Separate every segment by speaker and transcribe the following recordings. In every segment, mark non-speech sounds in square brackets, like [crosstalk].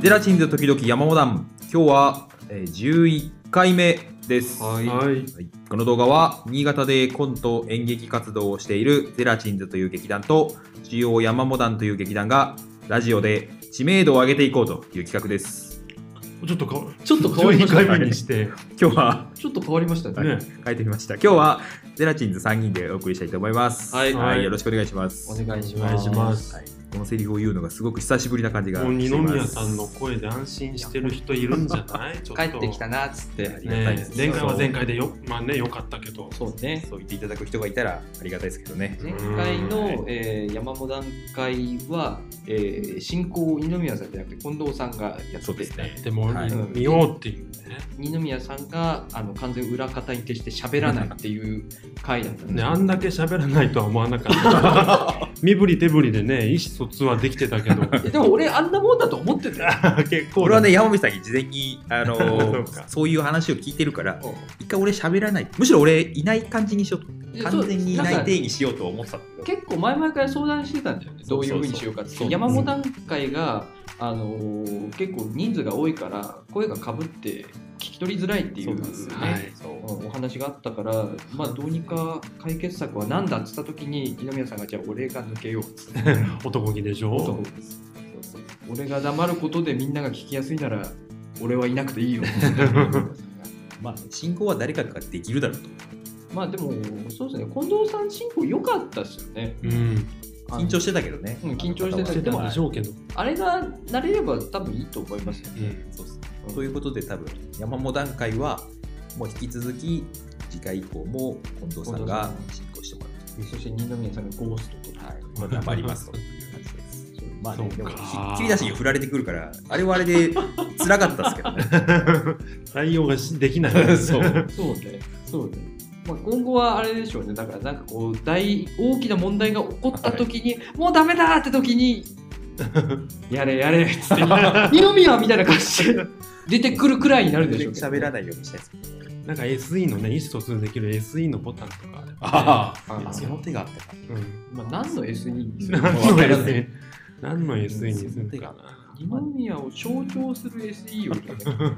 Speaker 1: ゼラチンズ時々山モダン今日は、えー、11回目です、
Speaker 2: はい
Speaker 3: はい。
Speaker 1: はいこの動画は新潟でコント演劇活動をしているゼラチンズという劇団と中央山モダンという劇団がラジオで知名度を上げていこうという企画です
Speaker 3: ちょっとか、
Speaker 2: ちょっと変わりました
Speaker 3: 11
Speaker 2: ね
Speaker 3: 回目にして、
Speaker 1: 今日は [laughs]
Speaker 2: ちょっと変わりましたね。
Speaker 3: ね、
Speaker 1: 書いてみました今日はゼラチンズ3人でお送りしたいと思います
Speaker 2: はい
Speaker 1: よろしくお願いします
Speaker 2: お願いし
Speaker 3: お
Speaker 2: ます。
Speaker 3: 願いします。
Speaker 1: はいこのセリフを言うのがすごく久しぶりな感じが
Speaker 3: もう二
Speaker 1: しています
Speaker 3: 宮さんの声で安心してる人いるんじゃないちょっ
Speaker 2: 帰
Speaker 3: と
Speaker 2: ってきたなっつって。
Speaker 1: りがたいで
Speaker 3: ね
Speaker 1: す
Speaker 3: 前回は前回でよ、まあね、よかったけど。
Speaker 2: そうね。
Speaker 1: そう言っていただく人がいたらありがたいですけどね
Speaker 2: 前回の、えー、山本段階は、えー、進行を二宮さんじゃなくて近藤さんがやって
Speaker 1: そうで
Speaker 2: て
Speaker 1: す、ね
Speaker 3: でも、
Speaker 1: はい
Speaker 3: 見ようっていうね。
Speaker 2: 二宮さんがあの完全裏方に徹して喋らないっていう回だったんで
Speaker 3: ね、あんだけ喋らないとは思わなか
Speaker 2: [laughs]
Speaker 3: った。身振り手振りでね、意思疎通はできてたけど。
Speaker 2: す。でも俺あんなもんだと思ってたよ。
Speaker 3: 結構
Speaker 1: [laughs] 俺はね、山口さんに事前に、あのー
Speaker 3: そうか
Speaker 1: そういう話を聞いてるから、一回俺喋らない、むしろ俺いない感じにしようと、完全にいない定義しようと思ってたんだけど、
Speaker 2: 結構前々から相談してたんだよね
Speaker 1: そ
Speaker 2: ど
Speaker 1: う
Speaker 2: うい
Speaker 1: そううそう
Speaker 2: ふうにしようかって
Speaker 1: そう
Speaker 2: 山本段階が、あのー結構人数が多いから声がかぶって聞き取りづらいっていう
Speaker 1: そうなんですよ
Speaker 3: は
Speaker 1: ね
Speaker 3: い。
Speaker 1: そう
Speaker 2: うんお話があったから、まあ、どうにか解決策は何だっつった時に二宮さんがじゃあ俺が抜けようっつって
Speaker 3: 男気でし
Speaker 2: そう
Speaker 3: ょ
Speaker 2: そう俺が黙ることでみんなが聞きやすいなら俺はいなくてい
Speaker 1: [laughs]
Speaker 2: いよ
Speaker 1: まあ、進行は誰かができるだろうと。
Speaker 2: まあでもそうですね近藤さん進行良かったっすよね
Speaker 3: うん。
Speaker 1: 緊張してたけどね。
Speaker 2: うん緊張してた
Speaker 3: し
Speaker 2: け
Speaker 3: て
Speaker 2: ど
Speaker 3: たんでしょうけど。
Speaker 2: あれが慣れれば多分いいと思いますよ
Speaker 3: う
Speaker 2: ね、
Speaker 3: ん。
Speaker 1: そうっすということで、多分山本段階は、もう引き続き、次回以降も近藤さんが進行してもらう
Speaker 2: そして二宮さんがゴーストと
Speaker 1: と。
Speaker 2: か、
Speaker 1: はい、まあ、頑張りますという感じです。まあね、
Speaker 3: そう
Speaker 1: で
Speaker 3: か
Speaker 1: もひっきりなし
Speaker 3: [laughs]
Speaker 1: に振られてくるから、あれはあれで辛かったですけどね。
Speaker 3: 採用がしできない。
Speaker 1: そう。
Speaker 2: [laughs] そうね、そうね。まあ、今後はあれでしょうね、だからなんかこう大、大きな問題が起こった時に、もうダメだって
Speaker 1: [laughs]
Speaker 2: 時に、やれやれっつって、二宮みたいな感じで出てくるくらいになるでしょう、
Speaker 1: 喋ら
Speaker 2: い。
Speaker 1: ないようにしたいです。
Speaker 3: なんか SE のね、意思疎通できる SE のボタンとかあれば。
Speaker 1: あ
Speaker 2: あ
Speaker 1: あ、その手があったか。
Speaker 2: [laughs]
Speaker 3: うん。
Speaker 2: まあ、何の SE にする
Speaker 3: 何
Speaker 2: か
Speaker 3: の
Speaker 1: [laughs]
Speaker 2: わからない。
Speaker 3: SE 何の SE にするかな。
Speaker 2: 二宮を象徴する SE を入れて
Speaker 1: それは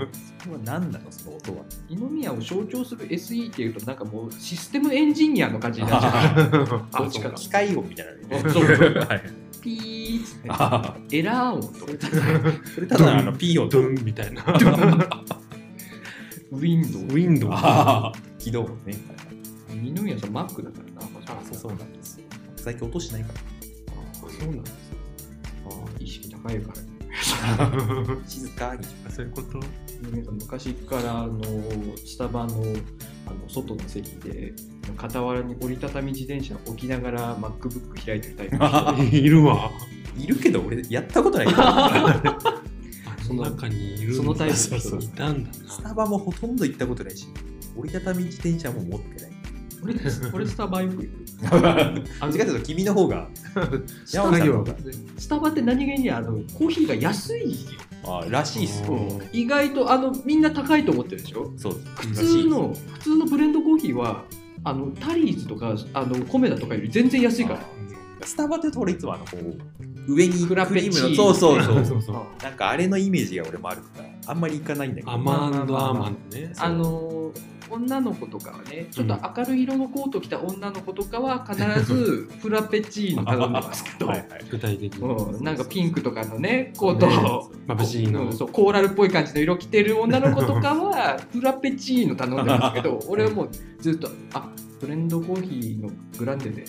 Speaker 1: 何なのその音は。
Speaker 2: 二宮を象徴する SE っていうと、なんかもうシステムエンジニアの感じになっちゃう。
Speaker 1: [laughs]
Speaker 3: あ
Speaker 2: どっちか
Speaker 1: 機械音みたいなね。
Speaker 2: そうそう
Speaker 1: はい
Speaker 2: ピーっつって
Speaker 1: あ
Speaker 2: エラー音とか。
Speaker 1: [laughs] ー [laughs] それただあの P 音
Speaker 3: ド
Speaker 1: と
Speaker 3: ゥンみたいな。
Speaker 2: ウィン
Speaker 3: ウ
Speaker 2: ドウ。
Speaker 3: ィンドウ。
Speaker 1: あー起動音ね。
Speaker 2: 二宮さん、Mac だからな。
Speaker 3: あそう
Speaker 1: そうなんです。最近音しないか
Speaker 3: そうなんですよ
Speaker 2: 意識高いからね。
Speaker 3: [laughs]
Speaker 1: ら。静か
Speaker 2: [laughs]
Speaker 1: に。
Speaker 3: あそういうこと
Speaker 2: 二宮さん昔からあのスタバのあの外の席で傍らに折りたたみ自転車を置きながら MacBook 開いてるタイプの人
Speaker 3: いるわ。
Speaker 1: いるけど俺やったことないから。
Speaker 3: その中にいる
Speaker 2: そのタイプの人
Speaker 3: そうそういたんだ
Speaker 1: スタバもほとんど行ったことないし、折りたたみ自転車も持ってない。
Speaker 2: 俺俺スタバよく行く
Speaker 1: あの違うけど君の方が。
Speaker 2: スタ
Speaker 1: 山本
Speaker 2: バ
Speaker 1: さんの方が
Speaker 2: スタバって何気にあのコーヒーが安いよ
Speaker 1: あーらしいっす。
Speaker 3: な。
Speaker 2: 意外とあのみんな高いと思ってるでしょ
Speaker 1: そう。
Speaker 2: 普通の普通のブレンドコーヒーはあのタリーズとかあのコメダとかより全然安いから
Speaker 1: スタバって言うと俺いつもあのこう上に
Speaker 2: フラ
Speaker 1: ク
Speaker 2: ペ
Speaker 1: リ
Speaker 2: チーノ
Speaker 1: ームのそうそう
Speaker 3: そ
Speaker 1: そうう
Speaker 3: そうそう。
Speaker 1: なんかあれのイメージが俺もあるからあんまり行かないんだけど
Speaker 3: アマンドアーマンドね。
Speaker 2: あの女の子とかはねちょっと明るい色のコート着た女の子とかは必ずフラペチーノ頼んでますけど、
Speaker 1: はいはい
Speaker 3: 具体的に。
Speaker 2: うん、なんかピンクとかのねコートを、
Speaker 3: 眩しいの
Speaker 2: うん。そうコーラルっぽい感じの色着てる女の子とかはフラペチーノ頼んでますけど俺はもうずっと「あブレンドコーヒーのグランデで」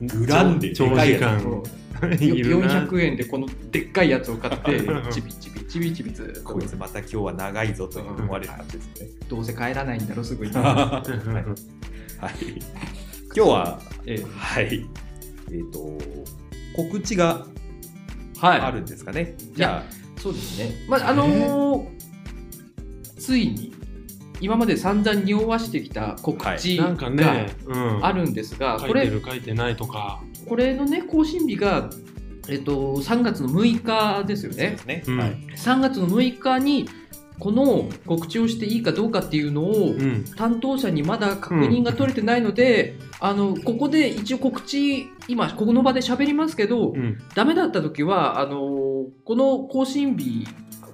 Speaker 1: グランデ
Speaker 3: 長
Speaker 1: でかい
Speaker 3: 時
Speaker 1: やつ
Speaker 3: 間
Speaker 2: うん
Speaker 3: いるな。
Speaker 2: 400円でこのでっかいやつを買ってチビチビチビチビつ
Speaker 1: こいつまた今日は長いぞと思われる感じですね。、
Speaker 2: どうせ帰らないんだろすぐに
Speaker 1: はいはい今日は、
Speaker 2: ええ
Speaker 1: はい、えっ、と、告知が
Speaker 2: はい、
Speaker 1: あるんですかね。じゃ
Speaker 2: そうですね。まあ、あのーついに、今まで散々匂わしてきた告知
Speaker 3: なんか
Speaker 2: が
Speaker 3: ね、うん
Speaker 2: あるんですが、
Speaker 3: 書
Speaker 2: こ
Speaker 3: いて
Speaker 2: れ、
Speaker 3: る書いてないとか。
Speaker 2: これのね、更新日が、えっと、3月の6日ですよ
Speaker 1: あ、
Speaker 2: ね。
Speaker 1: ね
Speaker 3: うん
Speaker 1: はい。
Speaker 2: 3月の6日に、この告知をしていいかどうかっていうのを
Speaker 3: うん。
Speaker 2: 担当者にまだ確認が取れてないので、あのここで一応告知今この場で喋りますけど、
Speaker 1: [laughs]
Speaker 3: うん。
Speaker 2: ダメだった時はあのこの更新日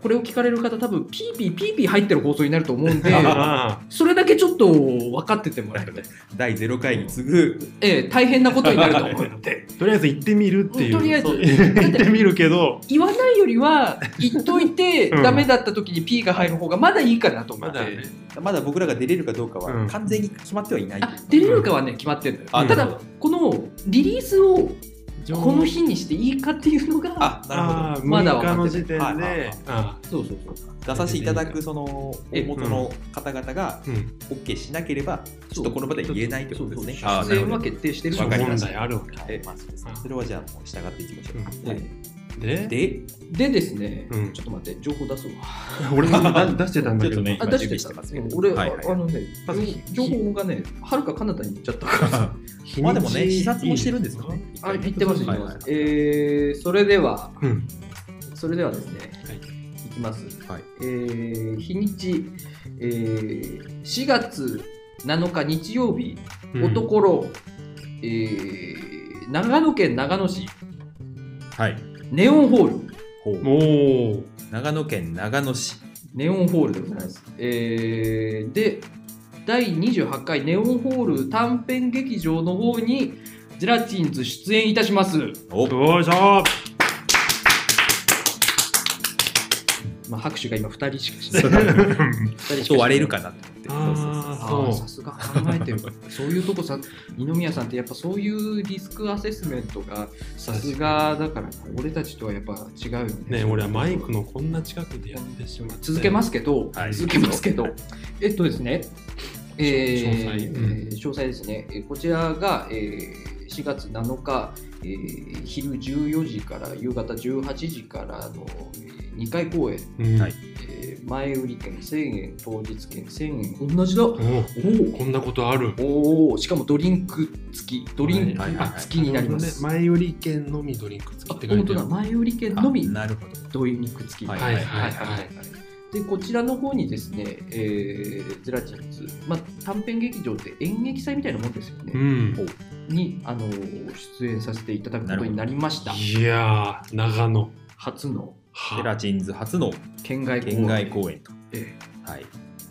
Speaker 2: これを聞かれる方多分ピーピーピーピー入ってる放送になると思
Speaker 3: [laughs]
Speaker 2: うんで
Speaker 3: あ
Speaker 2: それだけちょっと分かっててもらえると、
Speaker 1: 第0回に次ぐ
Speaker 2: ええ、大変なことになると思うので
Speaker 3: あとりあえず行ってみるっていう。
Speaker 2: とりあえず
Speaker 3: そう行ってみるけど、
Speaker 2: 言わないよりは言っといて
Speaker 3: [laughs] うん
Speaker 2: ダメだった時に P が入る方がまだいいかなと思
Speaker 3: ま
Speaker 2: って、
Speaker 3: だね。
Speaker 1: まだ僕らが出れるかどうか
Speaker 3: う
Speaker 1: は
Speaker 3: ん
Speaker 1: 完全に決まってはいない、
Speaker 2: あ出れるかはね決まってるんだよ、
Speaker 1: あ
Speaker 2: た
Speaker 1: なる
Speaker 2: だ
Speaker 1: ほ
Speaker 2: このリリースをこの
Speaker 3: 日
Speaker 2: 日にしていいかっていうのが
Speaker 1: あなるほど
Speaker 3: ああ、
Speaker 2: まだ
Speaker 3: 6日の時点で、
Speaker 1: はいはいはい
Speaker 3: あ
Speaker 2: そうそうそう
Speaker 1: 出させていただくその
Speaker 2: え
Speaker 1: 大元の方々が
Speaker 3: あうん。
Speaker 1: OK しなければちょっとこの場では言えないってことですね
Speaker 2: そう
Speaker 1: あ
Speaker 2: そう
Speaker 1: ーな
Speaker 2: 出
Speaker 1: る
Speaker 2: 演
Speaker 1: ほど
Speaker 2: は決定してる
Speaker 1: わかりました
Speaker 3: 問題あるわけ
Speaker 1: はいまあそうですね
Speaker 3: うん
Speaker 1: それはじゃあもう従っていきましょ
Speaker 3: うん
Speaker 1: う、はい
Speaker 3: で、
Speaker 1: で
Speaker 2: でですね、
Speaker 3: うん
Speaker 2: ちょっと待って情報出すわ
Speaker 3: 俺も出してたんだけ
Speaker 1: ちょ
Speaker 3: ど
Speaker 1: っとね
Speaker 2: あ
Speaker 1: 今
Speaker 2: 出して
Speaker 1: 準備して
Speaker 2: た
Speaker 1: ますけど
Speaker 2: うん俺、
Speaker 1: はいはい
Speaker 2: あのね
Speaker 3: まず
Speaker 2: 情報がねはるか彼方に行っちゃったから
Speaker 3: 日にち
Speaker 1: まあでもね視察もしてるんですよね一
Speaker 2: あ
Speaker 1: 回ね
Speaker 2: 行ってます行
Speaker 1: はい
Speaker 2: ってま
Speaker 1: は
Speaker 2: す
Speaker 1: い、
Speaker 2: えー、それでは
Speaker 3: うん。
Speaker 2: それではですね、
Speaker 3: はい
Speaker 2: いきます、
Speaker 1: はい
Speaker 2: えー日にち、えー4月7日日曜日、
Speaker 3: うん
Speaker 2: おところ、えー長野県長野市
Speaker 1: はい
Speaker 2: ネオンホール
Speaker 1: ほう
Speaker 3: おー
Speaker 1: 長野県長野市
Speaker 2: ネオンホールでございます、えーで第28回ネオンホール短編劇場の方にゼラチンズ出演いたします、
Speaker 1: お
Speaker 3: よいしょ
Speaker 2: まあ、拍手が今2人しかしない
Speaker 1: そう [laughs]
Speaker 2: 二人しかしない
Speaker 1: と割れるかなと思って
Speaker 3: あー
Speaker 1: そうそうそう
Speaker 3: あ
Speaker 2: ああさすが考えてるそういうとこさ二宮さんってやっぱそういうリスクアセスメントがさすがだから俺たちとはやっぱ違うよね
Speaker 3: ね俺はマイクのこんな近くでやってしまって
Speaker 2: 続けますすけど、
Speaker 1: はい
Speaker 2: 続けますけどえっとですねえー
Speaker 3: 詳細うん
Speaker 2: えー詳細ですね、えーこちらが、えー4月7日、えー昼14時から夕方18時からの2回公演、
Speaker 3: うん
Speaker 1: はい
Speaker 2: えー前売り券1000円当日券1000円同じだ
Speaker 3: おーこんなことある
Speaker 2: おおしかもドリンク付きドリンク
Speaker 1: はいはいはい
Speaker 2: 付きになります、
Speaker 3: 前売り券のみドリンク付
Speaker 2: あ
Speaker 3: きって書い
Speaker 2: 本
Speaker 3: て
Speaker 2: 当
Speaker 3: あ
Speaker 2: だ
Speaker 3: る
Speaker 2: 前売り券のみ
Speaker 1: あなるほど
Speaker 2: ドリンク付き
Speaker 1: はい
Speaker 3: はいはい
Speaker 2: はいは
Speaker 3: は
Speaker 2: い
Speaker 3: い
Speaker 2: でこちらの方にですね、えーゼラチンズ、まあ、短編劇場って演劇祭みたいなもんですよ
Speaker 3: う
Speaker 2: ね、
Speaker 3: ん
Speaker 2: にあのー出演させていただくことになりました
Speaker 3: いやー長野
Speaker 2: 初の
Speaker 1: ゼ
Speaker 3: は
Speaker 1: ラチンズ初の
Speaker 2: 県外公演
Speaker 1: 県外公演と
Speaker 2: え
Speaker 1: はい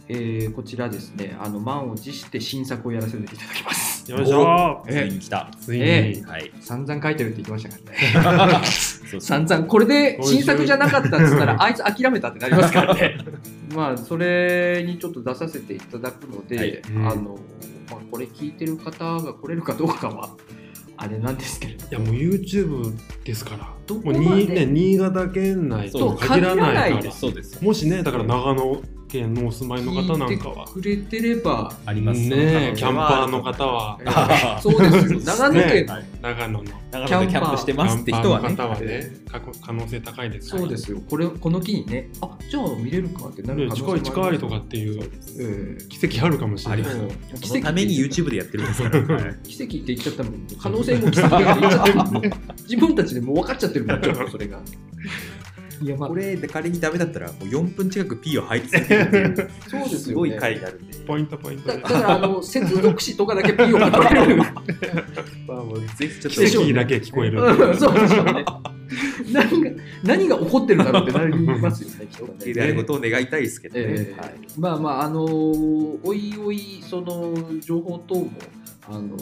Speaker 2: えーこちらですねあの満を持して新作をやらせていただきます
Speaker 3: よいしょ
Speaker 1: ついに来た
Speaker 3: つい
Speaker 2: え
Speaker 3: に
Speaker 1: はい
Speaker 2: 散々書いてるって言ってましたからね
Speaker 1: そうそう
Speaker 2: 散々これで新作じゃなかったっつっ
Speaker 3: [laughs]
Speaker 2: たらあいつ諦めたってなりますからねまあそれにちょっと出させていただくので、
Speaker 1: はい
Speaker 3: うん
Speaker 2: あの、まあ、これ聞いてる方が来れるかどうかはあれなんですけれど
Speaker 3: いやもう YouTube ですから
Speaker 2: どこ
Speaker 3: も
Speaker 2: ま
Speaker 3: う
Speaker 2: で
Speaker 3: にね新潟県内
Speaker 1: そ
Speaker 3: と
Speaker 1: う
Speaker 3: 限ら
Speaker 2: 限らな
Speaker 3: ないい
Speaker 2: で
Speaker 3: か
Speaker 2: す
Speaker 1: そ
Speaker 3: ら
Speaker 1: うです
Speaker 3: もしねだから長野県のお住まいの方な
Speaker 2: 聞い
Speaker 3: ん
Speaker 2: て
Speaker 3: かは
Speaker 2: くれてれば
Speaker 1: あります
Speaker 3: ねえキャンパーの方は
Speaker 2: え
Speaker 1: あ [laughs] ー
Speaker 2: ーそうです
Speaker 3: [laughs]
Speaker 2: よ
Speaker 1: ね
Speaker 2: 長野県、
Speaker 1: はい
Speaker 3: 長野の
Speaker 1: 長野でキャンプして
Speaker 3: キャ
Speaker 1: ますっ
Speaker 3: ン
Speaker 1: て
Speaker 3: パー
Speaker 1: 人は
Speaker 3: の
Speaker 1: ね
Speaker 3: 方はねかこ可能性高いですから
Speaker 2: そうですよこれこの機にねあじゃあ見れるかってなる
Speaker 3: ね
Speaker 2: 可能性も
Speaker 3: 近
Speaker 2: あ
Speaker 3: い
Speaker 2: ります
Speaker 3: 近いとかっていう
Speaker 2: えー
Speaker 3: 奇跡あるかもしれ
Speaker 1: あり
Speaker 3: な
Speaker 1: ま
Speaker 3: い
Speaker 1: す
Speaker 2: うん
Speaker 1: そのために
Speaker 2: 奇跡っ
Speaker 1: YouTube
Speaker 2: て言っちゃった
Speaker 1: でやってるんですから [laughs] はい
Speaker 2: 奇跡って言っちゃったもん可能性も奇跡って言っちゃったもん自分たちでもう分かっちゃってるもんちょっとそれがいやまあ
Speaker 1: これで仮にダメだったらもう4分近く P を配置するって [laughs] いう
Speaker 2: そうですよ、ね、
Speaker 1: すごい回になるんで
Speaker 3: ポイントポイント
Speaker 2: だ
Speaker 3: で
Speaker 2: だからあの接続詞とかだけピーを取れる
Speaker 1: まあもうぜひちょっと
Speaker 3: 奇跡だけ聞こえる
Speaker 2: うんそうですよね何が何が起こってるんだろうってなりますよねきっとね
Speaker 1: であることを願いたいですけど
Speaker 2: え
Speaker 1: ね
Speaker 2: え
Speaker 1: はい
Speaker 2: まあまああのーおいおいその情報等もあの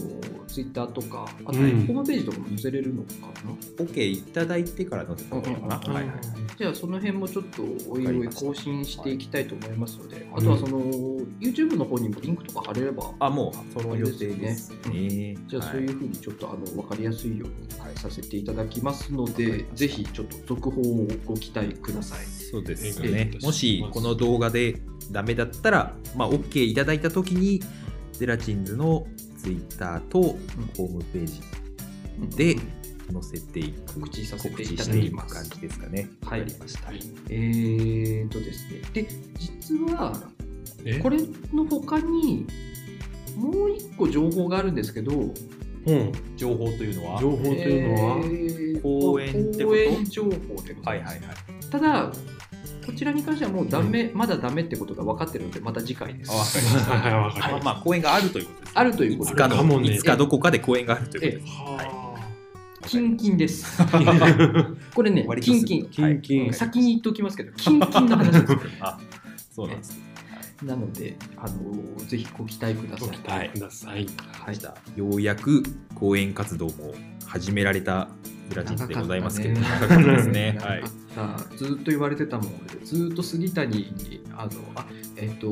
Speaker 2: ツイッター Twitter とかあと、
Speaker 3: うん
Speaker 2: ホームページとかも載せれるのかな
Speaker 1: OK いただいてからの方がいいのか
Speaker 3: う
Speaker 1: なんはいはい
Speaker 2: じゃあその辺もちょっとおい
Speaker 1: わか
Speaker 2: お
Speaker 1: り
Speaker 2: い
Speaker 1: ました
Speaker 2: 更新していきたいと思いますので、
Speaker 1: はい
Speaker 2: あとはその YouTube の方にもリンクとか貼れれば
Speaker 1: あもうその予定ですね
Speaker 2: じゃあそういうふうにちょっとあの分かりやすいように、はいさせていただきますの
Speaker 1: わかり
Speaker 2: で
Speaker 1: ました
Speaker 2: ぜひちょっと続報をご期待ください。
Speaker 1: そうです
Speaker 2: え
Speaker 1: ね
Speaker 3: え。
Speaker 1: もしこの動画でダメだったら、まあ、OK いただいたときに、ゼラチンズのツイッターとホームページで載せていく、
Speaker 2: 告知させて
Speaker 1: 告
Speaker 2: い
Speaker 1: 知
Speaker 2: た
Speaker 1: し
Speaker 2: だ
Speaker 1: て
Speaker 2: き
Speaker 1: い
Speaker 2: ま
Speaker 1: く感
Speaker 2: す
Speaker 1: じ。ですかね。
Speaker 2: はい
Speaker 1: わかりました。
Speaker 2: えーとですね、で実は
Speaker 3: え
Speaker 2: これの他にもう一個情報があるんですけど
Speaker 3: うん
Speaker 1: 情報というのは
Speaker 3: 情報というのは
Speaker 2: えー
Speaker 1: 公演ってこと
Speaker 2: 公演情報でござ
Speaker 1: はいい
Speaker 2: ま
Speaker 1: は
Speaker 2: す
Speaker 1: いはい。
Speaker 2: ただこちらに関してはもうダメ、まだダメってことが分かってるので、また次回です。
Speaker 1: あわかりました
Speaker 3: はい、わかり
Speaker 1: ま
Speaker 3: ま
Speaker 1: あ
Speaker 3: し
Speaker 1: まあ公演があるということです。
Speaker 2: あるというこ
Speaker 1: い
Speaker 2: と
Speaker 1: つ
Speaker 2: で
Speaker 1: か
Speaker 3: かも
Speaker 1: の、
Speaker 3: ね
Speaker 1: いつかどこかで公演があるということ
Speaker 3: た。は
Speaker 1: です。
Speaker 2: キ
Speaker 1: はい
Speaker 2: ンキ
Speaker 1: [laughs]
Speaker 2: ンです。
Speaker 3: あ。
Speaker 2: これね、
Speaker 1: 割と
Speaker 2: キ
Speaker 1: す
Speaker 2: ン
Speaker 1: ぐ
Speaker 2: キン。
Speaker 3: キンキン。
Speaker 2: 先に言っておきますけど、キンキンの話 [laughs] です。
Speaker 1: あ、そうなんです。
Speaker 2: なので、あのぜひご期待くださ
Speaker 3: ご
Speaker 2: い。
Speaker 3: 期待ください。
Speaker 2: はい
Speaker 1: でし。たようやく講演活動も始められたゼラチンでございますけれども、
Speaker 2: 長
Speaker 1: [laughs] 長
Speaker 2: か
Speaker 1: か
Speaker 2: っ
Speaker 1: ったた
Speaker 2: ね
Speaker 1: ですね。 [laughs] はい。
Speaker 2: さあずっと言われてたもん俺ずっと杉谷にあのあえっ、と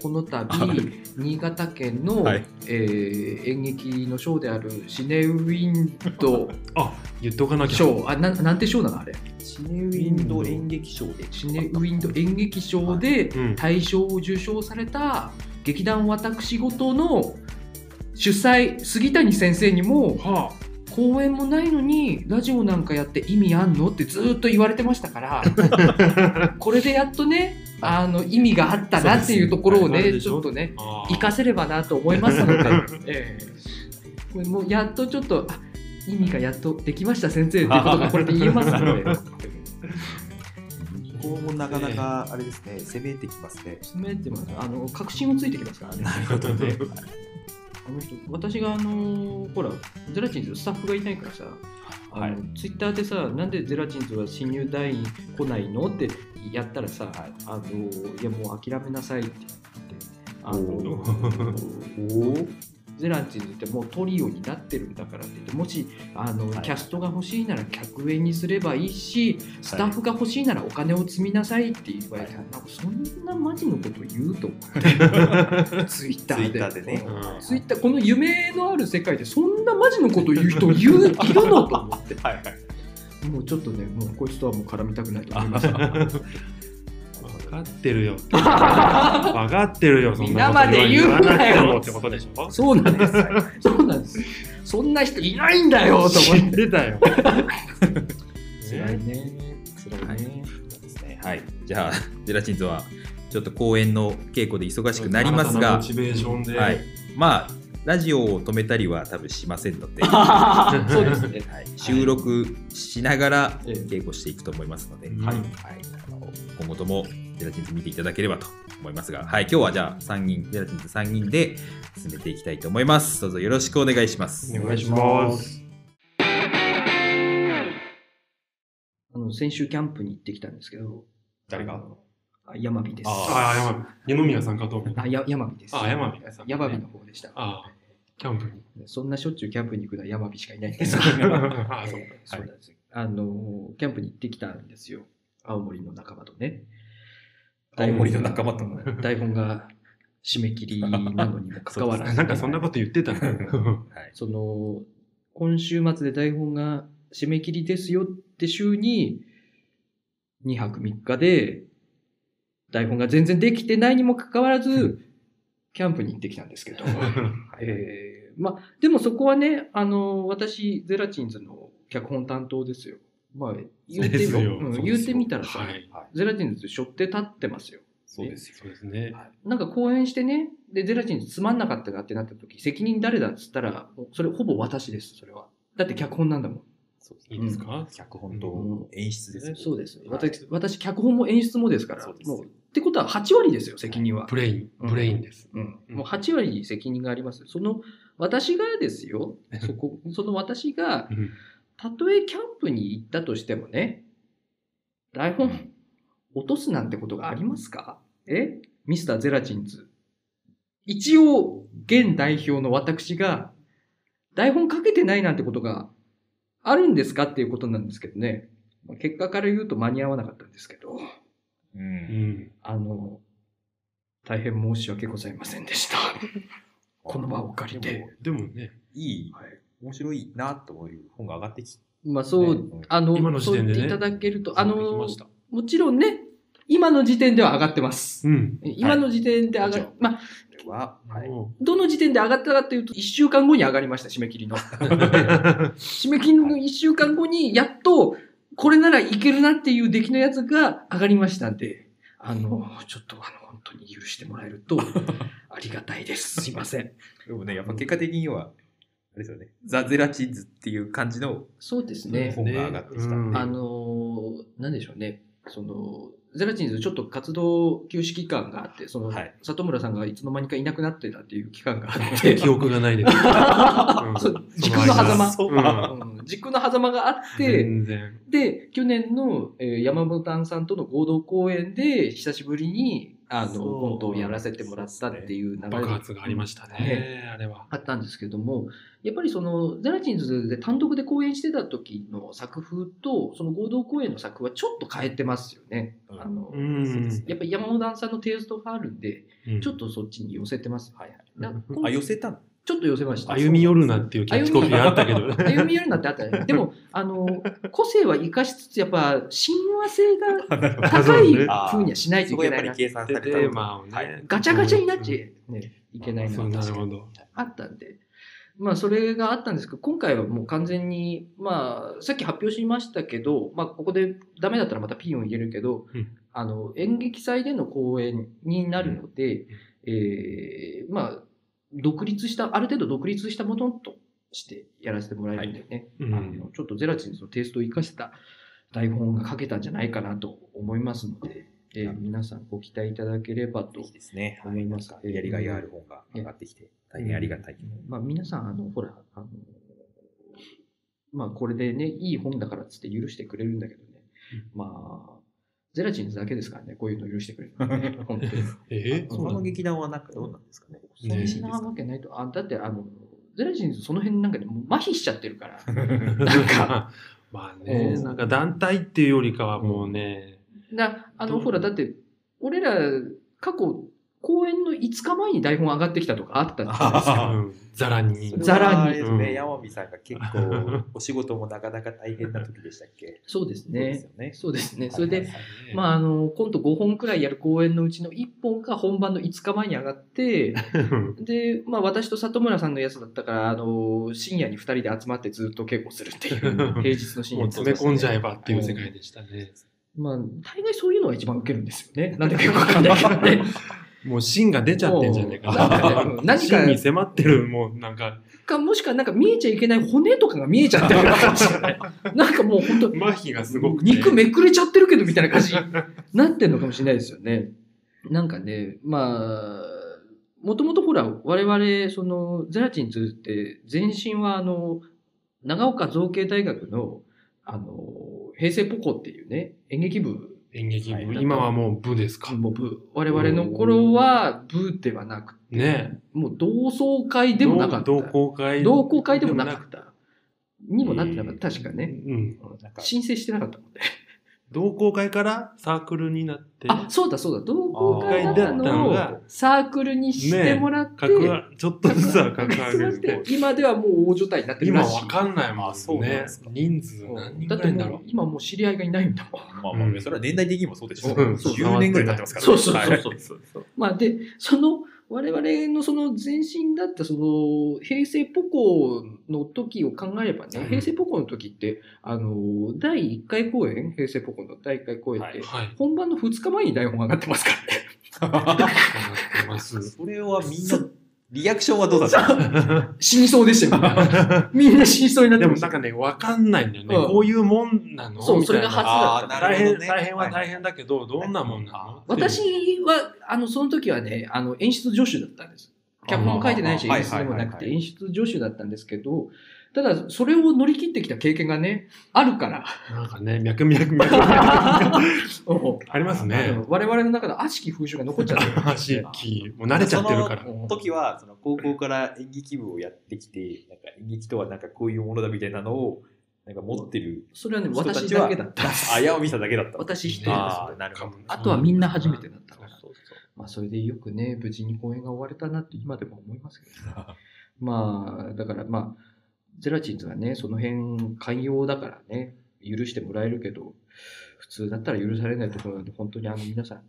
Speaker 2: こ
Speaker 1: [laughs]
Speaker 2: の
Speaker 1: は
Speaker 2: 度新潟県の、
Speaker 1: はい
Speaker 2: えー演劇のショーであるシネウィンド
Speaker 3: あ、言っておかなきゃ。
Speaker 2: ショーあななんてショーなのあれ
Speaker 1: シネウィンド演劇賞で
Speaker 2: シネウィンド演劇賞で
Speaker 3: うん。
Speaker 2: 大賞を受賞された劇団私事の主催杉谷先生にも
Speaker 3: は
Speaker 2: 公演もないのにラジオなんかやって意味あんのってずーっと言われてましたから [laughs] これでやっとねあの意味があったなっていうところ
Speaker 3: そ
Speaker 2: を
Speaker 3: うです
Speaker 2: ね
Speaker 3: ね
Speaker 2: ちょっとね
Speaker 3: あ。
Speaker 2: 活かせればなと思いますので、 [laughs] ええこれもうやっとちょっとあ意味がやっとできました先生っていうことがこれで言えますので
Speaker 1: こうもなかなかあれですね、攻めてきますね。
Speaker 2: 詰めてますあの確信をついてきますからね
Speaker 1: なるほどね。
Speaker 2: あの人私があのーほらゼラチンズのスタッフがいないからさ、あのツイッターでさなんでゼラチンズは新入団員来ないのってやったらさ、あのーいやもう諦めなさいって言ってあの
Speaker 3: お
Speaker 2: [laughs] ーゼラチンズってもうトリオになってるんだからって言ってもしあの、
Speaker 1: はい
Speaker 2: キャストが欲しいなら客演にすればいいしスタッフが欲しいならお金を積みなさいって言われて、
Speaker 1: は
Speaker 2: なんかそんなマジのこと言うと思って [laughs] ツイッタ
Speaker 1: ツイ
Speaker 2: ー
Speaker 1: ッ
Speaker 2: で
Speaker 1: ターでね。
Speaker 3: うん
Speaker 2: ツイッターこの夢のある世界でそんなマジのこと言う人言ういるのと思って
Speaker 1: はいはい。
Speaker 2: もうちょっとねもうこいつとはもう絡みたくないと思いました
Speaker 3: 分かってるよ。分かってるよ。そんなこと
Speaker 2: 皆まで言うなよ
Speaker 3: 言わなくてもってことでしょ。
Speaker 2: [laughs] そうなんですそうなんですそんな人いないんだよと思って
Speaker 3: てたよ。
Speaker 2: [laughs] 辛
Speaker 3: ね
Speaker 2: いね辛いね、
Speaker 1: はい。じゃあ、 [laughs] ゼラチンズは、ちょっと公演の稽古で忙しくなります
Speaker 3: 新たな
Speaker 1: が
Speaker 3: モ、チベーションで。
Speaker 1: はい。まあ、ラジオを止めたりは多分しませんので、
Speaker 2: そうですね
Speaker 1: はい、収録しながら
Speaker 2: ええ
Speaker 1: 稽古していくと思いますので、
Speaker 3: うん
Speaker 1: はいあの今後ともゼラチンズ見ていただければと思いますが、はい、今日はじゃあ3人ゼラチンズ3人で進めていきたいと思いますどうぞよろしくお願いします
Speaker 3: お願いします。
Speaker 2: あの先週キャンプに行ってきたんですけど
Speaker 1: 誰が
Speaker 2: あ山火ですあ
Speaker 3: ああ、山火。二宮さんかと思った。
Speaker 2: や山火です
Speaker 3: あ山火さん
Speaker 2: 山火の方でした
Speaker 3: ああ、キャンプに。
Speaker 2: そんなしょっちゅうキャンプに行くのは山火しかいない
Speaker 3: [laughs]
Speaker 2: んですけど
Speaker 3: ああ、そう
Speaker 2: えーそうなんですよあのーキャンプに行ってきたんですよ。青森の仲間とね。
Speaker 1: 青森の仲間と
Speaker 2: 台本が台本が締め切りなのにもかかわら
Speaker 1: う
Speaker 2: ず。
Speaker 3: なんか [laughs] そんなこと言ってたね。
Speaker 1: はい、
Speaker 2: その、今週末で台本が締め切りですよって週に、2泊3日で、台本が全然できてないにもかかわらず、キャンプに行ってきたんです
Speaker 3: [laughs]
Speaker 2: けど。えーまあ、でもそこはね、あの、私、ゼラチンズの脚本担当ですよ。まあ、言っ
Speaker 3: で
Speaker 2: て
Speaker 3: す
Speaker 2: み,、
Speaker 3: よ
Speaker 2: うん
Speaker 3: そうですよ
Speaker 2: 言ってみたらさ、
Speaker 3: はい
Speaker 2: ゼラチンズって背負って立ってますよ。
Speaker 1: そうです
Speaker 3: そうですね。
Speaker 2: なんか講演してね、で、ゼラチンズつまんなかったなってなった時、責任誰だっつったら、もうそれほぼ私です、それは。だって脚本なんだもん。
Speaker 1: そうです
Speaker 3: いいですか
Speaker 1: 脚本と演出ですね、
Speaker 2: そうです、
Speaker 1: はい
Speaker 2: 私、私、脚本も演出もですから、
Speaker 1: そうです
Speaker 2: もう、ってことは8割ですよ、責任は。
Speaker 3: ブレイン、ブレインです。
Speaker 2: うん、もう8割に責任があります。その、私がですよ、そこ、その私が、
Speaker 3: うん
Speaker 2: たとえキャンプに行ったとしてもね、台本落とすなんてことがありますかえミスターゼラチンズ。一応、現代表の私が、台本かけてないなんてことがあるんですかっていうことなんですけどね。まあ結果から言うと間に合わなかったんですけど、
Speaker 1: う
Speaker 3: うんん。
Speaker 2: あの、大変申し訳ございませんでした。この場を借り
Speaker 3: で
Speaker 2: て。
Speaker 3: も、でもね、
Speaker 1: いい
Speaker 2: はい
Speaker 1: 面白いなという本が上がってきて
Speaker 2: まあそう、
Speaker 1: ね
Speaker 2: あの、
Speaker 3: 今の時点でね
Speaker 2: そう言っていただけると、あ
Speaker 3: そうでき
Speaker 2: の
Speaker 3: ま、した
Speaker 2: もちろんね、今の時点では上がってます。
Speaker 3: うん。
Speaker 2: 今の時点で上がる、
Speaker 1: もち
Speaker 2: まあ、
Speaker 1: は、はい、
Speaker 3: も
Speaker 2: どの時点で上がったかというと、1週間後に上がりました、締め切りの。締め切りの1週間後に、やっと、これならいけるなっていう出来のやつが上がりましたんで、あの、ちょっと、あの、本当に許してもらえると、ありがたいです。すいません。
Speaker 1: でもねやっぱ結果的にはあれですよねザ・ゼラチンズっていう感じの
Speaker 2: そうです
Speaker 3: う
Speaker 2: ね。
Speaker 1: 本が上がってきたんで
Speaker 3: うん
Speaker 2: あのーなんでしょうね、その、ゼラチンズちょっと活動休止期間があって、その、
Speaker 1: はい
Speaker 2: 里村さんがいつの間にかいなくなってたっていう期間があっ
Speaker 3: [laughs] え
Speaker 2: [laughs] て、
Speaker 3: 記憶がないです。
Speaker 2: そう時空の狭間
Speaker 3: その間
Speaker 2: うん時空の狭間があっ
Speaker 3: うん
Speaker 2: て、
Speaker 3: 全然。
Speaker 2: で、去年の、えー山本さんとの合同公演で、久しぶりに、あの、
Speaker 3: そう
Speaker 2: コントをやらせてもらったっていう流れ
Speaker 3: 爆発がありましたね、あれは。
Speaker 2: あったんですけども、やっぱりその、ゼラチンズで単独で公演してた時の作風と、その合同公演の作風はちょっと変えてますよね。
Speaker 1: うん
Speaker 2: あの、
Speaker 3: うん
Speaker 1: そうですね
Speaker 2: やっぱり山本さんのテイストがあるんで、
Speaker 3: うん
Speaker 2: ちょっとそっちに寄せてます。はいはい。だから
Speaker 1: あ、寄せたの
Speaker 2: ちょっと寄せました。
Speaker 3: 歩み寄るなっていうキャッチコピーがあったけど。
Speaker 2: 歩み寄るなってあったね。でも、あの、個性は生かしつつ、やっぱ、親和性が高い風にはしないと
Speaker 1: そ
Speaker 2: い
Speaker 1: こ
Speaker 2: け
Speaker 1: やっ
Speaker 2: な
Speaker 1: ぱ
Speaker 2: い
Speaker 1: り
Speaker 2: な。
Speaker 1: 計算さ
Speaker 3: テ
Speaker 1: れたの
Speaker 3: ーマをね、
Speaker 1: はい
Speaker 2: ガチャガチャになっちゃ、ね、いけない
Speaker 3: そう
Speaker 2: な
Speaker 3: な
Speaker 2: って
Speaker 3: るほど。
Speaker 2: あったんで。まあ、それがあったんですけど、今回はもう完全に、まあ、さっき発表しましたけど、まあ、ここでダメだったらまたピンを入れるけど、
Speaker 3: うん
Speaker 2: あの、演劇祭での公演になるので、えーまあ、独立した、ある程度独立したものとしてやらせてもらえるんだよね。
Speaker 3: うん
Speaker 2: あのちょっとゼラチンのテイストを生かした台本が書けたんじゃないかなと思いますので、えー皆さんご期待いただければと
Speaker 1: ぜひ。ですね。
Speaker 2: 思います
Speaker 1: はいやりがいがある本が上がってきて、大変ありがたい。
Speaker 2: まあ、皆さん、あの、ほら、あの、まあ、これでね、いい本だからっつって許してくれるんだけどね。まあ、ゼラチンズだけですからね、こういうの許してくれるの
Speaker 3: [laughs]
Speaker 2: はね、本当に。
Speaker 3: え
Speaker 1: 他の劇団はなんかどうなんですかね。
Speaker 3: ね
Speaker 2: そんなわけないと。あ、だって、あの、ゼラチンズその辺なんかでもう麻痺しちゃってるから。
Speaker 3: なんか、 [laughs] まあね、
Speaker 2: うん
Speaker 3: なんか団体っていうよりかはもうね、
Speaker 2: な、あ
Speaker 3: ど
Speaker 2: の、
Speaker 3: う
Speaker 2: ほら、だって、俺ら、過去、公演の5日前に台本上がってきたとかあったじゃないですか。
Speaker 3: うんざらに
Speaker 1: そ。れは
Speaker 2: ざらに
Speaker 1: あれです
Speaker 3: う
Speaker 1: ね、
Speaker 3: ん
Speaker 1: 山美さんが結構、お仕事もなかなか大変な時でしたっけ。
Speaker 2: そうです
Speaker 1: そうですよ
Speaker 2: ね。
Speaker 1: ね。
Speaker 2: そうですね。それで、
Speaker 3: あ、
Speaker 2: まあ、あの、今度5本くらいやる公演のうちの1本が本番の5日前に上がって、で、まあ、私と里村さんのやつだったから、あの、深夜に2人で集まってずっと稽古するっ
Speaker 3: [laughs]
Speaker 2: ていう、平日の深
Speaker 3: も
Speaker 2: 夜
Speaker 3: う
Speaker 2: に
Speaker 3: 詰め込んじゃえばっていう世界でしたね。
Speaker 2: まあ、大概そういうのが一番ウケるんですよね。なんでかよくわかんないけ
Speaker 3: [laughs]
Speaker 2: どね。
Speaker 3: もう芯が出ちゃってんじゃないか
Speaker 2: もう
Speaker 3: な。
Speaker 2: なんかね何か
Speaker 3: 芯に迫ってる、もうなんか、
Speaker 2: か、もしくはなんか見えちゃいけない骨とかが見えちゃってるような
Speaker 3: [laughs]
Speaker 2: 感じじゃないなんかもう本当
Speaker 3: 麻痺がすごくて。
Speaker 2: 肉めくれちゃってるけどみたいな [laughs] 感じになってんのかもしれないですよね。なんかね、まあ、もともとほら、我々、その、ゼラチンズって、前身はあの、長岡造形大学の、あの、平成ポコっていうね、演劇部
Speaker 3: 演劇部、
Speaker 2: はい
Speaker 3: 今はもう部ですか。
Speaker 2: も部、我々の頃は部ではなくて、
Speaker 3: ね。
Speaker 2: もう同窓会でもなかった。
Speaker 3: 同同好会。
Speaker 2: 同好会でもなかった。にもなってなかった。確か
Speaker 3: う
Speaker 2: ね。
Speaker 3: ん。
Speaker 1: なんか
Speaker 2: 申請してなかったもんね。
Speaker 3: 同好会からサークルになって、
Speaker 2: あ、そうだそうだ。同好会だった
Speaker 3: あー同
Speaker 2: の
Speaker 3: 好会
Speaker 2: を
Speaker 3: だったのが
Speaker 2: サークルにしてもらって、
Speaker 3: 格は、ちょっとずつは格
Speaker 2: 格 [laughs]
Speaker 3: 上げ
Speaker 2: 上げ
Speaker 3: る
Speaker 2: て。今ではもう大所帯になってる
Speaker 3: 今
Speaker 2: らしい。
Speaker 3: わかんないも
Speaker 1: あそ
Speaker 3: ん
Speaker 1: うなん
Speaker 3: ね
Speaker 1: です。か
Speaker 3: 人数何人ぐらいだ
Speaker 2: だって
Speaker 3: ろ
Speaker 2: も
Speaker 3: う
Speaker 2: う。今もう知り合いがいないんだもん。 [laughs]
Speaker 1: まあまあ、それは年代的にもそうでしょ。
Speaker 3: うん
Speaker 1: 10年ぐらい経ってますからね。
Speaker 2: そうそうそうそう
Speaker 1: はいそうそう。
Speaker 2: まあで、その、我々のその前身だったその平成ポコの時を考えればね、
Speaker 3: うん
Speaker 2: 平成ポコの時って、あの、第1回公演、平成ポコの第1回公演って、
Speaker 1: はい
Speaker 3: はい。
Speaker 2: 本番の2日前に台本上がってますからね。 [laughs]
Speaker 3: 上がってます。
Speaker 1: それはみんな、リアクションはどうだったんですか
Speaker 2: 死にそうでしたよ、みん
Speaker 3: [laughs]
Speaker 2: な。みんな死にそうになって
Speaker 3: でも
Speaker 2: まし
Speaker 3: な
Speaker 2: た
Speaker 3: ん。かね、わかんないんだよね。
Speaker 2: うん
Speaker 3: こういうもんなの
Speaker 2: そう
Speaker 3: みたいな
Speaker 2: それが初
Speaker 1: ああ、な
Speaker 3: 大
Speaker 1: るほ
Speaker 3: 変、
Speaker 1: どね。
Speaker 3: 大変は大変だけど、どんなもんなの
Speaker 2: 私は、あの、その時はね、あの、演出助手だったんです。脚本も書いてないし、
Speaker 1: あー
Speaker 2: 演出でも
Speaker 1: は
Speaker 2: なく
Speaker 1: いはいはい
Speaker 2: て、
Speaker 1: はい
Speaker 2: 演出助手だったんですけど、ただ、それを乗り切ってきた経験がね、ある
Speaker 1: [laughs]
Speaker 2: から、
Speaker 3: なんかね、脈々脈々。あります
Speaker 2: あ
Speaker 3: ね
Speaker 2: の。我々の中の悪しき風習が残っちゃってる。
Speaker 3: 足き、もう慣れちゃってるから。
Speaker 1: その時は、その高校から演劇部をやってきて、なんか演劇とはなんかこういうものだみたいなのを、なんか持ってる
Speaker 2: それはね、
Speaker 1: 人た
Speaker 2: 私
Speaker 1: ちは
Speaker 2: だけだった。
Speaker 1: あ、やおみさんだけだった。
Speaker 2: 私一人
Speaker 1: あ
Speaker 2: です。
Speaker 1: ーなるほど
Speaker 2: あとはみんな初めてだった
Speaker 3: そ
Speaker 2: か
Speaker 3: う
Speaker 2: ら。
Speaker 3: そうそう
Speaker 2: まあ、それでよくね、無事に公演が終われたなって今でも思いますけど、
Speaker 3: [laughs]
Speaker 2: ね、まあ、だからまあ、ゼラチンズはね、その辺寛容だからね、許してもらえるけど、普通だったら許されないところなんで、本当にあの皆さん、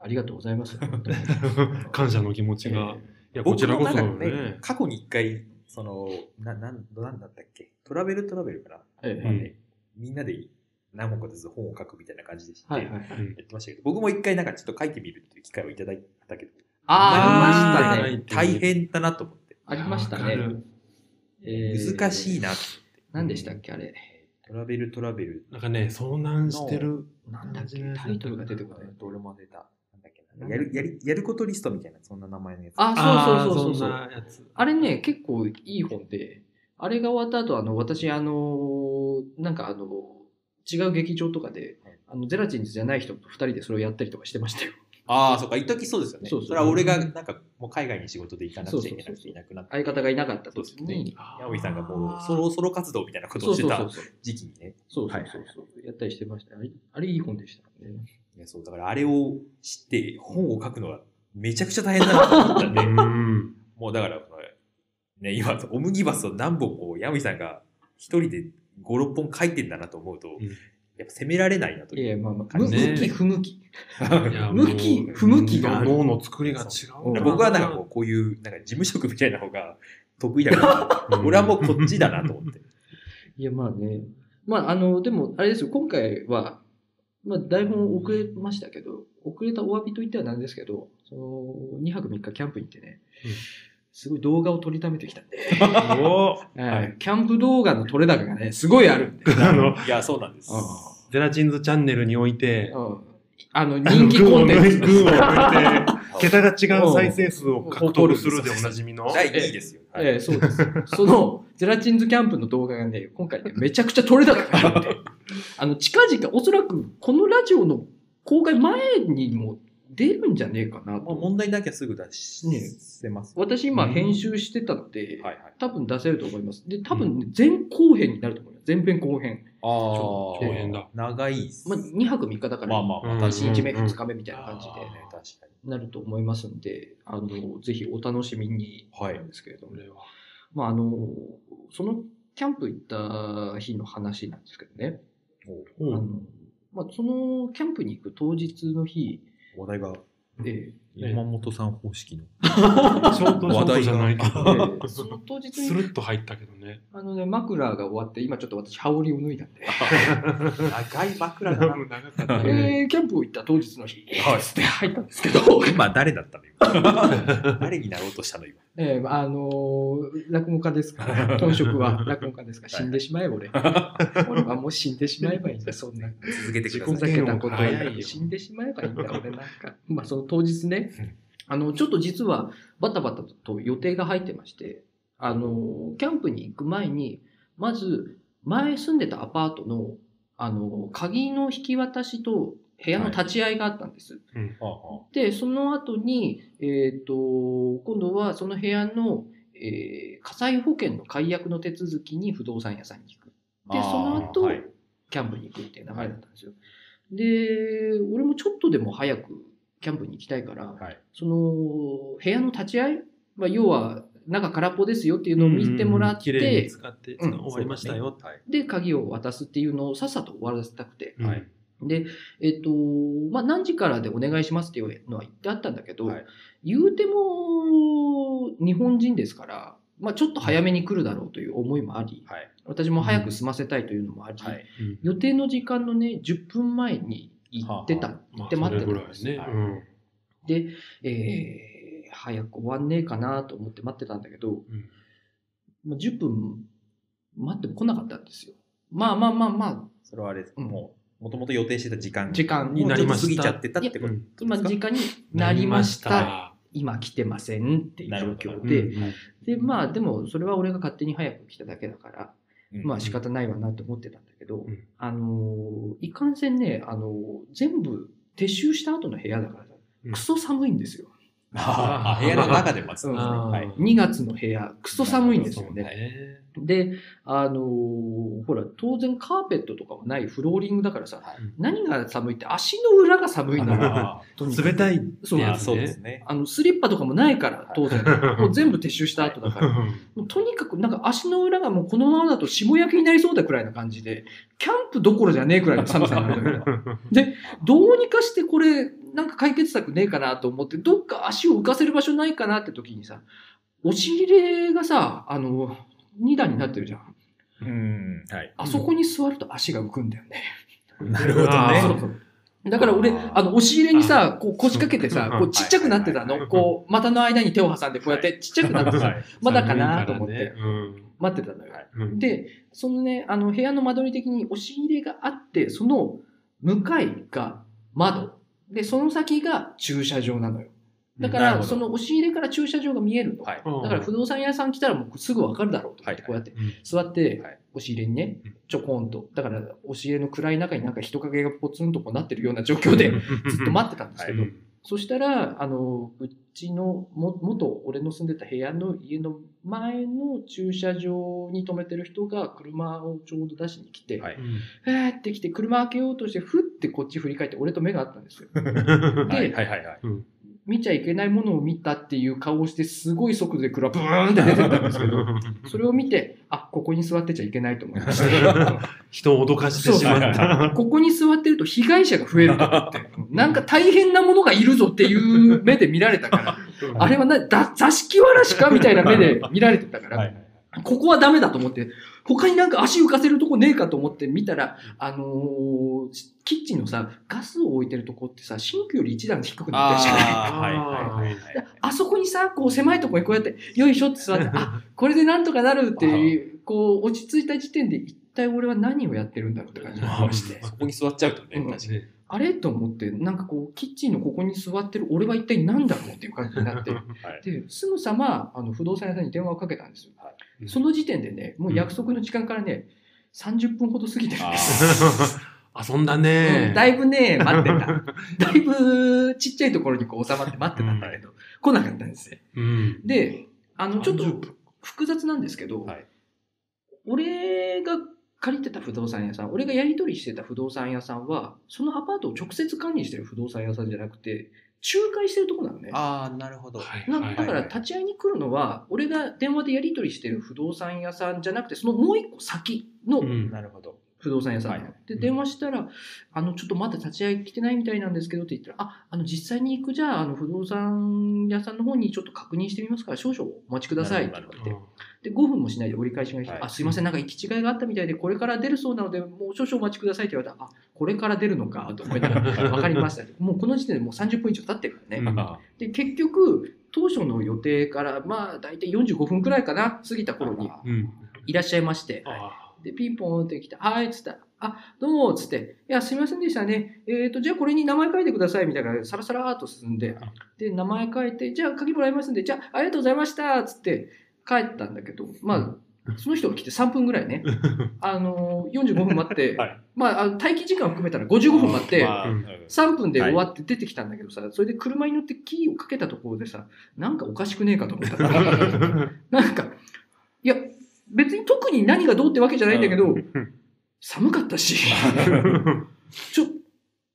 Speaker 2: ありがとうございます。本当に
Speaker 3: [laughs] 感謝の気持ちが。いや、こちらこそ
Speaker 1: 僕の中で
Speaker 3: ね。
Speaker 1: 過去に一回、その、な、なん、なんだったっけトラベルトラベルかな、
Speaker 2: え
Speaker 3: う
Speaker 2: え
Speaker 3: ん
Speaker 1: みんなで何本かずつ本を書くみたいな感じでして、
Speaker 2: はいはいはい。
Speaker 1: やってましたけど、僕も一回なんかちょっと書いてみるっていう機会をいただいたけど、
Speaker 2: あーありました
Speaker 1: 大
Speaker 3: ね
Speaker 1: 変だなと思って。
Speaker 2: ありました
Speaker 3: わか
Speaker 2: ね
Speaker 3: る。
Speaker 2: えー
Speaker 1: 難しいな。
Speaker 2: 何でしたっけ、あれ。
Speaker 1: トラベルトラベル。
Speaker 3: なんかね、遭難してる。
Speaker 2: なんだっけタイトルが出てこない。
Speaker 1: どれも出た。なんだっけな。やる、やり、やることリストみたいな、そんな名前のやつ。
Speaker 2: あ、そうそうそうそうそ
Speaker 3: ん
Speaker 2: う。
Speaker 3: なやつ。
Speaker 2: あれね、結構いい本で、あれが終わった後、あの、私、あの、なんかあの、違う劇場とかで
Speaker 1: はい、
Speaker 2: あの、ゼラチンズじゃない人と二人でそれをやったりとかしてまし
Speaker 1: [laughs]
Speaker 2: たよ。
Speaker 1: ああ、そっか、一時そうですよね。
Speaker 2: そうそう
Speaker 1: それは俺が、なんか、もう海外に仕事で行かなくちゃいけなくていなくなって。
Speaker 2: 相方がいなかった時
Speaker 1: そうです
Speaker 2: に、
Speaker 1: ヤオイさんがもう、
Speaker 3: あー
Speaker 1: ソロ、ソロ活動みたいなこと
Speaker 2: そ
Speaker 1: を
Speaker 2: う
Speaker 1: して
Speaker 2: そうそ
Speaker 1: た
Speaker 2: うそう。
Speaker 1: 時期にね。
Speaker 2: そうそ
Speaker 1: はいうはい
Speaker 2: そうそう。やったりしてましたよ。あれ、あれいい本でしたね。
Speaker 1: いやそう、だからあれを知って、本を書くのはめちゃくちゃ大変だなと思ったん
Speaker 3: う
Speaker 2: [laughs]
Speaker 1: で、
Speaker 3: ん。
Speaker 1: もうだから、これね、今、オムギバスを何本こう、ヤオイさんが一人で5、6本書いてんだなと思うと、
Speaker 3: ん
Speaker 1: やっぱ責められないなと
Speaker 2: い
Speaker 1: いう。
Speaker 2: や、まあまあ、
Speaker 1: ね
Speaker 2: む向き不向き。
Speaker 3: いや
Speaker 2: 向き
Speaker 3: もう
Speaker 2: 不向きがある
Speaker 3: 脳の作りが違うな。
Speaker 2: そう
Speaker 1: [laughs] 僕はなんかこうこういう、なんか事務職みたいな方が得意だから、俺はもうこっちだなと思って。
Speaker 2: いや、まあね。まあ、あの、でも、あれですよ、今回は、まあ、台本遅れましたけど、遅れたお詫びと言ってはなんですけど、その、2泊3日キャンプ行ってね、
Speaker 3: うん
Speaker 2: すごい動画を撮りためてきたんで、
Speaker 3: うん。お
Speaker 2: [laughs] はいキャンプ動画の撮れ高がね、すごいあるんで。
Speaker 3: あの、
Speaker 1: いや、そうなんです。
Speaker 3: ゼラチンズチャンネルにおいて、
Speaker 2: うんあの、人気コンテンツ。
Speaker 3: 群を抜いて、桁が違う再生数を獲得するでおなじみの。
Speaker 1: 第2位ですよ。はい
Speaker 2: ええ、そうです。
Speaker 1: [laughs]
Speaker 2: その、ゼラチンズキャンプの動画がね、今回ね、めちゃくちゃ撮れ高が
Speaker 1: [laughs]
Speaker 2: あるんで、あの、近々、おそらく、このラジオの公開前にも出るんじゃねえか
Speaker 1: も
Speaker 2: な
Speaker 1: う
Speaker 2: と。
Speaker 1: 問題なきゃすぐ出し
Speaker 2: ね
Speaker 1: せます。
Speaker 2: 私今編集してたので、
Speaker 1: はいはい。
Speaker 2: 多分出せると思います。で、多分ね前後編になると思います。前編後編。
Speaker 1: ああ、
Speaker 3: 長編だ
Speaker 1: 長いっす。
Speaker 2: まあ、2泊3日だから、
Speaker 1: まあまあまあ、
Speaker 3: うん
Speaker 1: 確か
Speaker 2: 1
Speaker 1: に
Speaker 2: 日
Speaker 1: ね。
Speaker 2: 目2日目みたいな感じ
Speaker 3: うん
Speaker 2: で
Speaker 1: 確かに。
Speaker 2: なると思いますんで、あの、ぜひお楽しみに
Speaker 1: はい
Speaker 2: なんですけれども、
Speaker 3: これは
Speaker 2: まあ、あの、そのキャンプ行った日の話なんですけどね、
Speaker 3: う
Speaker 2: あ
Speaker 3: ん
Speaker 2: のまあ、そのキャンプに行く当日の日、
Speaker 1: お話題が、
Speaker 3: え
Speaker 2: え
Speaker 3: え
Speaker 1: 山本さん方式の。
Speaker 3: ショートショートじゃないけ
Speaker 2: え
Speaker 3: ど、
Speaker 2: ええその当日
Speaker 3: ス
Speaker 2: に
Speaker 3: ルッと入ったけどね。
Speaker 2: あの、ね、枕が終わって、今ちょっと私、羽織を脱いだんで、
Speaker 1: 長い枕だな。
Speaker 3: 長かったね。
Speaker 2: えーキャンプ行った当日の日、
Speaker 1: はい
Speaker 2: つって入ったんですけど、
Speaker 1: 今、誰だったの今。誰になろうとしたの今。
Speaker 2: えーあのー落語家ですから、本職は落語家ですから、死んでしまえ、俺。俺はもう死んでしまえばいいんだ、そんな。
Speaker 1: 続けてくだ
Speaker 2: ふ
Speaker 1: さ
Speaker 2: ざ
Speaker 1: い。
Speaker 2: けたことは
Speaker 3: 早いよ
Speaker 2: 死んでしまえばいいんだ、俺なんか。まあ、その当日ね、あの、ちょっと実は、バタバタと予定が入ってまして、あの、キャンプに行く前に、まず、前住んでたアパートの、あの、鍵の引き渡しと部屋の立ち会いがあったんです。
Speaker 1: ああ
Speaker 2: で、その後に、えっ、と、今度はその部屋の、えー火災保険の解約の手続きに不動産屋さんに行く。で、その後、
Speaker 1: はい
Speaker 2: キャンプに行くっていう流れだったんですよ。で、俺もちょっとでも早くキャンプに行きたいから、
Speaker 1: はい
Speaker 2: その、部屋の立ち会い、まあ、要は、中空っぽですよっていうのを見てもらって、
Speaker 3: 綺麗に使って
Speaker 2: うん
Speaker 3: 終わりましたよ。
Speaker 1: はい。
Speaker 2: で、鍵を渡すっていうのをさっさと終わらせたくて。
Speaker 1: うん
Speaker 3: はい
Speaker 2: で、えっ、と、まあ、何時からでお願いしますっていうのは言ってあったんだけど、
Speaker 1: はい
Speaker 2: 言うても、日本人ですから、まあ、ちょっと早めに来るだろうという思いもあり、
Speaker 1: はい。
Speaker 2: 私も早く済ませたいというのもあり、
Speaker 1: はい。
Speaker 3: うん
Speaker 2: 予定の時間のね、10分前に行ってた、
Speaker 1: は
Speaker 2: 行
Speaker 3: ま
Speaker 2: っ
Speaker 3: あ
Speaker 2: て待って
Speaker 3: そ
Speaker 2: た
Speaker 3: れ
Speaker 2: んです。
Speaker 3: ぐらいね。うん
Speaker 2: で、えー早く終わんねえかなと思って待ってたんだけど、
Speaker 3: うん
Speaker 2: まあ、10分待っても来なかったんですよ。まあまあまあまあ、
Speaker 1: それはあれです。
Speaker 2: うん
Speaker 1: もう、もともと予定してた時間
Speaker 2: 時間
Speaker 1: に
Speaker 2: に
Speaker 1: な
Speaker 2: な
Speaker 1: り
Speaker 2: り
Speaker 1: ま
Speaker 2: ま
Speaker 1: し
Speaker 2: した
Speaker 1: 過ぎちゃってたってことですか
Speaker 2: 今時間になりました。
Speaker 3: な
Speaker 2: 今来てませんっていう
Speaker 1: なるほ
Speaker 2: 状
Speaker 1: ど
Speaker 2: 況
Speaker 3: りました
Speaker 2: で、
Speaker 3: うんうん
Speaker 2: で、まあでもそれは俺が勝手に早く来ただけだから、
Speaker 1: うん
Speaker 2: まあ仕方ないわなと思ってたんだけど、
Speaker 3: うん
Speaker 2: あのーいかんせんね、あのー全部撤収した後の部屋だか
Speaker 3: う
Speaker 2: ら、
Speaker 3: ん
Speaker 2: クソ寒いんですよ。
Speaker 1: ああ部屋の中で待つんですね。
Speaker 3: ああ
Speaker 1: はい。
Speaker 2: 2月の部屋、クソ寒いんです
Speaker 3: そ
Speaker 2: よ
Speaker 3: う
Speaker 2: ね。
Speaker 3: ね。
Speaker 2: で、あのーほら、当然カーペットとかもないフローリングだからさ、
Speaker 1: はい
Speaker 3: うん
Speaker 2: 何が寒いって足の裏が寒いんだ
Speaker 1: [laughs]
Speaker 2: よ。
Speaker 1: あ
Speaker 2: とにかく
Speaker 3: 冷たい。
Speaker 2: そう
Speaker 1: あ
Speaker 2: なん
Speaker 1: ま
Speaker 2: で
Speaker 1: あ
Speaker 2: す。
Speaker 1: そうですね。
Speaker 2: あの、スリッパとかもないから、当然。もう全部撤収した後だから。もうとにかくなんか足の裏がもうこのままだと霜焼けになりそうだくらいな感じで、キャンプどころじゃねえくらいの寒さになるのよどうにかしてこれ、なんか解決策ねえかなと思って、どっか足を浮かせる場所ないかなって時にさ、押し入れがさ、あの、2段になってるじゃん。
Speaker 1: うん。はい。
Speaker 2: あそこに座ると足が浮くんだよね。
Speaker 1: なるほど
Speaker 3: あ
Speaker 1: ね
Speaker 3: ー
Speaker 2: そうそうだから俺
Speaker 1: あー
Speaker 2: あの押し入れにさこう腰掛けてさ
Speaker 3: うん
Speaker 2: こうちっちゃくなってたのこう股の間に手を挟んでこうやってちっちゃく
Speaker 1: [laughs]
Speaker 2: なってさ
Speaker 3: はい
Speaker 2: まだかなと思っ
Speaker 3: 寒い
Speaker 2: て
Speaker 3: からね
Speaker 2: 待ってたのよ。
Speaker 3: うんうん
Speaker 2: でそのねあの部屋の間取り的に押し入れがあってその向かいが窓でその先が駐車場なのよだか
Speaker 1: なるほ
Speaker 2: ら
Speaker 1: ど
Speaker 2: その押し入れから駐車場が見えるの、
Speaker 1: はい
Speaker 3: うん
Speaker 2: だから不動産屋さん来たらもうすぐ分かるだろうと思って
Speaker 1: はい
Speaker 2: こうやって
Speaker 3: うん
Speaker 2: 座って
Speaker 1: はい
Speaker 2: 押し入れにね
Speaker 1: うん
Speaker 2: ちょこんとだから押し入れの暗い中になんか人影がポツンとこうなってるような状況でずっと待ってたんですけど、
Speaker 3: うん
Speaker 2: そしたらあのうちのも元俺の住んでた部屋の家の前の駐車場に止めてる人が車をちょうど出しに来て、
Speaker 1: はい
Speaker 2: えーって来て車開けようとしてふってこっち振り返って俺と目があったんですよ。
Speaker 3: うん
Speaker 1: はいはいはいはい。
Speaker 2: 見ちゃいけないものを見たっていう顔をしてすごい速度で車ブーンって出
Speaker 3: [laughs]
Speaker 2: てったんですけどそれを見てあここに座ってちゃいけないと思いました。
Speaker 3: 人を脅かしてしまっ
Speaker 1: そう
Speaker 3: た。
Speaker 2: ここに座ってると被害者が増えると思って、なんか大変なものがいるぞっていう目で見られたから、あれはなだ座敷わらしかみたいな目で見られてたから、
Speaker 1: はい
Speaker 2: ここはダメだと思って、他になんか足浮かせるとこねえかと思って見たら、あのーキッチンのさ、ガスを置いてるとこってさ、シンクより一段低くなってるじゃない
Speaker 1: あーはいはいはいはい。
Speaker 2: であそこにさ、こう狭いとこにこうやって、よいしょって座って、あ、これでなんとかなるっていう、こう落ち着いた時点で一体俺は何をやってるんだろうって感じがして。
Speaker 1: そこに座っちゃうとね、
Speaker 2: うん
Speaker 1: 確かに。
Speaker 3: ね
Speaker 2: あれと思って、なんかこう、キッチンのここに座ってる俺は一体何だろうっていう感じになって、で、すぐさま、あの、不動産屋さんに電話をかけたんですよ。
Speaker 1: は
Speaker 2: その時点でね、もう約束の時間からね、30分ほど過ぎてるんです。
Speaker 3: 遊んだね
Speaker 2: うん。だいぶね、待ってた。だいぶちっちゃいところにこう収まって待ってたんだけど、来なかったんですね。
Speaker 3: うん。
Speaker 2: で、あの、ちょっと
Speaker 3: 30分
Speaker 2: 複雑なんですけど、
Speaker 1: はい
Speaker 2: 俺が借りてた不動産屋さん、俺がやり取りしてた不動産屋さんは、そのアパートを直接管理してる不動産屋さんじゃなくて、仲介してるとこなのね。
Speaker 1: ああ、なるほど。
Speaker 3: はい
Speaker 2: な
Speaker 3: はい
Speaker 2: だから立ち会いに来るのは、俺が電話でやり取りしてる不動産屋さんじゃなくて、そのもう一個先の
Speaker 3: うん
Speaker 1: なるほど。
Speaker 2: 不動産屋さんなの、
Speaker 1: はい
Speaker 2: で
Speaker 3: うん
Speaker 2: 電話したら、あのちょっとまだ立ち会い来てないみたいなんですけどって言ったら、ああの実際に行くじゃああの不動産屋さんの方にちょっと確認してみますから少々お待ちくださいって
Speaker 1: なる
Speaker 2: 言わ
Speaker 1: ほど
Speaker 2: れて、で5分もしないで折り返しが来て、
Speaker 1: はい
Speaker 2: あすいませんなんか行き違いがあったみたいでこれから出るそうなのでもう少々お待ちくださいって言われたら、あこれから出るのかと思いながらわかりましたって。もうこの時点でもう30分以上経ってるからね。
Speaker 3: うん
Speaker 1: あ
Speaker 2: で結局当初の予定からまあ大体45分くらいかな過ぎた頃に
Speaker 3: うん。
Speaker 2: いらっしゃいまして
Speaker 3: あ
Speaker 2: でピンポンって来て「はい」っつったら「あどうも」っつって「いやすいませんでしたねえっ、とじゃあこれに名前書いてください」みたいなさらさらーっと進んでで名前書いて「じゃあ鍵もらいますんでじゃあありがとうございました」っつって帰ったんだけどまあその人が来て3分ぐらいね、あのー45分待って、
Speaker 1: [laughs] はい
Speaker 2: まああの待機時間を含めたら55分待って、
Speaker 1: まあ
Speaker 3: うん
Speaker 1: うん
Speaker 2: 3分で終わって出てきたんだけどさ、それで車に乗ってキーをかけたところでさ、なんかおかしくねえか
Speaker 1: [laughs]
Speaker 2: と思ったのなんか、いや、別に特に何がどうってわけじゃないんだけど、寒かったし、ちょ、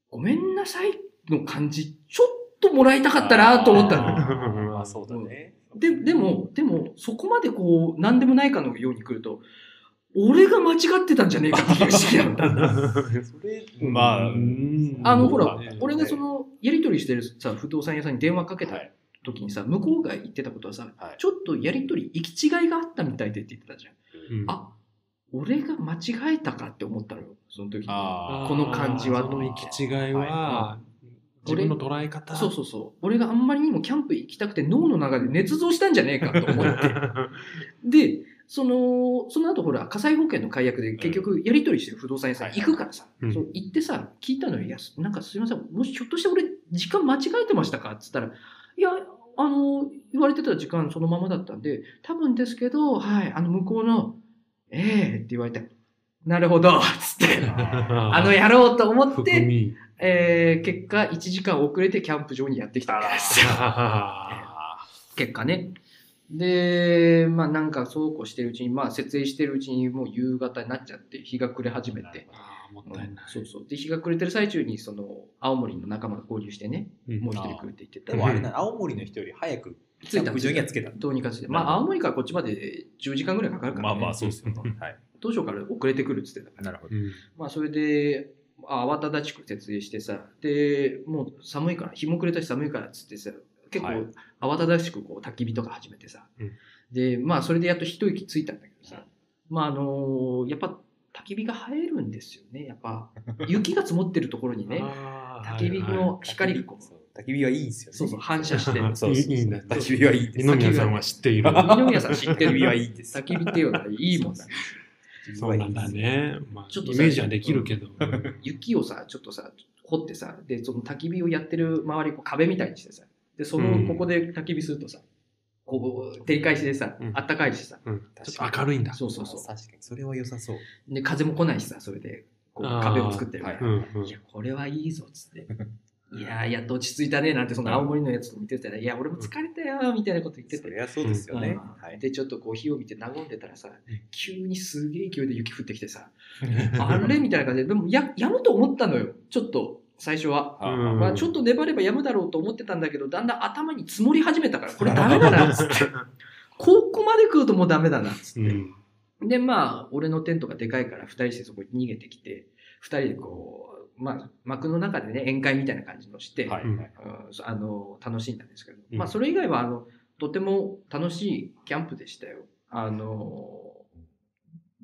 Speaker 2: ごめんなさいの感じ、ちょっともらいたかったなと思ったの。
Speaker 3: あ
Speaker 1: ーまあ、そうだね。
Speaker 2: で、でも、でも、そこまでこう、何でもないかのように来ると、俺が間違ってたんじゃねえかっていう意識な
Speaker 3: [laughs]
Speaker 2: んだ。
Speaker 1: それ、まあ、
Speaker 3: うん
Speaker 2: あの、ほ
Speaker 1: そう
Speaker 2: ら
Speaker 1: だね、
Speaker 2: 俺がその、やりとりしてるさ、不動産屋さんに電話かけた
Speaker 1: はい
Speaker 2: 時にさ、向こうが言ってたことはさ、
Speaker 1: はい
Speaker 2: ちょっとやりとり行き違いがあったみたいでって言ってたじゃん。
Speaker 3: うん
Speaker 2: あ、俺が間違えたかって思ったのよ、その時に。
Speaker 1: あー
Speaker 2: この感じは
Speaker 3: その行き違いは
Speaker 1: は、
Speaker 3: 自分の捉え方。
Speaker 2: そうそうそう。俺があんまりにもキャンプ行きたくて脳の中で捏造したんじゃねえかと
Speaker 1: [laughs]
Speaker 2: 思って。で、その、その後ほら、火災保険の解約で結局やりとりしてる不動産屋さん
Speaker 1: はい
Speaker 2: 行くからさ、
Speaker 3: うん
Speaker 2: そう行ってさ、聞いたのよ、いや、なんかすいません、もしひょっとして俺時間間違えてましたかっつったら、いや、あの、言われてた時間そのままだったんで、多分ですけど、はい、あの向こうの、ええって言われて、なるほど、つって、あの
Speaker 3: あ
Speaker 2: 野郎と思っ
Speaker 3: 含
Speaker 2: て、
Speaker 3: み。
Speaker 2: えー結果1時間遅れてキャンプ場にやってきたわけですよ。
Speaker 3: あ
Speaker 2: [laughs] 結果ね。で、まあなんかそうこうしてるうちに、まあ設営してるうちにもう夕方になっちゃって、日が暮れ始めて。
Speaker 3: ーもっ
Speaker 2: うん
Speaker 3: たいない。
Speaker 2: そうそう。で、日が暮れてる最中に、その、青森の仲間が合流してね、もう一人来るって言ってた
Speaker 1: でもあれな、青森の人より早く、
Speaker 2: 着いた
Speaker 1: キャンプ場には着けた
Speaker 2: どうにかして。まあ青森からこっちまで10時間ぐらいかかるから、ね、
Speaker 1: そうですよ。はい。
Speaker 2: 当初から遅れてくるって言ってたか
Speaker 1: な
Speaker 2: ら。
Speaker 1: るほど。
Speaker 3: うん
Speaker 2: まあそれで、あ慌ただしく設営してさ、で、もう寒いから、日も暮れたし寒いからっつってさ、結
Speaker 1: はい
Speaker 2: 構慌ただしくこう焚き火とか始めてさ、
Speaker 3: うん
Speaker 2: で、まあそれでやっと一息ついたんだけどさ、まああのーやっぱ焚焚き火が映えるんですよねやっぱ雪が積もってるところにね焚
Speaker 3: 焚
Speaker 2: き火の光がこう
Speaker 1: そう焚き火はいいんですよね。
Speaker 2: そうそう反
Speaker 1: [laughs]
Speaker 2: 射して
Speaker 1: そうそう
Speaker 3: いいいいんだ
Speaker 1: 焚き火はいいです。
Speaker 3: 二宮さんは知っている。
Speaker 2: 二宮さん知って
Speaker 1: 焚き火は [laughs]
Speaker 2: る
Speaker 1: いいです。
Speaker 2: 焚き火っていうのはいいもんだ
Speaker 3: そうなんだね。まあ、
Speaker 2: ちょっと
Speaker 3: イ
Speaker 2: さ
Speaker 3: メージはできるけど。
Speaker 2: 雪をさちょっとさ掘ってさでその焚き火をやってる周りこう壁みたいにしてさでそ
Speaker 3: うん
Speaker 2: のここで焚き火するとさこう照り返しでさ
Speaker 3: うん
Speaker 2: あったかいしさ
Speaker 3: うん
Speaker 1: 確かに
Speaker 3: ちょっと明るいんだ。
Speaker 2: そうそうそう
Speaker 1: 確かに、それは良さそう。
Speaker 2: で風も来ないしさそれでこう
Speaker 3: あー
Speaker 2: 壁を作ってるから
Speaker 3: うんうん
Speaker 2: いや、これはいいぞっつ
Speaker 3: [laughs]
Speaker 2: って。いやー、やっと落ち着いたねなんて、その青森のやつと見てたら、いや、俺も疲れたよーみたいなこと言って
Speaker 1: そ
Speaker 2: て。
Speaker 1: りゃそうですよね。
Speaker 2: うん
Speaker 1: はい。
Speaker 2: で、ちょっとこう火を見て和んでたらさ
Speaker 3: ん、
Speaker 2: 急にすげえ勢いで雪降ってき
Speaker 3: [laughs]
Speaker 2: てさ、あれみたいな感じで、でもや、やむと思ったのよ、ちょっと、最初は。
Speaker 1: はあ
Speaker 3: うん
Speaker 2: まあ、ちょっと粘ればやむだろうと思ってたんだけど、だんだん頭に積もり始めたから、これダメだなっつって。ここまで食うともうダメだなっつ
Speaker 3: う
Speaker 2: って。
Speaker 3: ん。
Speaker 2: で、まあ、俺のテントがでかいから、二人してそこに逃げてきて、二人でこう、まあ、幕の中でね、宴会みたいな感じのして、
Speaker 1: はい
Speaker 3: うん
Speaker 1: はい
Speaker 2: うんそあの、楽しんだんですけど、
Speaker 3: うん
Speaker 2: まあ、それ以外は、あの、とても楽しいキャンプでしたよ。あの、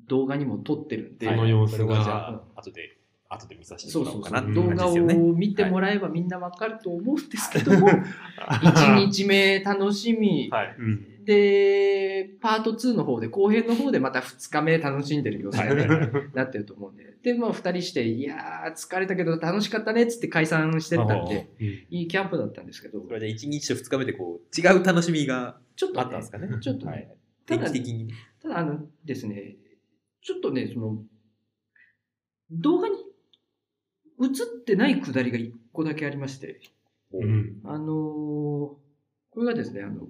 Speaker 2: 動画にも撮ってるんで、
Speaker 1: はい
Speaker 3: この様子が
Speaker 1: それはじゃあ、後で、後で見させて
Speaker 2: そ
Speaker 1: も
Speaker 2: う
Speaker 1: ら
Speaker 2: そ
Speaker 1: おう
Speaker 2: う
Speaker 1: か
Speaker 2: そ
Speaker 1: なって
Speaker 2: う、
Speaker 1: い
Speaker 2: 動
Speaker 1: う感じ
Speaker 2: 画
Speaker 1: です
Speaker 2: を
Speaker 1: よね。
Speaker 2: 見てもらえばみんなわかると思うんですけども、1日目楽しみ、
Speaker 1: [laughs] はい。
Speaker 3: うん。
Speaker 2: で、パート2の方で、後編の方でまた2日目楽しんでる様子がね、なってると思うんで。で、まあ2人して、いやー、疲れたけど楽しかったねっつって解散してったん
Speaker 1: ほうほ
Speaker 2: で、いいキャンプだったんですけど、
Speaker 1: それで1日と2日目でこう、違う楽しみが
Speaker 2: ちょっと、ね、
Speaker 1: あったんですかね。
Speaker 2: ちょっとね、
Speaker 1: はい。
Speaker 2: た
Speaker 1: 定
Speaker 2: だ
Speaker 1: 期的にね。
Speaker 2: ただあのですね、ちょっとね、その、動画に映ってないくだりが1個だけありまして、
Speaker 3: うんうん。
Speaker 2: あのーこれがですね、あの、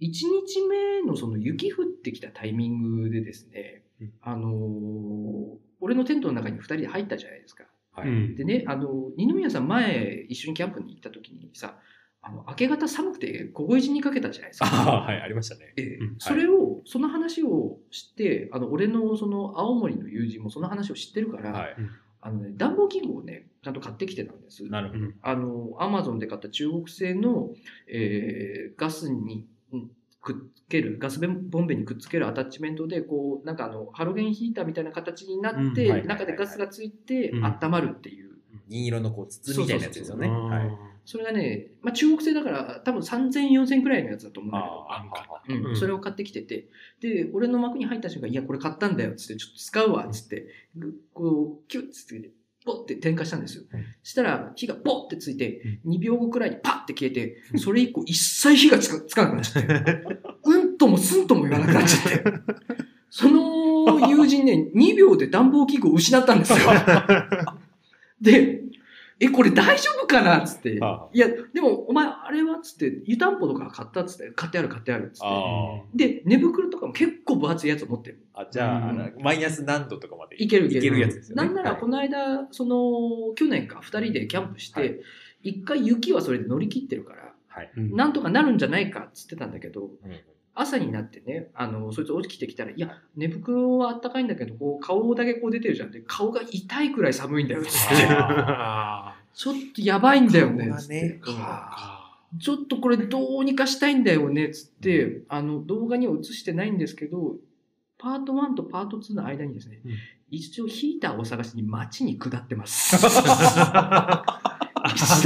Speaker 2: 1日目のその雪降ってきたタイミングでですね
Speaker 3: うん、
Speaker 2: あのー俺のテントの中に2人で入ったじゃないですか。
Speaker 1: は
Speaker 3: う
Speaker 1: い。
Speaker 3: ん
Speaker 2: でね、あの、二宮さん前一緒にキャンプに行った時にさ、あの、明け方寒くて凍え死にかけたじゃないです
Speaker 1: あ
Speaker 2: か。
Speaker 1: あ、はい、ありましたね。
Speaker 2: ええ
Speaker 3: うん
Speaker 2: それを、その話をして、あの、俺のその青森の友人もその話を知ってるから、
Speaker 1: はい。
Speaker 2: あのね、暖房器具をね、ちゃんと買ってきてたんです。
Speaker 1: なるほど。
Speaker 2: あの、アマゾンで買った中国製の、えーガスにうんくっつける、ガスボンベにくっつけるアタッチメントで、こう、なんかあの、ハロゲンヒーターみたいな形になって、
Speaker 3: うんはい
Speaker 1: はいはい
Speaker 2: 中でガスがついて、
Speaker 3: うん
Speaker 2: 温まるっていう。
Speaker 1: 銀色のこう、筒みたいなやつですよね。はい。
Speaker 2: それがね、まあ、中国製だから多分3000、4000くらいのやつだと思うんだけど、
Speaker 1: ああ、ああ
Speaker 2: うん
Speaker 3: うん
Speaker 2: それを買ってきてて、で、俺の幕に入った瞬間、いや、これ買ったんだよ、つって、ちょっと使うわ、つって、ぐこう、キュッつって、ポッて点火したんですよ
Speaker 3: うん。
Speaker 2: したら、火がポッてついて、2秒後くらいにパッて消えて、それ以降一切火がつかつかなくなっちゃって、 [laughs] うんともすんとも言わなくなっちゃって、その友人ね、2秒で暖房器具を失ったんですよ。
Speaker 3: [laughs]
Speaker 2: で、え、これ大丈夫かなつって。
Speaker 1: あ
Speaker 2: いや、でも、お前、あれはつって、湯たんぽとか買ったっつって、買ってある買ってあるっつって。
Speaker 1: あ
Speaker 2: で、寝袋とかも結構分厚いやつを持ってる。
Speaker 1: ああ、じゃあ、
Speaker 3: うん
Speaker 1: あのマイナス何度とかまで
Speaker 2: いける
Speaker 1: いけるやつですよね。
Speaker 2: なんなら、
Speaker 1: はい
Speaker 2: この間、その、去年か、二人でキャンプし
Speaker 1: はい
Speaker 2: て、一、回雪はそれで乗り切ってるから、
Speaker 1: はい。
Speaker 2: なんとかなるんじゃないかっつってたんだけど、
Speaker 1: うん
Speaker 2: 朝になってね、あの、そいつ起きてきたら、いや、寝袋はあったかいんだけど、こう、顔だけこう出てるじゃん。で、顔が痛いくらい寒いんだよ、つ
Speaker 1: [laughs]
Speaker 2: って。
Speaker 3: あ
Speaker 2: ちょっとやばいんだよね、
Speaker 1: 顔が
Speaker 2: つっ
Speaker 1: ね
Speaker 2: て。
Speaker 3: ー
Speaker 2: うん
Speaker 3: あ
Speaker 2: ちょっとこれどうにかしたいんだよねっつって、あの動画には映してないんですけどパート1とパート2の間にですね、
Speaker 3: うん
Speaker 2: 一応ヒーターを探しに街に下ってます [laughs] 一度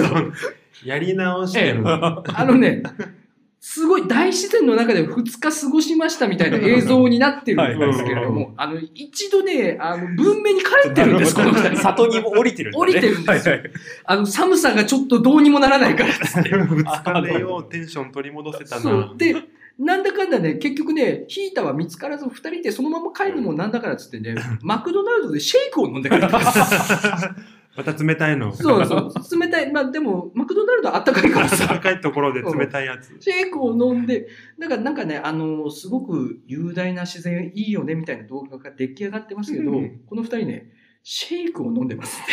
Speaker 3: ー。やり直してる。
Speaker 2: あのねすごい大自然の中で2日過ごしましたみたいな映像になってるんですけれども、あの一度ね、あの文明に帰ってるんで
Speaker 1: [laughs]
Speaker 2: す、この2人。
Speaker 1: 里にも降りてるんだね
Speaker 2: [laughs] 降りてるんですよ
Speaker 1: はいはい
Speaker 2: あの寒さがちょっとどうにもならないからっつって。
Speaker 3: 2日目ようテンション取り戻せた
Speaker 2: そう
Speaker 3: な。
Speaker 2: でなんだかんだね結局ねヒーターは見つからず2人でそのまま帰るのもなんだからっつってね [laughs] マクドナルドでシェイクを飲んでくれた
Speaker 3: また冷たいの。
Speaker 2: [laughs] そう [laughs] そう冷たいまあでもマクドナルドはあったかいからさ
Speaker 3: 高いところで冷たいやつ。
Speaker 2: [laughs] シェイクを飲んでだからなんかねあのすごく雄大な自然いいよねみたいな動画が出来上がってますけど、
Speaker 3: うん
Speaker 2: この2人ねシェイクを飲んでますね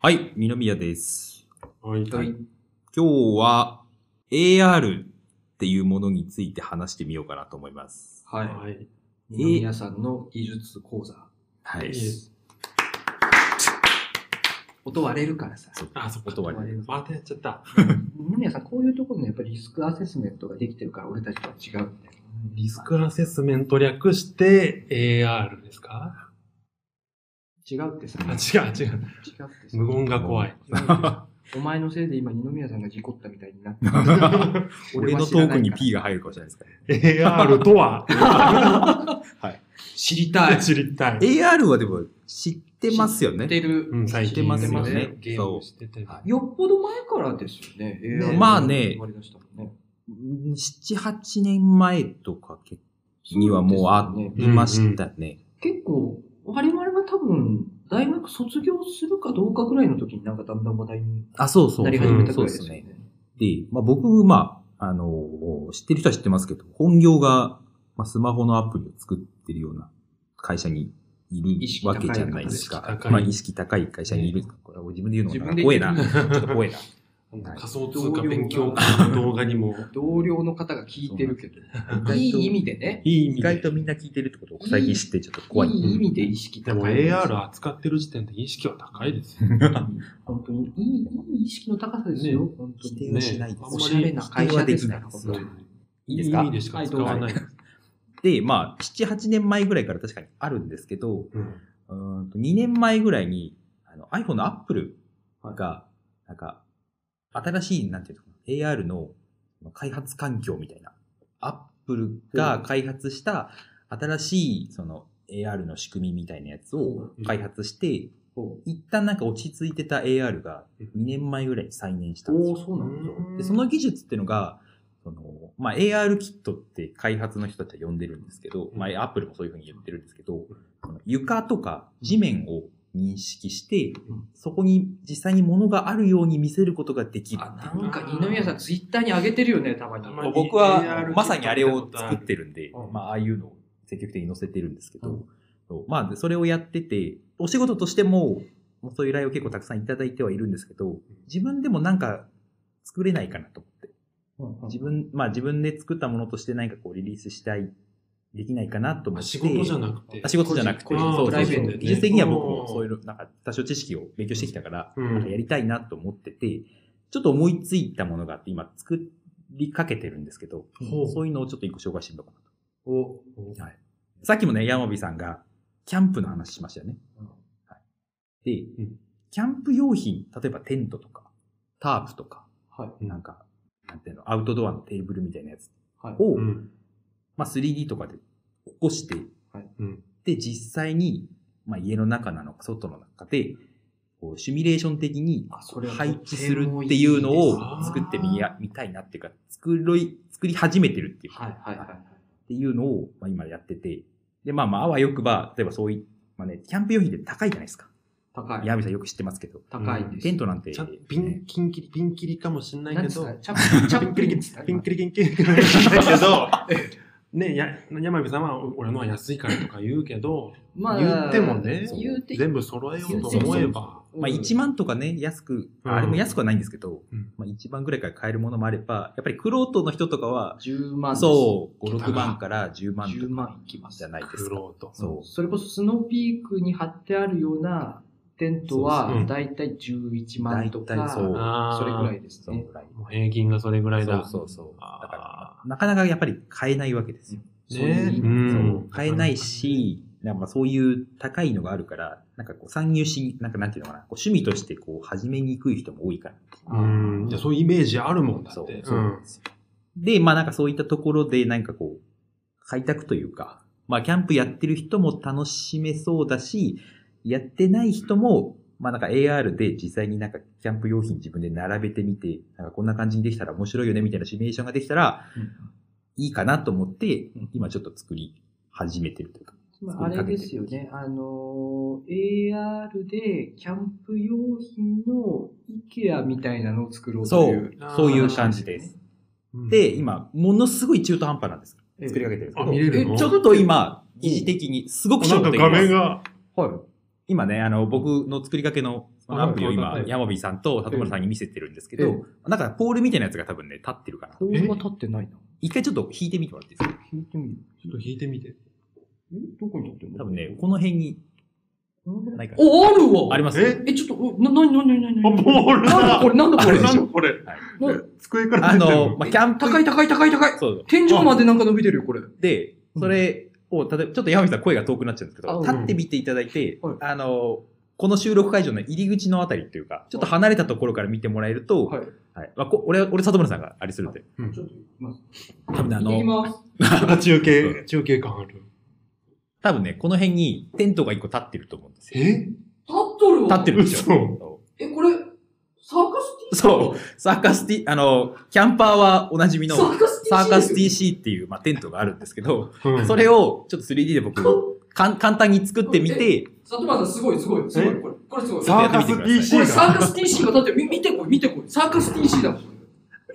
Speaker 1: はい、二宮です。
Speaker 3: はい
Speaker 2: はい
Speaker 1: 今日は AR っていうものについて話してみようかなと思います。
Speaker 2: はい
Speaker 3: はい。
Speaker 2: 二宮さんの技術講座
Speaker 1: はい。
Speaker 3: いいです
Speaker 2: 音割れるから [laughs] さ
Speaker 3: あ、そこ
Speaker 1: 音割
Speaker 2: れる
Speaker 3: またやっちゃった。
Speaker 2: 二宮さんこういうところのやっぱりリスクアセスメントができてるから俺たちとは違うんだよ
Speaker 3: リスクアセスメント略して AR ですか
Speaker 2: 違うってさ。
Speaker 3: あ、
Speaker 2: 違う
Speaker 3: 違う違う。
Speaker 2: ってさ。
Speaker 3: 無言が怖い。
Speaker 2: お前のせいで今、二宮さんが事故ったみたいにな [laughs] って
Speaker 1: 俺のトークに
Speaker 2: ー。
Speaker 1: P が入るかもしれないですか
Speaker 3: AR とは
Speaker 2: 知りたい。
Speaker 3: 知りたい。
Speaker 1: ら。AR はでも知ってますよ
Speaker 2: 知っ
Speaker 1: ね。
Speaker 2: てる。
Speaker 3: うん、最近
Speaker 2: 知ってますよ
Speaker 1: ね
Speaker 3: ゲームしてて。
Speaker 1: は
Speaker 2: よっぽど前からですよね。
Speaker 1: ね
Speaker 2: AR
Speaker 1: まあね
Speaker 2: 生まれ出したのね
Speaker 1: 7、8年前とかにはもうあ
Speaker 2: そうです
Speaker 1: り
Speaker 2: ね
Speaker 1: ましたね。
Speaker 2: 結構、我々は多分、大学卒業するかどうかぐらいの時になんかだんだん話題に
Speaker 1: あ、そうそう。
Speaker 2: なり始めた
Speaker 1: そう
Speaker 2: ぐ
Speaker 1: で
Speaker 2: らいです
Speaker 1: す
Speaker 2: よね
Speaker 1: ね。。で、まあ、僕、まあ、あのー知ってる人は知ってますけど、本業が、まあ、スマホのアプリを作ってるような会社にい
Speaker 2: 意識
Speaker 1: る
Speaker 2: 高い
Speaker 1: わけじゃないです
Speaker 3: 意識
Speaker 1: か。
Speaker 3: 高い
Speaker 1: まあ、意識高い会社にいる。これは自分で言うのもなんか怖えな。ちょっと怖えな。はい
Speaker 3: 仮想通貨勉強会の動画にも、
Speaker 2: 同僚の方が聞いてるけど、いい意味でね。
Speaker 3: いい意
Speaker 1: 意
Speaker 3: 味
Speaker 1: 外
Speaker 3: で。
Speaker 1: とみんな聞いてるってことを最近知ってちょっと怖い。
Speaker 2: い意味で意識
Speaker 3: でも
Speaker 2: 高い。
Speaker 3: AR 扱ってる時点で意識は高いですよ。
Speaker 2: 本当にいい、いい意識の高さですよ。
Speaker 3: ね
Speaker 2: 本
Speaker 1: 否
Speaker 2: 当に
Speaker 1: 定はしないです。
Speaker 3: ね
Speaker 2: おしゃれな会社ですから、
Speaker 1: 否
Speaker 2: 本
Speaker 1: 定はで
Speaker 2: 当
Speaker 1: き
Speaker 2: に
Speaker 1: ないです
Speaker 3: いい意味でしか使わない。
Speaker 1: で、まあ、7、8年前ぐらいから確かにあるんですけど、
Speaker 3: うん
Speaker 1: うーんと2年前ぐらいに、あの iPhone の Apple が、なんか、新しい、なんていうのかな、AR の開発環境みたいな、Apple が開発した新しい、その、AR の仕組みみたいなやつを開発して、
Speaker 2: お
Speaker 1: 一旦なんか落ち着いてた AR が2年前ぐらいに再燃したんですよ
Speaker 2: おー、そうなんだ。
Speaker 1: で、その技術っていうのが、その、まあ、AR キットって開発の人たちは呼んでるんですけど、
Speaker 3: うん
Speaker 1: まあ、アップルもそういうふうに言ってるんですけど、その床とか地面を認識して、
Speaker 2: ん
Speaker 1: そこに実際に物があるように見せることができる。
Speaker 2: あ、なんか二宮さん、ツイッターに上げてるよね、たまに
Speaker 3: た。まに
Speaker 1: 僕は
Speaker 3: AR
Speaker 1: まさにあれを作ってるんで
Speaker 2: う、ん
Speaker 1: まあ、ああいうのを積極的に載せてるんですけど、
Speaker 2: うん
Speaker 1: そうまあ、でそれをやってて、お仕事としても、もうそういう依頼を結構たくさんいただいてはいるんですけど、自分でもなんか作れないかなと思って。自分、まあ自分で作ったものとして何かこうリリースしたい、できないかなと思
Speaker 3: あ
Speaker 1: って。
Speaker 3: 仕事じゃ
Speaker 1: く
Speaker 3: なくて
Speaker 1: て。。仕事じゃなくて、
Speaker 3: 個人
Speaker 1: そうそう
Speaker 2: プライベート
Speaker 1: そ
Speaker 2: で
Speaker 1: う
Speaker 2: ね
Speaker 1: 技術的には僕もそういう、なんか多少知識を勉強してきたから、
Speaker 3: うん
Speaker 1: なんかやりたいなと思ってて、ちょっと思いついたものがあって、今作りかけてるんですけど、
Speaker 3: ほう
Speaker 1: そういうのをちょっと一個紹介してみようかなと。
Speaker 2: お
Speaker 1: さっきもね、山火さんが、キャンプの話しましたよね。
Speaker 2: うん
Speaker 1: はい、で、
Speaker 3: うん
Speaker 1: キャンプ用品、例えばテントとか、タープとか、
Speaker 2: はい。
Speaker 3: うん
Speaker 1: なんか、なんていうの、アウトドアのテーブルみたいなやつ
Speaker 2: はい。
Speaker 1: を、
Speaker 3: うん
Speaker 1: まあ、3D とかで起こして、
Speaker 3: うん
Speaker 1: で、実際に、まあ、家の中なのか、外の中で、こうシミュレーション的に
Speaker 2: あ、それは
Speaker 1: 配置するっていうの
Speaker 2: とてもいい
Speaker 1: を
Speaker 2: です
Speaker 1: 作ってみや、みたいなっていうか、作ろい、作り始めてるっていうか、
Speaker 2: はいはいはい。
Speaker 1: っていうのを、まあ、今やってて、で、まあまあ、あわよくば、例えばそういう、まあね、キャンプ用品って高いじゃないですか。
Speaker 2: 高い。
Speaker 1: ヤミさんよく知ってますけど、
Speaker 2: 高いです。
Speaker 1: テントなんて、
Speaker 3: ちゃん
Speaker 1: ね
Speaker 3: ピンキンキリ、ピンキリかもしれない
Speaker 2: 何
Speaker 3: け
Speaker 2: です
Speaker 3: ど、
Speaker 2: かチャップ、チャップリンですか
Speaker 3: ピンキリキンキリかもしれないけど、
Speaker 1: [laughs]
Speaker 3: ねや、山火さんは俺のは安いからとか言うけど、
Speaker 2: まあ
Speaker 3: 言ってもね
Speaker 2: そう言うて
Speaker 3: 全部揃えようと思えば、
Speaker 1: まあ1万とかね、安く、
Speaker 3: うん
Speaker 1: あれも安くはないんですけど、
Speaker 3: うん
Speaker 1: まあ1万ぐらいから買えるものもあれば、やっぱりクロートの人とかは、
Speaker 2: 10万です。
Speaker 1: そう、5、6万から10万と
Speaker 2: 10
Speaker 1: か
Speaker 2: 万いきます
Speaker 1: じゃ。ないです
Speaker 3: 苦
Speaker 1: か。
Speaker 3: 労と。
Speaker 1: そ
Speaker 2: それこそスノーピークに貼ってあるようなテント
Speaker 3: そう
Speaker 2: は
Speaker 3: そううん
Speaker 2: だいたい11
Speaker 1: う。
Speaker 2: 万とか、
Speaker 1: そう。
Speaker 3: あー
Speaker 2: それぐらいです
Speaker 1: その
Speaker 2: ね。
Speaker 1: ぐらい。
Speaker 3: もう平均がそれぐらいだ。
Speaker 1: そうそうそう。だ
Speaker 3: あ
Speaker 1: から、なかなかやっぱり買えないわけですよ。
Speaker 2: そういう
Speaker 3: ね
Speaker 2: 意味
Speaker 3: うん
Speaker 1: そう買えないし、なんかまあそういう高いのがあるから、なんかこう参入し、なんかなんていうのかな、こう趣味としてこう始めにくい人も多いから。
Speaker 3: うん、いやそういうイメージあるもんだ
Speaker 1: そ
Speaker 3: っ
Speaker 1: う
Speaker 3: て。。
Speaker 1: そう
Speaker 3: う
Speaker 1: なん
Speaker 3: ん
Speaker 1: ですよで、まあなんかそういったところで、なんかこう、開拓というか、まあキャンプやってる人も楽しめそうだし、やってない人も、まあなんか AR で実際になんかキャンプ用品自分で並べてみて、なんかこんな感じにできたら面白いよねみたいなシミュレーションができたら
Speaker 2: うん
Speaker 1: いいかなと思って
Speaker 2: うん、
Speaker 1: 今ちょっと作り始めてるというか。
Speaker 2: まあ、あれですよね、あのー、AR でキャンプ用品の IKEA みたいなのを作ろうと
Speaker 1: そ
Speaker 2: いうう。、
Speaker 1: そういう感じです。で、、今、ものすごい中途半端なんです。
Speaker 2: ええ
Speaker 1: 作りかけてるんですけど
Speaker 3: あ見れるの
Speaker 1: えちょっと今、疑似的に、すごく焦点が
Speaker 3: が、
Speaker 1: はい。今ね、あの、僕の作りかけのそのアプリを今
Speaker 3: はい、はい
Speaker 1: 山火さんと里村さんに見せてるんですけ
Speaker 2: え
Speaker 1: ど、なんかポールみたいなやつが多分ね、立ってるから、
Speaker 2: 動画立ってないな。
Speaker 1: 一回ちょっと引いてみてもらっていいですか
Speaker 2: 聞いてみる。
Speaker 3: ちょっと弾いてみて。
Speaker 2: えどこに立ってる
Speaker 1: 多
Speaker 2: の
Speaker 1: 分ね、この辺にないかな
Speaker 2: お、あるわ
Speaker 1: あります
Speaker 3: え
Speaker 2: え、ちょっと、うな、なになになになに
Speaker 3: あ、ボール
Speaker 2: なんだ
Speaker 3: だ
Speaker 2: これ、なんだ
Speaker 3: あ
Speaker 2: これ
Speaker 3: れ。なんだこれ
Speaker 2: な
Speaker 3: え机から
Speaker 1: あ
Speaker 3: 出てる
Speaker 1: の、まあ、キャンプ、
Speaker 2: 高い高い高い高い。
Speaker 1: そう
Speaker 2: 天井までなんか伸びてるよ、これ。
Speaker 1: で、それを、例えば、ちょっと山口さん声が遠くなっちゃうんですけ
Speaker 2: あ
Speaker 1: ど、
Speaker 2: うん
Speaker 1: 立ってみていただいて
Speaker 2: はい、
Speaker 1: あの、この収録会場の入り口のあたりっていうか、ちょっと離れたところから見てもらえると、
Speaker 2: はい。
Speaker 1: はい。まあ、こ俺、俺、里村さんがあれするんで。
Speaker 3: うん
Speaker 2: ちょっと行きます。
Speaker 1: 多分ねあ
Speaker 2: 行ってき
Speaker 1: の、
Speaker 2: ます。
Speaker 3: あ中継、中継感ある。
Speaker 1: 多分ね、この辺にテントが一個立ってると思うんですよ。
Speaker 3: え
Speaker 2: 立っとるわ。
Speaker 1: 立ってるんです
Speaker 3: 嘘。
Speaker 1: よ。
Speaker 2: え、これ、サーカスティ
Speaker 1: そう。サーカスティ、あの、キャンパーはおなじみの、
Speaker 2: サーカステ
Speaker 1: サ
Speaker 2: ィ
Speaker 1: ーカス
Speaker 2: ィ
Speaker 1: TC っていう、まあ、テントがあるんですけど、
Speaker 3: うん
Speaker 1: それをちょっと 3D で僕、かん簡単に作ってみて、
Speaker 2: 里村さん、すごい、すごい、すごい、これ。これすごい。
Speaker 3: サーカス
Speaker 2: こ
Speaker 3: PC
Speaker 2: れサ
Speaker 3: が。
Speaker 2: ーカス TC がだってみ見てこい見てこいサーカス TC だもん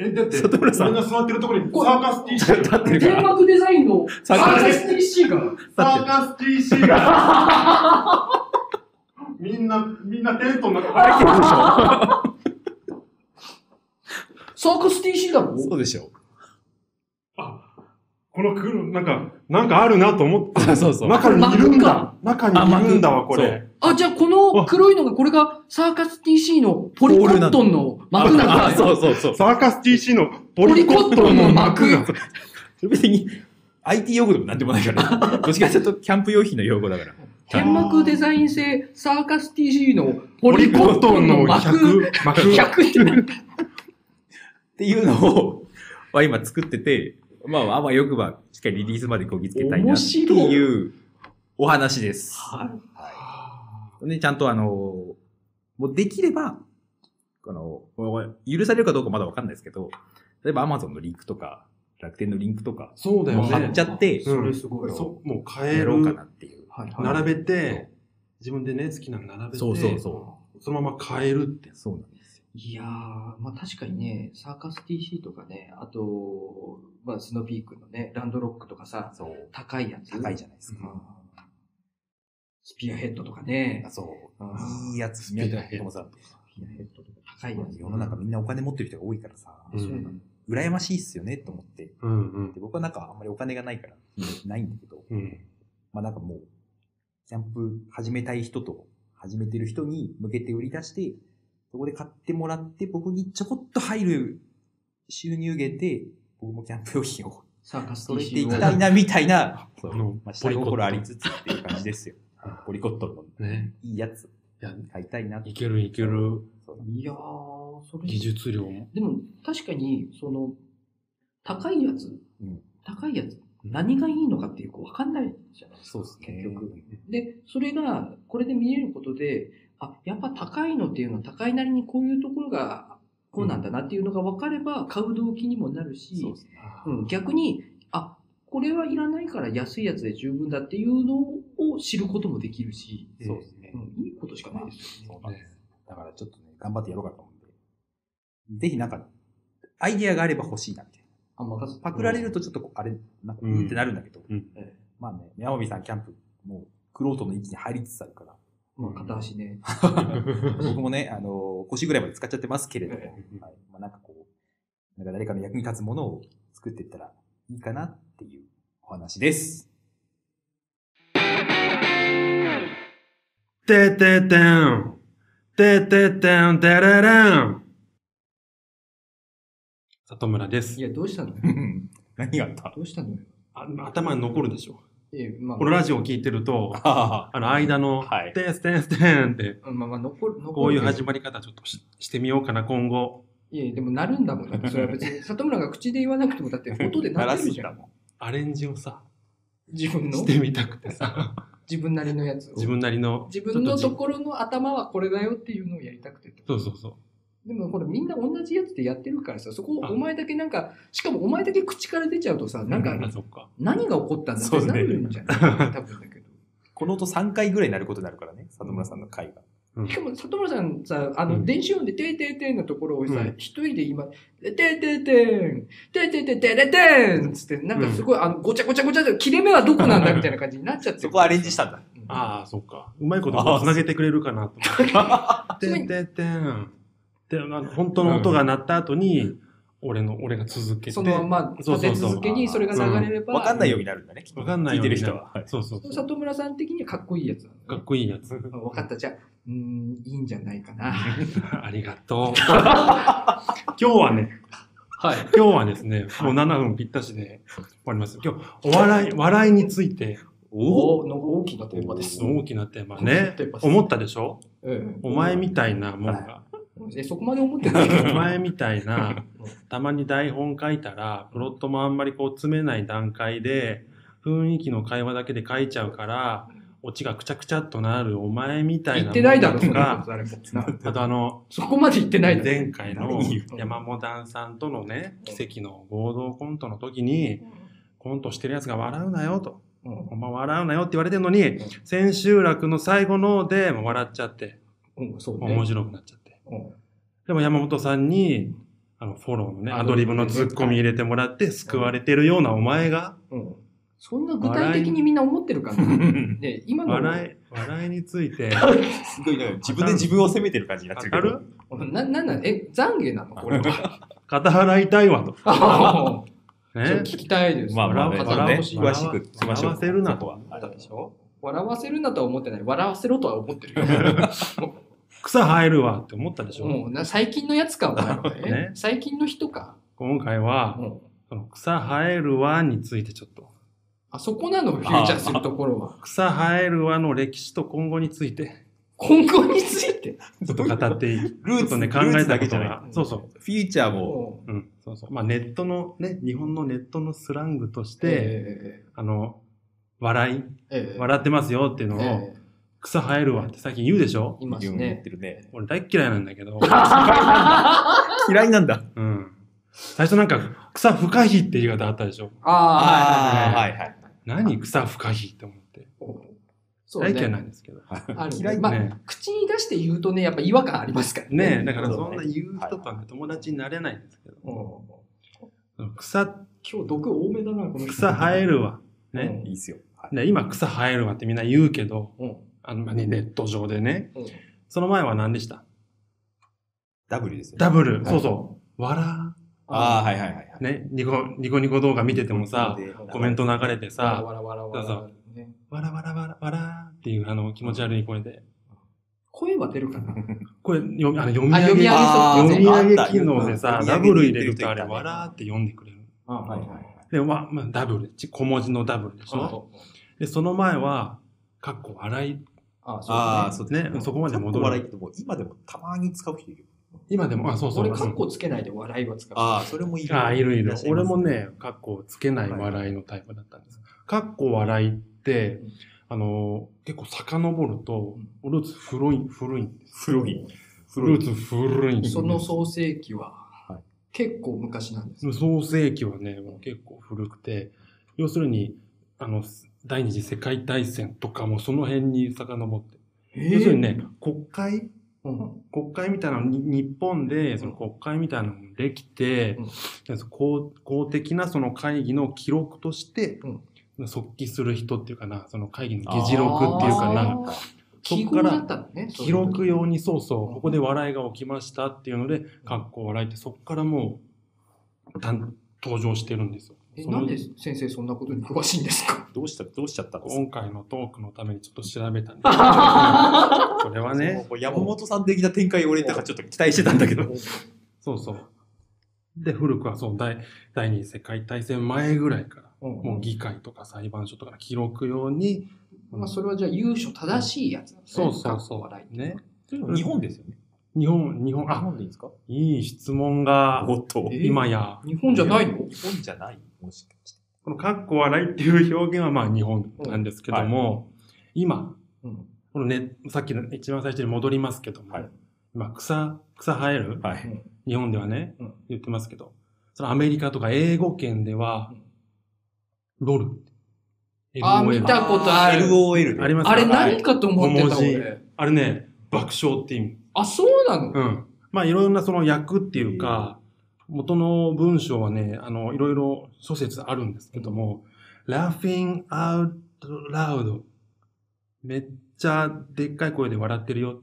Speaker 3: え、だって
Speaker 1: 里村さん
Speaker 3: 俺が座ってるところにサ
Speaker 2: これ
Speaker 3: ーカス TC
Speaker 1: 立ってるか
Speaker 2: 天
Speaker 1: ら、
Speaker 2: 幕デザインの
Speaker 1: サ
Speaker 2: サ
Speaker 1: ー
Speaker 2: ー
Speaker 1: カ
Speaker 2: カ
Speaker 1: ス
Speaker 2: ス TC が
Speaker 3: サーカス TC が。みんな、みんなテントの中入ってるでしょ。
Speaker 2: サーカス TC だもん
Speaker 1: そうでしょ。
Speaker 3: この黒、なんか、なんかあるなと思って。
Speaker 1: あそうそう。
Speaker 3: 中にいるんだ
Speaker 2: あ。
Speaker 3: 中
Speaker 1: あ
Speaker 3: にいるんだわ、
Speaker 1: 幕
Speaker 3: これ。
Speaker 2: あじゃあこの黒いのがこれがサーカス TC のポリコットンの幕なん
Speaker 1: あ
Speaker 2: だ
Speaker 1: あそうそうそう。
Speaker 3: サーカス TC のポ
Speaker 2: ポリ
Speaker 3: リ
Speaker 2: コ
Speaker 3: コ
Speaker 2: ッ
Speaker 3: ッ
Speaker 2: ト
Speaker 3: ト
Speaker 2: ン
Speaker 3: ン
Speaker 2: の
Speaker 3: の
Speaker 2: 幕
Speaker 3: 幕
Speaker 2: が
Speaker 3: が。
Speaker 1: 別に IT 用語でもなんでもないから、どっちかというとキャンプ用品の用語だから。
Speaker 2: 天幕デザイン製サーカス TC のポ
Speaker 3: ポ
Speaker 2: リ
Speaker 3: リ
Speaker 2: コ
Speaker 3: コ
Speaker 2: ッ
Speaker 3: ッ
Speaker 2: ト
Speaker 3: ト
Speaker 2: ン
Speaker 3: ン
Speaker 2: の
Speaker 3: の
Speaker 2: 幕
Speaker 3: 100、幕。
Speaker 1: [laughs]
Speaker 2: 100って何
Speaker 1: っていうのを、は今作ってて、まあ、あんまよくば、しっかりリリースまでこぎつけたいなっていうお話です。で、ちゃんとあの、もうできれば、この、これ許されるかどうかまだわかんないですけど、例えば Amazon のリンクとか、楽天のリンクとか、
Speaker 3: そうだよ
Speaker 1: もう
Speaker 3: ね。
Speaker 1: 貼っちゃって、
Speaker 3: うん
Speaker 2: すご
Speaker 3: そう、もう変え
Speaker 1: やろうか
Speaker 3: る
Speaker 1: な。っていう。
Speaker 2: はいはい
Speaker 3: 並べて、自分でね、好きなの並べて、
Speaker 1: そうそうそ
Speaker 3: そのまま変えるって。
Speaker 1: そうなんですよ。
Speaker 2: いやー、まあ確かにね、サーカス TC とかね、あと、まあスノーピークのね、ランドロックとかさ、
Speaker 1: そう。
Speaker 2: 高いやつ。
Speaker 1: 高いじゃないですか。
Speaker 2: うんスピアヘッドとかね
Speaker 1: あ、そう。
Speaker 2: うん
Speaker 1: いいやつ、
Speaker 3: スピアヘッド
Speaker 1: でもさ、
Speaker 2: スピアヘッドとか高いやつ。
Speaker 1: 世の中みんなお金持ってる人が多いからさ、
Speaker 2: そうなの
Speaker 1: 羨ましいっすよねと思って。
Speaker 3: うんうん
Speaker 1: で、僕はなんかあんまりお金がないから、ないんだけど、
Speaker 3: うん。
Speaker 1: まあなんかもう、キャンプ始めたい人と、始めてる人に向けて売り出して、そこで買ってもらって、僕にちょこっと入る収入源で、僕もキャンプ用品を
Speaker 2: サーカス
Speaker 1: 取れて
Speaker 2: TC
Speaker 1: い
Speaker 2: を
Speaker 1: きたいな、みたいな、
Speaker 3: あの
Speaker 1: まあ、
Speaker 3: ポ
Speaker 1: 下
Speaker 3: リコット
Speaker 1: 心ありつつっていう感じですよ。ポリコットの
Speaker 3: ね。
Speaker 1: いいやつ
Speaker 3: いや、
Speaker 1: 買いたいなって
Speaker 3: いけるいける
Speaker 1: そう
Speaker 2: いやー、それ。
Speaker 3: 技術量。
Speaker 2: でも確かに、その、高いやつ、
Speaker 1: うん
Speaker 2: 高いやつ、何がいいのかっていうか分かんないじゃないですか。
Speaker 1: そうっすね
Speaker 2: 結局。で、それが、これで見えることで、あ、やっぱ高いのっていうのは高いなりにこういうところが、こうなんだなっていうのが分かれば、買う動機にもなるし、
Speaker 1: そうですね。
Speaker 2: うん、逆に、あ、これはいらないから安いやつで十分だっていうのを知ることもできるし、
Speaker 1: そうですね。
Speaker 2: うん、いいことしかないですよ
Speaker 1: そ
Speaker 2: ね。
Speaker 1: うなんです。だからちょっとね、頑張ってやろうかと思うんで。ぜひなんか、アイディアがあれば欲しいなみたい
Speaker 2: あ、任
Speaker 1: な。
Speaker 2: せ
Speaker 1: パクられるとちょっとこうあれ、なんか、
Speaker 3: うん
Speaker 1: うんってなるんだけど。
Speaker 3: うん
Speaker 2: ええ
Speaker 1: まあね、山美さんキャンプ、もう、クロートの域に入りつつあるから。
Speaker 2: まあ、片足ね。
Speaker 1: 僕もね、あの、腰ぐらいまで使っちゃってますけれども、
Speaker 2: え
Speaker 1: はい。まあなんかこう、なんか誰かの役に立つものを作っていったらいいかなっていうお話です。
Speaker 3: てててん。てててん、てれれん。里村で
Speaker 2: い
Speaker 3: す。
Speaker 2: や、どうしたの
Speaker 1: [laughs] 何があった [laughs]
Speaker 2: どうしたのよ。
Speaker 3: あ頭に残るでしょ。
Speaker 2: え、まあ、
Speaker 3: このラジオ聞いてると、
Speaker 1: あ
Speaker 3: あの間の
Speaker 1: はい、
Speaker 3: てんてんてんって、
Speaker 2: まあまあ、残る、残る。
Speaker 3: こういう始
Speaker 2: ま
Speaker 3: まり方ちょっとししてみようかな、今後。
Speaker 2: いや、でもなるんだもん。だってそれは別に、里村が口で言わなくても、だって音で
Speaker 1: 鳴
Speaker 2: な
Speaker 1: ら
Speaker 2: って
Speaker 1: す
Speaker 2: る
Speaker 1: ん
Speaker 2: じゃ
Speaker 1: だ
Speaker 2: ん。
Speaker 1: もん。
Speaker 3: アレンジをさ、
Speaker 2: 自分の
Speaker 3: し、てみたくて
Speaker 1: [laughs]
Speaker 3: さ、
Speaker 2: 自分なりのやつを。
Speaker 3: 自分なりの、
Speaker 2: 自分のところの頭はこれだよっていうのをやりたくてってこ
Speaker 3: そうそう
Speaker 2: と
Speaker 3: そう。
Speaker 2: でもこれみんな同じやつでやってるからさ、そこを
Speaker 3: あ
Speaker 2: お前だけなんか、しかもお前だけ口から出ちゃうとさ、なんか
Speaker 3: あ、そっか。
Speaker 2: 何が起こったんだって
Speaker 3: そう
Speaker 2: な
Speaker 3: ね
Speaker 2: るんじゃない多分だけど。
Speaker 1: この音3回ぐらい鳴ることになるからね、里村さんの回が。
Speaker 3: うん
Speaker 2: しかも、里村さんさ、あ
Speaker 3: う
Speaker 2: の、
Speaker 3: ん
Speaker 2: 電子音で、てーてーてーのところをさ
Speaker 3: うん、
Speaker 2: 一人で今、てーてーてーん、てーてーてーてれてーんつって、なんかすごい、あの、ごちゃごちゃごちゃで、切れ目はどこなんだみたいな感じになっちゃってる。
Speaker 1: そこアレンジしたんだ。
Speaker 2: うん
Speaker 3: ああ、そっか。うまいことこう繋げてくれるか [laughs] なと思って。てんてんてん。で、あの本当の音が鳴った後に、俺の、俺が続けて。
Speaker 2: そのまま、
Speaker 3: そうそ
Speaker 2: 立て
Speaker 3: うそう
Speaker 2: 続けにそれが流れれば、
Speaker 1: わかんないようになるんだね、きっと
Speaker 3: わかんな
Speaker 1: 聞
Speaker 3: い
Speaker 1: い
Speaker 3: よ
Speaker 1: て
Speaker 3: う
Speaker 1: る
Speaker 3: にな
Speaker 1: 人は。はい
Speaker 3: そうそうそう。
Speaker 2: 里村さん的にはかっこいいやつなんだよ
Speaker 3: かっこいいやつ。
Speaker 2: 分かった、じゃあ、うーん、いいんじゃないかな。
Speaker 3: [laughs] ありがとう。 [laughs] 今日はね、
Speaker 2: はい。
Speaker 3: 今日はですね、もう7分ぴったしで終わります。今日、お笑い、笑いについて、
Speaker 2: おお、なんか大きなテーマです。
Speaker 3: 大きなテーマ
Speaker 2: 大きな
Speaker 3: ね
Speaker 2: テーマ。です
Speaker 3: 思ったでしょ
Speaker 2: うん
Speaker 3: お前みたいなもんが、
Speaker 2: え、そこまで思ってないけ
Speaker 3: お
Speaker 2: ど。
Speaker 3: 前みたいな、たまに台本書いたら、プロットもあんまりこう詰めない段階で、雰囲気の会話だけで書いちゃうから、オチがくちゃくちゃっとなるお前みたい
Speaker 2: 言
Speaker 3: な
Speaker 2: ってないだろ、
Speaker 3: も
Speaker 2: そ
Speaker 3: の
Speaker 2: んなこと
Speaker 3: か、
Speaker 2: 誰も。な
Speaker 3: あとあの、
Speaker 2: [laughs] そこまで言ってないで。
Speaker 3: 前回の山本段さんとのね、奇跡の合同コントの時に、コントしてるやつが笑うなよと、
Speaker 2: うん
Speaker 3: お前笑うなよって言われてるのに、千秋楽の最後のでもう笑っちゃって、
Speaker 2: うん、そうね。
Speaker 3: 面白くなっちゃって。
Speaker 2: うん
Speaker 3: でも山本さんに、あの、フォローのね、
Speaker 2: ア
Speaker 3: ア
Speaker 2: ド
Speaker 3: ド
Speaker 2: リ
Speaker 3: リ
Speaker 2: ブ
Speaker 3: ブ
Speaker 2: ね
Speaker 3: のツッコミ入れてもらって救われてるようなお前が、
Speaker 2: うん。そんな具体的にみんな思ってるか
Speaker 3: [laughs]
Speaker 2: な。ね、今の。
Speaker 3: 笑い、笑いについて、
Speaker 1: すごい、自分で自分を責めてる感じになってるけ
Speaker 3: 当
Speaker 1: ど
Speaker 3: たる。
Speaker 2: な、なんなんえ、懺悔なのこれは。
Speaker 3: 肩払いたいわと。
Speaker 2: ああちょっ
Speaker 3: ね
Speaker 2: と聞。きたいです。
Speaker 1: まあまあね、
Speaker 2: 笑
Speaker 1: まあね
Speaker 2: わせ
Speaker 1: 詳しく聞きましょう。
Speaker 3: 笑わせるなと
Speaker 1: は。
Speaker 2: あったでしょ笑わせるなとは思ってない。笑わせろとは思ってるよ。
Speaker 3: 草生えるわって思ったでしょ。
Speaker 2: もうな最近のやつか、お前はね
Speaker 3: ね
Speaker 2: 最近の人か。
Speaker 3: 今回
Speaker 2: う
Speaker 3: は、
Speaker 2: ん
Speaker 3: その草生えるわについてちょっと。
Speaker 2: あそこなの、フューチャーするところは。
Speaker 3: 草生えるわの歴史と今後について、
Speaker 2: 今後につ
Speaker 3: [laughs]
Speaker 2: いて。
Speaker 3: ちょっと語っていき、
Speaker 1: [laughs] ルー
Speaker 3: ちょっ
Speaker 1: ツ
Speaker 3: とね、考
Speaker 1: ルー
Speaker 3: え
Speaker 1: ツ
Speaker 3: た
Speaker 1: だ
Speaker 3: こ
Speaker 1: けじ
Speaker 3: と
Speaker 1: ゃない。
Speaker 3: が。そうそう。
Speaker 1: フューチャーも、
Speaker 2: も
Speaker 3: うん、そうそう。まあ、ネットのね、日本のネットのスラングとし
Speaker 2: う
Speaker 3: て、
Speaker 2: え
Speaker 3: あの、笑い、
Speaker 2: えええ
Speaker 3: 笑ってますよっていうの
Speaker 2: え
Speaker 3: を、
Speaker 2: え
Speaker 3: 草生えるわって最近言うでしょ
Speaker 2: います
Speaker 1: 言っ
Speaker 2: ね。
Speaker 1: てるね。
Speaker 3: 俺大っ嫌いなんだけど、
Speaker 2: あ
Speaker 1: 嫌いなんだ。
Speaker 3: うん。最初なんか、草不可避って言い方あったでしょ
Speaker 2: あ、
Speaker 1: ああ、
Speaker 3: は
Speaker 1: はいいはい。
Speaker 3: 何草不可避って思って。
Speaker 2: そう
Speaker 3: 大嫌いな
Speaker 2: ね。
Speaker 3: んですけど。
Speaker 2: ある
Speaker 1: 嫌い
Speaker 2: まあ、
Speaker 3: ね
Speaker 2: 口に出して言うとね、やっぱ違和感ありますから
Speaker 3: ねえ、
Speaker 2: ね。
Speaker 3: だから
Speaker 1: そう
Speaker 3: そ
Speaker 1: ね
Speaker 3: んな言う人とはね、友達になれないんですけど。
Speaker 2: うん
Speaker 3: 草、
Speaker 2: 今日毒多めだな、この人
Speaker 3: 草生えるわ。ね。
Speaker 1: いいっすよ。はい
Speaker 3: ね今草生えるわってみんな言うけど、
Speaker 2: うん。
Speaker 3: あの、ねネット上でね。
Speaker 2: うん
Speaker 3: その前は何でした
Speaker 1: W ですよ。
Speaker 3: ダブル、
Speaker 1: い
Speaker 3: そうそう。わら
Speaker 1: ああ、はいはいはい。
Speaker 3: ね、ニコ、ニコニコ動画見ててもさ、
Speaker 1: で
Speaker 2: あ
Speaker 3: コメント流れて
Speaker 2: わら
Speaker 3: さ、
Speaker 2: わらわらわ
Speaker 3: そ
Speaker 2: ら
Speaker 3: う。
Speaker 2: ね
Speaker 3: わらわらわらわらっていうあの気持ち悪い声で。
Speaker 2: 声は出るかな。
Speaker 3: これ読みあの読み
Speaker 2: あ
Speaker 3: 上
Speaker 2: 読み
Speaker 3: げ
Speaker 2: 上げそう
Speaker 3: 読み
Speaker 1: あ
Speaker 3: 上げ
Speaker 1: あった
Speaker 3: 機能でさ、ダ
Speaker 1: 読み
Speaker 3: ブ
Speaker 1: 上
Speaker 3: ル
Speaker 1: げ
Speaker 3: 入れるとあれ、
Speaker 1: 入れるといいね
Speaker 3: わらーって読んでくれる。
Speaker 2: あ
Speaker 1: はいはい
Speaker 2: あ
Speaker 1: はい。
Speaker 3: で、ま、まダブルち、小文字のダブルでしょ。で、その前は、かっこ笑
Speaker 2: ああ、そうだ
Speaker 1: あ
Speaker 2: ね
Speaker 1: あ、そう
Speaker 3: い、
Speaker 1: です
Speaker 3: ね、そこまで戻
Speaker 1: 笑いっ
Speaker 3: る。
Speaker 1: てもう今でもたまに使う人いる。
Speaker 3: 今でも、あ、そうそう。
Speaker 2: 俺、カッコつけないで笑いは使う。
Speaker 1: ああ、それもいる。
Speaker 3: あーいるいる
Speaker 1: らっし。ゃます
Speaker 3: 俺も。ね、カッコつけない笑いのタイプだったんです。カッコ笑いって、あのー、結構遡ると、ルーツ古い、古いんです。
Speaker 1: 古い。
Speaker 3: ル
Speaker 1: 古
Speaker 3: ー
Speaker 1: い。
Speaker 3: ツ古いんです。
Speaker 2: その創世記は
Speaker 1: はい
Speaker 2: 結構昔なんです。
Speaker 3: 創世記はね、もう結構古くて、要するに、あの、第二次世界大戦とかもその辺に遡って。要するにね、国会
Speaker 2: うん
Speaker 3: 国会みたいなのに、日本で、その国会みたいなのができて
Speaker 2: うん、
Speaker 3: でその公公的なその会議の記録として、即帰する人っていうかな、その会議の議事録っていうか
Speaker 2: あ
Speaker 3: な、
Speaker 2: ー
Speaker 3: そ
Speaker 2: 記
Speaker 3: っ
Speaker 2: 号
Speaker 3: か
Speaker 2: だ
Speaker 3: ら
Speaker 2: ったのね。
Speaker 3: 記録用にそうそうう、
Speaker 2: ん
Speaker 3: ここで笑いが起きましたっていうので、かっこ笑いってそこからもう、たん登場してるんですよ。
Speaker 2: え、
Speaker 3: その
Speaker 2: なんで先生そんなことに詳しいんで
Speaker 3: [laughs]
Speaker 2: すか
Speaker 1: どうした、どうしちゃったんですか
Speaker 3: 今回のトークのためにちょっと調べたんで
Speaker 2: あ
Speaker 3: す。これはね、
Speaker 1: もう山本さん的な展開を俺、なんかちょっと期待してたんだけど。
Speaker 3: [laughs] そうそう。で、古くはそう、第第二次世界大戦前ぐらいから、もう議会とか裁判所とかの記録用に、
Speaker 2: まあそれはじゃあ、優勝正しいやつなんですね
Speaker 3: そうそうそう
Speaker 2: かっこ笑いって
Speaker 3: ね。
Speaker 1: 日本ですよね。
Speaker 3: 日本、日本、
Speaker 1: 日
Speaker 3: あ、
Speaker 1: 本でいいですか
Speaker 3: いい質問が、
Speaker 1: おっと。
Speaker 2: え
Speaker 3: 今や、
Speaker 2: 日本じゃないの
Speaker 1: 日本じゃないもしかして。
Speaker 3: このかっこ笑いっていう表現はまあ日本なんですけども、今、
Speaker 2: うん
Speaker 3: このね、さっきの一番最初に戻りますけども、
Speaker 1: はい
Speaker 3: 今、草、草生える、
Speaker 1: はい。
Speaker 3: 日本ではね、
Speaker 2: うん
Speaker 3: 言ってますけど、そのアメリカとか英語圏では、ロル。
Speaker 2: あ
Speaker 3: LOL
Speaker 2: 見たことある
Speaker 1: LOL で。
Speaker 3: ありますか
Speaker 2: あれ
Speaker 3: はい
Speaker 2: 何かと思ってた
Speaker 3: 小文字
Speaker 2: 俺。
Speaker 3: あれね、爆笑って意味。
Speaker 2: あ、そうなの
Speaker 3: うん。まあ、いろんなその訳っていうか、元の文章はね、あの、いろいろ諸説あるんですけども、laughing out loud。めっちゃでっかい声で笑ってるよ。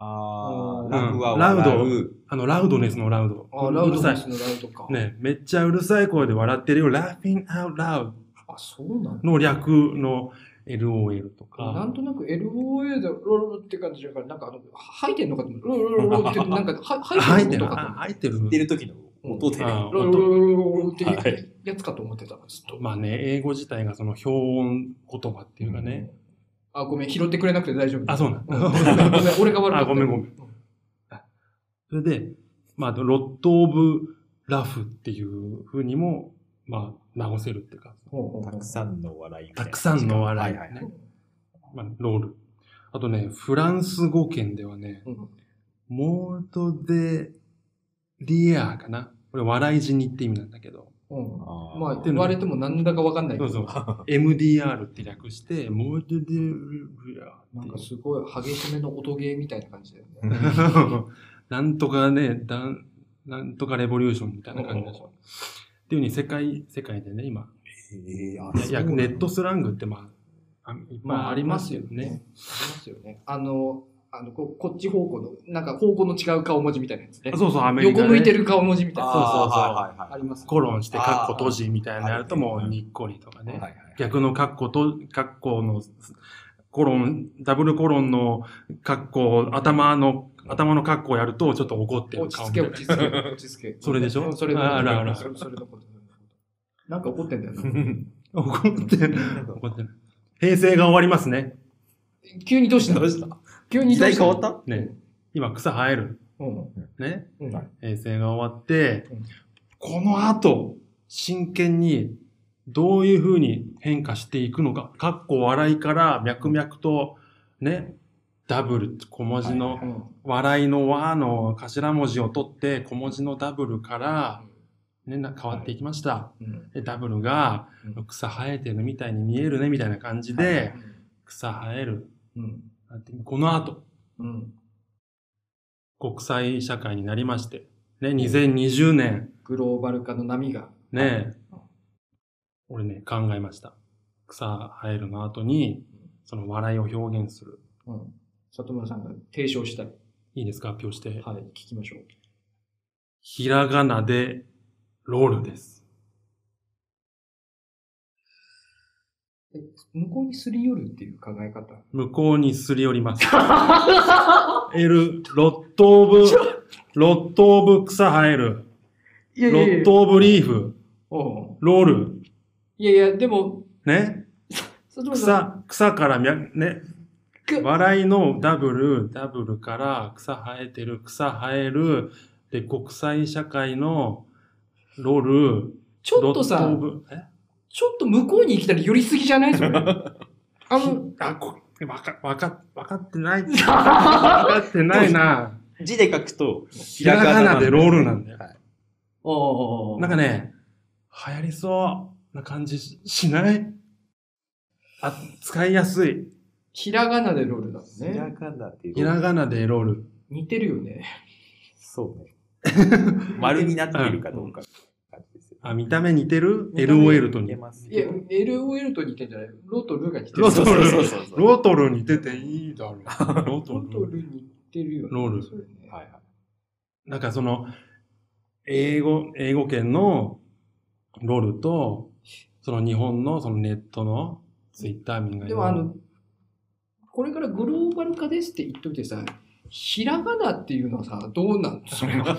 Speaker 1: あー
Speaker 2: うん
Speaker 1: ラフは
Speaker 3: ラウド
Speaker 1: 笑う
Speaker 3: あの、ラウドネスのラウド。
Speaker 2: あ、ラウ
Speaker 3: うる
Speaker 2: ド
Speaker 3: さ
Speaker 2: ネ
Speaker 3: い。
Speaker 2: スのラウドか。
Speaker 3: ね、めっちゃうるさい声で笑ってるよ。laughing out loud
Speaker 2: あ、そうなの
Speaker 3: の略の LOL と
Speaker 2: な
Speaker 3: か、
Speaker 2: んとなく LOA でロロロって感じだから、なんかあの、吐いてんのかと思って、ロロロロって、なんか吐
Speaker 3: 入っ
Speaker 2: い
Speaker 3: てて
Speaker 2: ん
Speaker 3: る、
Speaker 2: のかと思
Speaker 3: あ入ってる。
Speaker 4: 言ってる時の音でね。
Speaker 3: あ
Speaker 2: ロロ
Speaker 3: 音
Speaker 2: ロロロってやつかと思ってたんですと。
Speaker 3: まあね、英語自体がその標音言葉っていうかね。
Speaker 2: あ、ごめん、拾ってくれなくて大丈夫。
Speaker 3: あ、そうなん
Speaker 2: ごめん、 [laughs] ごめん俺が悪かった。
Speaker 3: あごめんごめん。それで、まあ、ロット・オブ・ラフっていうふうにも、まあ、直せるっていうか、
Speaker 4: たくさんの笑いみいな
Speaker 3: たくさんの笑い、ね
Speaker 4: ははは
Speaker 3: まあ、ロール。あとね、フランス語圏ではね、
Speaker 2: うん
Speaker 3: モート・デ・リアーかな。これ、笑い死にって意味なんだけど、
Speaker 2: うん
Speaker 4: あー
Speaker 2: まあ、言われてもなんだかわかんないけ
Speaker 3: そ
Speaker 2: ど
Speaker 3: うそう、MDR って略して、モート・デ・リア
Speaker 2: な
Speaker 3: ー
Speaker 2: ん
Speaker 3: っ
Speaker 2: か
Speaker 3: て
Speaker 2: すごい激しめの音ゲーみたいな感じだよ
Speaker 3: [laughs]
Speaker 2: ね。
Speaker 3: いう。なんとかね、だんなんとかレボリューションみたいな感じでしょ。っていうふうに世界、世界でね、今、
Speaker 4: ええあ
Speaker 3: いや、ネットスラングってまあ、あいっぱいありますよね。
Speaker 2: ありますよね。あの、あのここっち方向の、なんか方向の違う顔文字みたいなやつね。
Speaker 3: そうそう、ア
Speaker 2: 横向いて
Speaker 3: る。
Speaker 2: る顔文字みたいな。
Speaker 3: そうそうそう
Speaker 4: あーはいはい
Speaker 2: あ
Speaker 4: はい
Speaker 2: ります。
Speaker 3: コロンして、
Speaker 4: あー
Speaker 3: カッコ閉じみたいなのやるとも
Speaker 4: は
Speaker 3: う
Speaker 4: い
Speaker 3: にっこりとかね。
Speaker 4: はいはい
Speaker 3: 逆のカッコと、カッコの、コロン、ダブルコロンのカッコ、頭の、頭のカッコをやるとちょっと怒ってる
Speaker 2: 落ち
Speaker 3: 顔
Speaker 2: 着
Speaker 3: み
Speaker 2: け、
Speaker 3: たい
Speaker 2: 落ち着け、落ち着け。
Speaker 3: それでしょ
Speaker 2: それのこと
Speaker 3: ああらあら
Speaker 2: それそれのこと。なんか怒ってんだよな。
Speaker 3: な。怒って [laughs] る。怒ってる。平成が終わりますね。
Speaker 2: 急にどうした
Speaker 4: どうした
Speaker 2: 急に
Speaker 4: 時
Speaker 2: どう
Speaker 4: 代
Speaker 2: した
Speaker 4: 変わった
Speaker 3: ね。今草生える。
Speaker 2: うん。
Speaker 3: ね。
Speaker 2: うん
Speaker 4: はい
Speaker 3: 平成が終わって、
Speaker 2: うん
Speaker 3: この後、真剣にどういうふうに変化していくのか、かっこ笑いから脈々とね、ダブル、小文字の、
Speaker 2: うん
Speaker 3: 笑いの和の頭文字を取って、小文字のダブルから、ね、な変わっていきました。
Speaker 2: うん
Speaker 3: でダブルが
Speaker 2: うん
Speaker 3: 草生えてるみたいに見えるね、みたいな感じで、草生える。
Speaker 2: うん。
Speaker 3: この後、
Speaker 2: うん。
Speaker 3: 国際社会になりまして、ね、2020年、
Speaker 2: グローバル化の波が。
Speaker 3: ねえ。俺ね、考えました。草生えるの後に、その笑いを表現する。
Speaker 2: うん。里村さんが提唱したい。
Speaker 3: いいですか発表して。
Speaker 2: はい、聞きましょう。
Speaker 3: ひらがなで、ロールです。
Speaker 2: 向こうにすり寄るっていう考え方。
Speaker 3: 向こうにすり寄り
Speaker 2: [laughs]
Speaker 3: ます。L、ロットオブ、ロットオブ草生える。
Speaker 2: いや
Speaker 3: ロットオブリーフ、ロール。
Speaker 2: いやいや、でも、
Speaker 3: ね。
Speaker 2: 佐藤さん、
Speaker 3: 草、草からみゃ、ね。
Speaker 2: く
Speaker 3: 笑いのダブル、ダブルから草生えてる、草生える、で、国際社会のロール、
Speaker 2: ちょっとさ
Speaker 3: ロッ、トオブえ
Speaker 2: ちょっと向こうに行きたら寄りすぎじゃないそれ。あの、
Speaker 3: あ、こ、わか、わか、わかって
Speaker 2: [laughs]
Speaker 3: ない。わかってないな。
Speaker 4: 字で書くと、
Speaker 3: ひらがなでロールなんだよ。
Speaker 4: はい
Speaker 2: お
Speaker 3: なんかね、流行りそうな感じししないあ、使いやすい。
Speaker 2: ひらがなでロールだもん
Speaker 4: ひら
Speaker 2: ね。
Speaker 4: がなって
Speaker 3: ひらがなでロール。
Speaker 2: 似てるよね。
Speaker 4: そうね。 [laughs] 丸になってるかどうか。感じですよ
Speaker 3: あ、見た目似てる ?LOL と
Speaker 4: 似
Speaker 3: 似て
Speaker 4: て
Speaker 3: る。
Speaker 4: ます。
Speaker 2: いや、LOL と似てんじゃないロとルが似てる。
Speaker 4: そうそうそうそうそう。
Speaker 3: ロトル似てていいだろう。 [laughs] ロト
Speaker 2: ロと
Speaker 3: ル。
Speaker 2: ル似てるよね。
Speaker 3: ロール
Speaker 2: それね
Speaker 4: はいは
Speaker 3: なんかその、英語、英語圏のロールと、その日本のそのネットのツイッターみたいな。
Speaker 2: でもあの、これからグローバル化ですって言っといてさ、ひらがなっていうのはさ、どうなんそれ
Speaker 4: [laughs]
Speaker 2: は。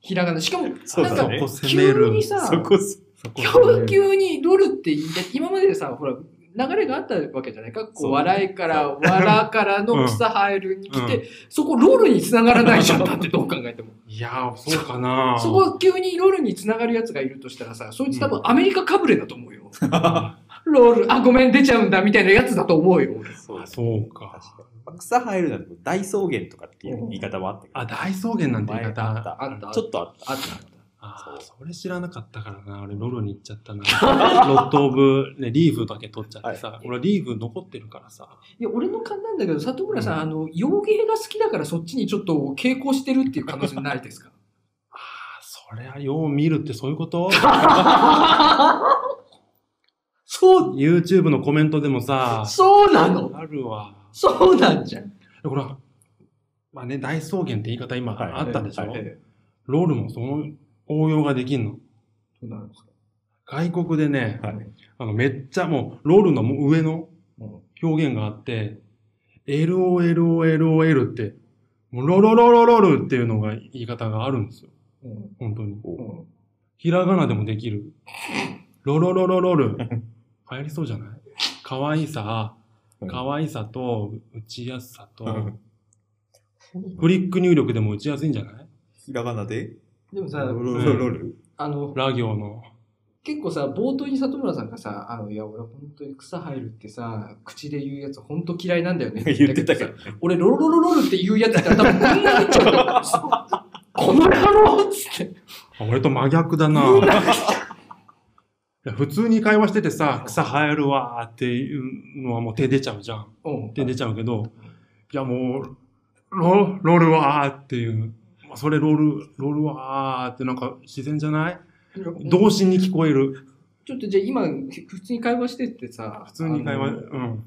Speaker 2: ひらがな。しかも、
Speaker 4: そう
Speaker 2: な
Speaker 4: だ
Speaker 2: ん
Speaker 4: ね
Speaker 2: か、
Speaker 3: そこ攻め
Speaker 2: 急
Speaker 3: る
Speaker 2: に。
Speaker 4: い。
Speaker 2: さ、
Speaker 4: そこす、
Speaker 3: そこ攻め
Speaker 2: 急
Speaker 3: る
Speaker 2: 急にドルって言って、今までさ、ほら、流れがあったわけじゃないか。こ
Speaker 4: そうう
Speaker 2: 笑いから、笑から
Speaker 3: う
Speaker 2: の
Speaker 3: ん
Speaker 2: 草生えるに来て、
Speaker 3: う
Speaker 2: そこロールに繋がらないじゃんだってどう考えても。
Speaker 3: いやー、そうかな
Speaker 2: そこ急にロールに繋がるやつがいるとしたらさ、そいつ多分アメリカかぶれだと思うよ。
Speaker 3: あ
Speaker 2: ロール、あ、ごめん、出ちゃうんだみたいなやつだと思うよ。俺
Speaker 4: そうです。
Speaker 3: [laughs] そうか。
Speaker 4: 確かにまあ草生えるなんて大草原とかっていう言い方もあったけど
Speaker 3: あ、大草原なんて言い
Speaker 4: 前あっ
Speaker 3: 方。
Speaker 4: た
Speaker 2: あった。
Speaker 4: ちょっとあった。
Speaker 2: あった。
Speaker 3: あーそれ知らなかったからな。俺、ロロに行っちゃ
Speaker 4: [laughs]
Speaker 3: ったな。ロット・オブ、ね、リーフだけ取っちゃってさ。俺、リーフ残ってるからさ。
Speaker 2: いや、俺の勘なんだけど、里村さん、
Speaker 3: うん
Speaker 2: あの、洋芸が好きだからそっちにちょっと傾向してるっていう可能性ないですか
Speaker 3: ああ、それはよう見るってそういうこと
Speaker 4: [laughs]
Speaker 2: そう、
Speaker 3: ?YouTube のコメントでも
Speaker 4: [laughs]
Speaker 3: さ、
Speaker 2: そうなの
Speaker 3: あるわ。
Speaker 2: そうなんじゃん。
Speaker 3: ほら、まあね、大草原って言い方今
Speaker 4: はい
Speaker 3: あったでしょ、
Speaker 4: はい
Speaker 2: ええ
Speaker 3: ロールもその応用ができんの。
Speaker 2: そうなんですか。
Speaker 3: 外国でね、
Speaker 4: はい
Speaker 3: あのめっちゃもう、ロールのもう上の表現があって、LOLOLOL って、もうロロロロロルっていうのが言い方があるんですよ。
Speaker 2: うん
Speaker 3: 本当に。
Speaker 2: うん
Speaker 3: ひらがなでもできる。ロロロロロル。流行りそうじゃない可愛さ、可愛さと打ちやすさと、フリック入力でも打ちやすいんじゃない
Speaker 4: ひらがなで
Speaker 2: でもさ、
Speaker 4: ロロロロル。
Speaker 2: あの、
Speaker 3: ラ行の。
Speaker 2: 結構さ、冒頭に里村さんがさ、あの、いや、俺本当に草生えるってさ、口で言うやつ本当嫌いなんだよね。
Speaker 4: 言ってたけど
Speaker 2: さ。俺、ロロロロロルって言うやつだったら多分こんなになっちゃうと思うこの野郎っつって。
Speaker 3: あ俺と真逆だないや普通に会話しててさ、草生えるわーっていうのはもう手出ちゃうじゃん。
Speaker 2: うん。
Speaker 3: 手出ちゃうけど、いやもう、ロ、ロールわーっていう。まあそれロール、ロールわーってなんか自然じゃない動詞に聞こえる。
Speaker 2: ちょっとじゃあ今、普通に会話してってさ、
Speaker 3: 普通に会話、
Speaker 2: あ
Speaker 3: う
Speaker 2: の
Speaker 3: ん。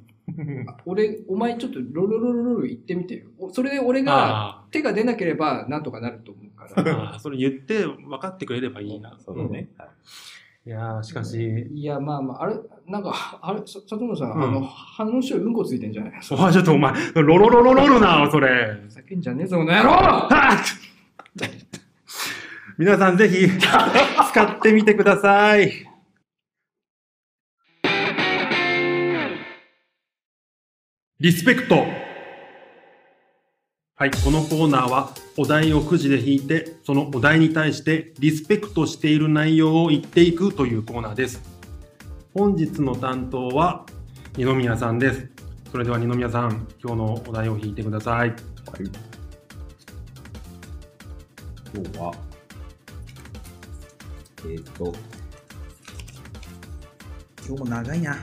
Speaker 2: 俺、お前ちょっとロロロロロル言ってみてよ。おそれで俺が
Speaker 3: あ
Speaker 2: 手が出なければなんとかなると思うか
Speaker 3: ー
Speaker 2: ら。
Speaker 3: [laughs] あー、それ言って分かってくれればいいな。
Speaker 4: そうだね。はい
Speaker 3: いやー、しかし、
Speaker 2: いや、まあまあ、あれ、なんか、あれ、さ里村さん、
Speaker 3: うん
Speaker 2: あの、鼻の下にうんこついてんじゃない
Speaker 3: お前ちょっとお前、ロロロロロルな、それ。
Speaker 2: 叫んじゃねえぞ、この野郎 [laughs]
Speaker 3: 皆さんぜひ使ってみてください。リスペクト。はい、このコーナーはお題をくじで引いて、そのお題に対してリスペクトしている内容を言っていくというコーナーです。本日の担当は二宮さんです。それでは二宮さん、今日のお題を引いてくださ
Speaker 1: は
Speaker 3: い。
Speaker 1: い。今日は、えーっ、と、今日も長いな。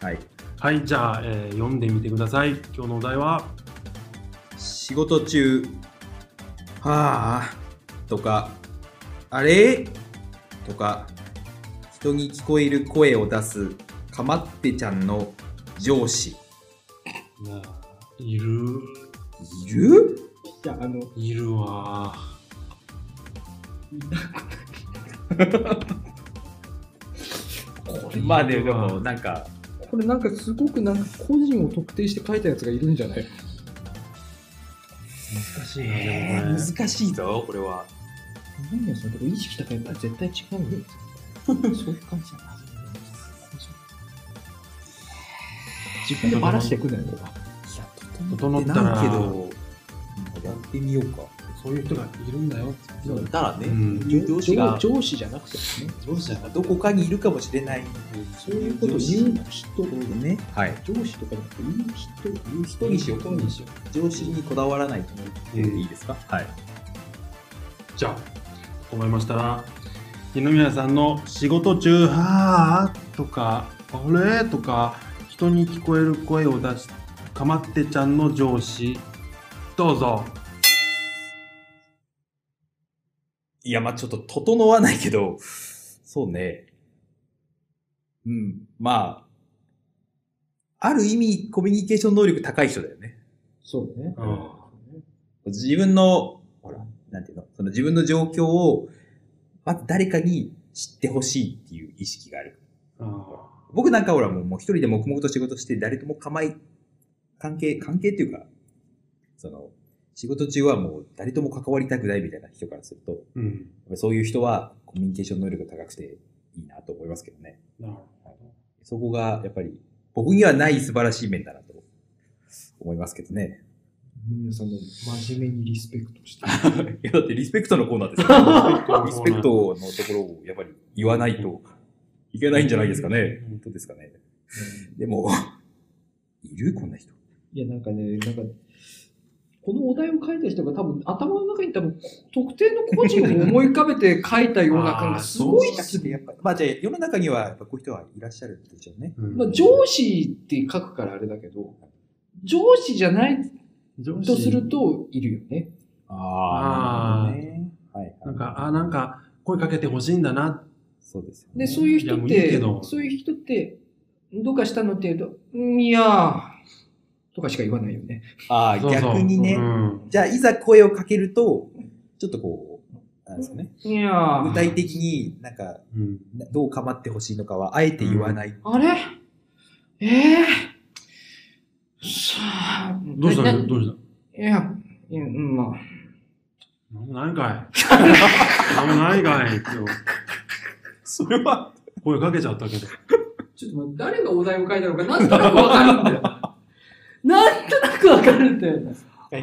Speaker 1: はい。
Speaker 3: はい、じゃあ、えー読んでみてください。今日のお題は、
Speaker 1: 仕事中、はあ、とか、あれとか、人に聞こえる声を出す、かまってちゃんの上司。
Speaker 3: なあいる、
Speaker 1: いる
Speaker 2: いや、あの、
Speaker 3: いるわ。
Speaker 4: まあででも、なんか、
Speaker 2: これなんかすごくなんか個人を特定して書いたやつがいるんじゃない
Speaker 3: 難しいな、で
Speaker 4: え
Speaker 3: もこ
Speaker 4: ー難しいぞ、これは。
Speaker 2: 何やそのとこ意識高いから絶対違う
Speaker 3: [laughs]
Speaker 2: よ。そういう感じじゃない。自分でバラしてくんだよ、俺は。
Speaker 1: いや、
Speaker 3: 整
Speaker 1: 整
Speaker 3: っ
Speaker 1: ってて
Speaker 3: ない
Speaker 1: ないけど、やってみようか。
Speaker 3: れそういう人がいるんだよ。
Speaker 1: だからね、
Speaker 3: うん
Speaker 1: 上司が、
Speaker 2: 上司じゃなくてもね。
Speaker 1: 上司がどこかにいるかもしれない。
Speaker 2: そういうことを言う人、
Speaker 1: ね。はい。
Speaker 2: 上司とかじゃなくて言う人、
Speaker 1: 言う人にしよう。
Speaker 2: 人にしよ
Speaker 1: 上司にこだわらないと思っていいですか、はい。
Speaker 3: じゃあ、思いましたら、二宮さんの仕事中、はあとか、あれとか、人に聞こえる声を出し、かまってちゃんの上司、どうぞ。
Speaker 1: いや、まあちょっと整わないけど、そうね。うん、まあ、ある意味コミュニケーション能力高い人だよね。
Speaker 2: そうね。
Speaker 1: 自分の、ほら、なんていうの、その自分の状況を、まず誰かに知ってほしいっていう意識がある。僕なんかほらもうもう一人で黙々と仕事して誰とも構い、関係、関係っていうか、その、仕事中はもう誰とも関わりたくないみたいな人からすると、やっ
Speaker 3: うん。
Speaker 1: ぱりそういう人はコミュニケーション能力が高くていいなと思いますけどね。
Speaker 3: なるほ
Speaker 1: そこがやっぱり僕にはない素晴らしい面だなと思いますけどね。
Speaker 2: 皆さんの真面目にリスペクトして。
Speaker 1: いやだってリスペクトのコーナーですから。[laughs]
Speaker 3: ど
Speaker 1: リスペクトのところをやっぱり言わないといけないんじゃないですかね。本当ですかね。でも、いるこんな人。
Speaker 2: [laughs] いや、なんかね、なんか、このお題を書いた人が多分、頭の中に多分、特定の個人を思い浮かべて書いたような感
Speaker 3: あー
Speaker 2: じ、すごい
Speaker 1: もし
Speaker 2: で
Speaker 1: か
Speaker 2: す
Speaker 1: して
Speaker 2: ね。
Speaker 1: やっぱりまあじゃあ世の中にはやっぱこういう人はいらっしゃるんでしょうね。
Speaker 3: うん
Speaker 2: まあ、上司って書くからあれだけど、上司じゃない
Speaker 3: 上
Speaker 2: と
Speaker 3: 司
Speaker 2: すると、いるよね。
Speaker 3: あー
Speaker 1: なるほどね。はい。
Speaker 3: なんか、あ、なんか、声かけてほしいんだな。
Speaker 1: そうですよね。
Speaker 2: で、そういう
Speaker 3: いや
Speaker 2: 人
Speaker 3: も
Speaker 2: っ
Speaker 3: ういいけ
Speaker 2: て
Speaker 3: ど、
Speaker 2: そういう人って、どうかしたのって言うと、んいやー、とかしか言わないよね。
Speaker 1: ああ、
Speaker 3: そうそう
Speaker 1: 逆にね。
Speaker 3: うん
Speaker 1: じゃあ、いざ声をかけると、ちょっとこう、なんですかね。
Speaker 2: いやー
Speaker 1: 具、体的になんか、
Speaker 3: うん
Speaker 1: どう構ってほしいのかは、あえて言わない。
Speaker 2: あれええさあ、
Speaker 3: どうした
Speaker 2: な
Speaker 3: のどうした
Speaker 2: いや、いや、うんまあ。
Speaker 3: なんもないんかい。なんもないんかい。今日
Speaker 1: それは、
Speaker 3: 声かけちゃったけど。
Speaker 2: ちょっと待って、誰がお題を書いたのか、なんとなくわかるん [laughs] だよ。なんとなくわかるんだよね。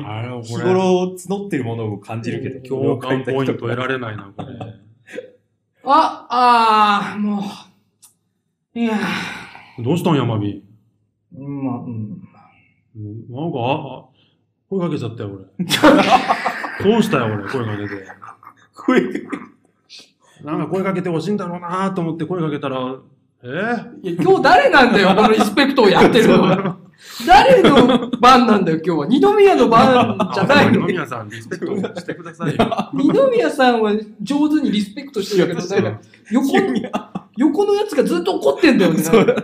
Speaker 3: あれ、これ。
Speaker 1: 日頃募ってるものを感じるけど、
Speaker 3: 共
Speaker 1: 今日
Speaker 3: 感
Speaker 1: 書
Speaker 3: ポ
Speaker 1: い
Speaker 3: イ
Speaker 1: た
Speaker 3: ント
Speaker 1: 人
Speaker 3: 得られないな、これ。
Speaker 2: あ、ああ、もう。いや
Speaker 3: どうしたん、山火。
Speaker 2: ー、うんまあ、うん。
Speaker 3: なんか、ああ声かけちゃったよ、俺。どうしたよ、俺、声かけて。
Speaker 1: 声が
Speaker 3: なんか声かけてほしいんだろうなと思って声かけたら、えー
Speaker 2: いや、今日誰なんだよ、このリスペクトをやってるのは。誰の番なんだよ、今日は。二宮の番じゃない
Speaker 3: 二
Speaker 2: の。
Speaker 3: 宮さん、リスペクトしてくださいよ。
Speaker 2: 二宮さんは上手にリスペクトしてるけど、なんか横、
Speaker 1: 急に
Speaker 2: 横のやつがずっと怒ってんだよね。なんか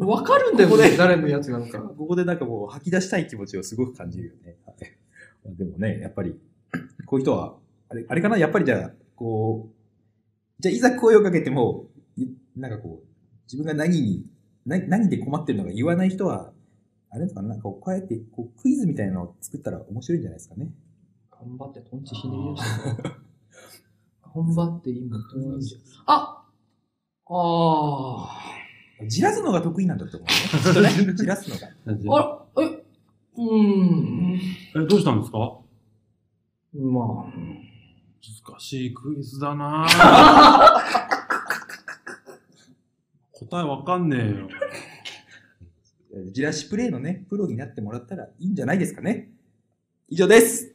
Speaker 2: わかるんだよ
Speaker 1: ここ
Speaker 2: ね、
Speaker 1: で
Speaker 2: 誰のやつなのか。
Speaker 1: ここでなんかもう吐き出したい気持ちをすごく感じるよね。はいでもね、やっぱり、こういう人は、あれあれかなやっぱりじゃあ、こう、じゃあいざ声をかけても、いなんかこう、自分が何に、な何で困ってるのか言わない人は、あれですかねなんかこうこうやってこうクイズみたいなのを作ったら面白いんじゃないですかね。
Speaker 2: 頑張ってトンチひねり出してる。頑張って今、トンチ。ああ
Speaker 1: じらすのが得意なんだと思う、ね。きっとねじらすのが。
Speaker 2: ー。あら、え、うーん。
Speaker 3: え、どうしたんですか
Speaker 2: まあ。
Speaker 3: 難しいクイズだなぁ答えわかんねえよ。
Speaker 1: じらしプレイのね、プロになってもらったらいいんじゃないですかね。以上です。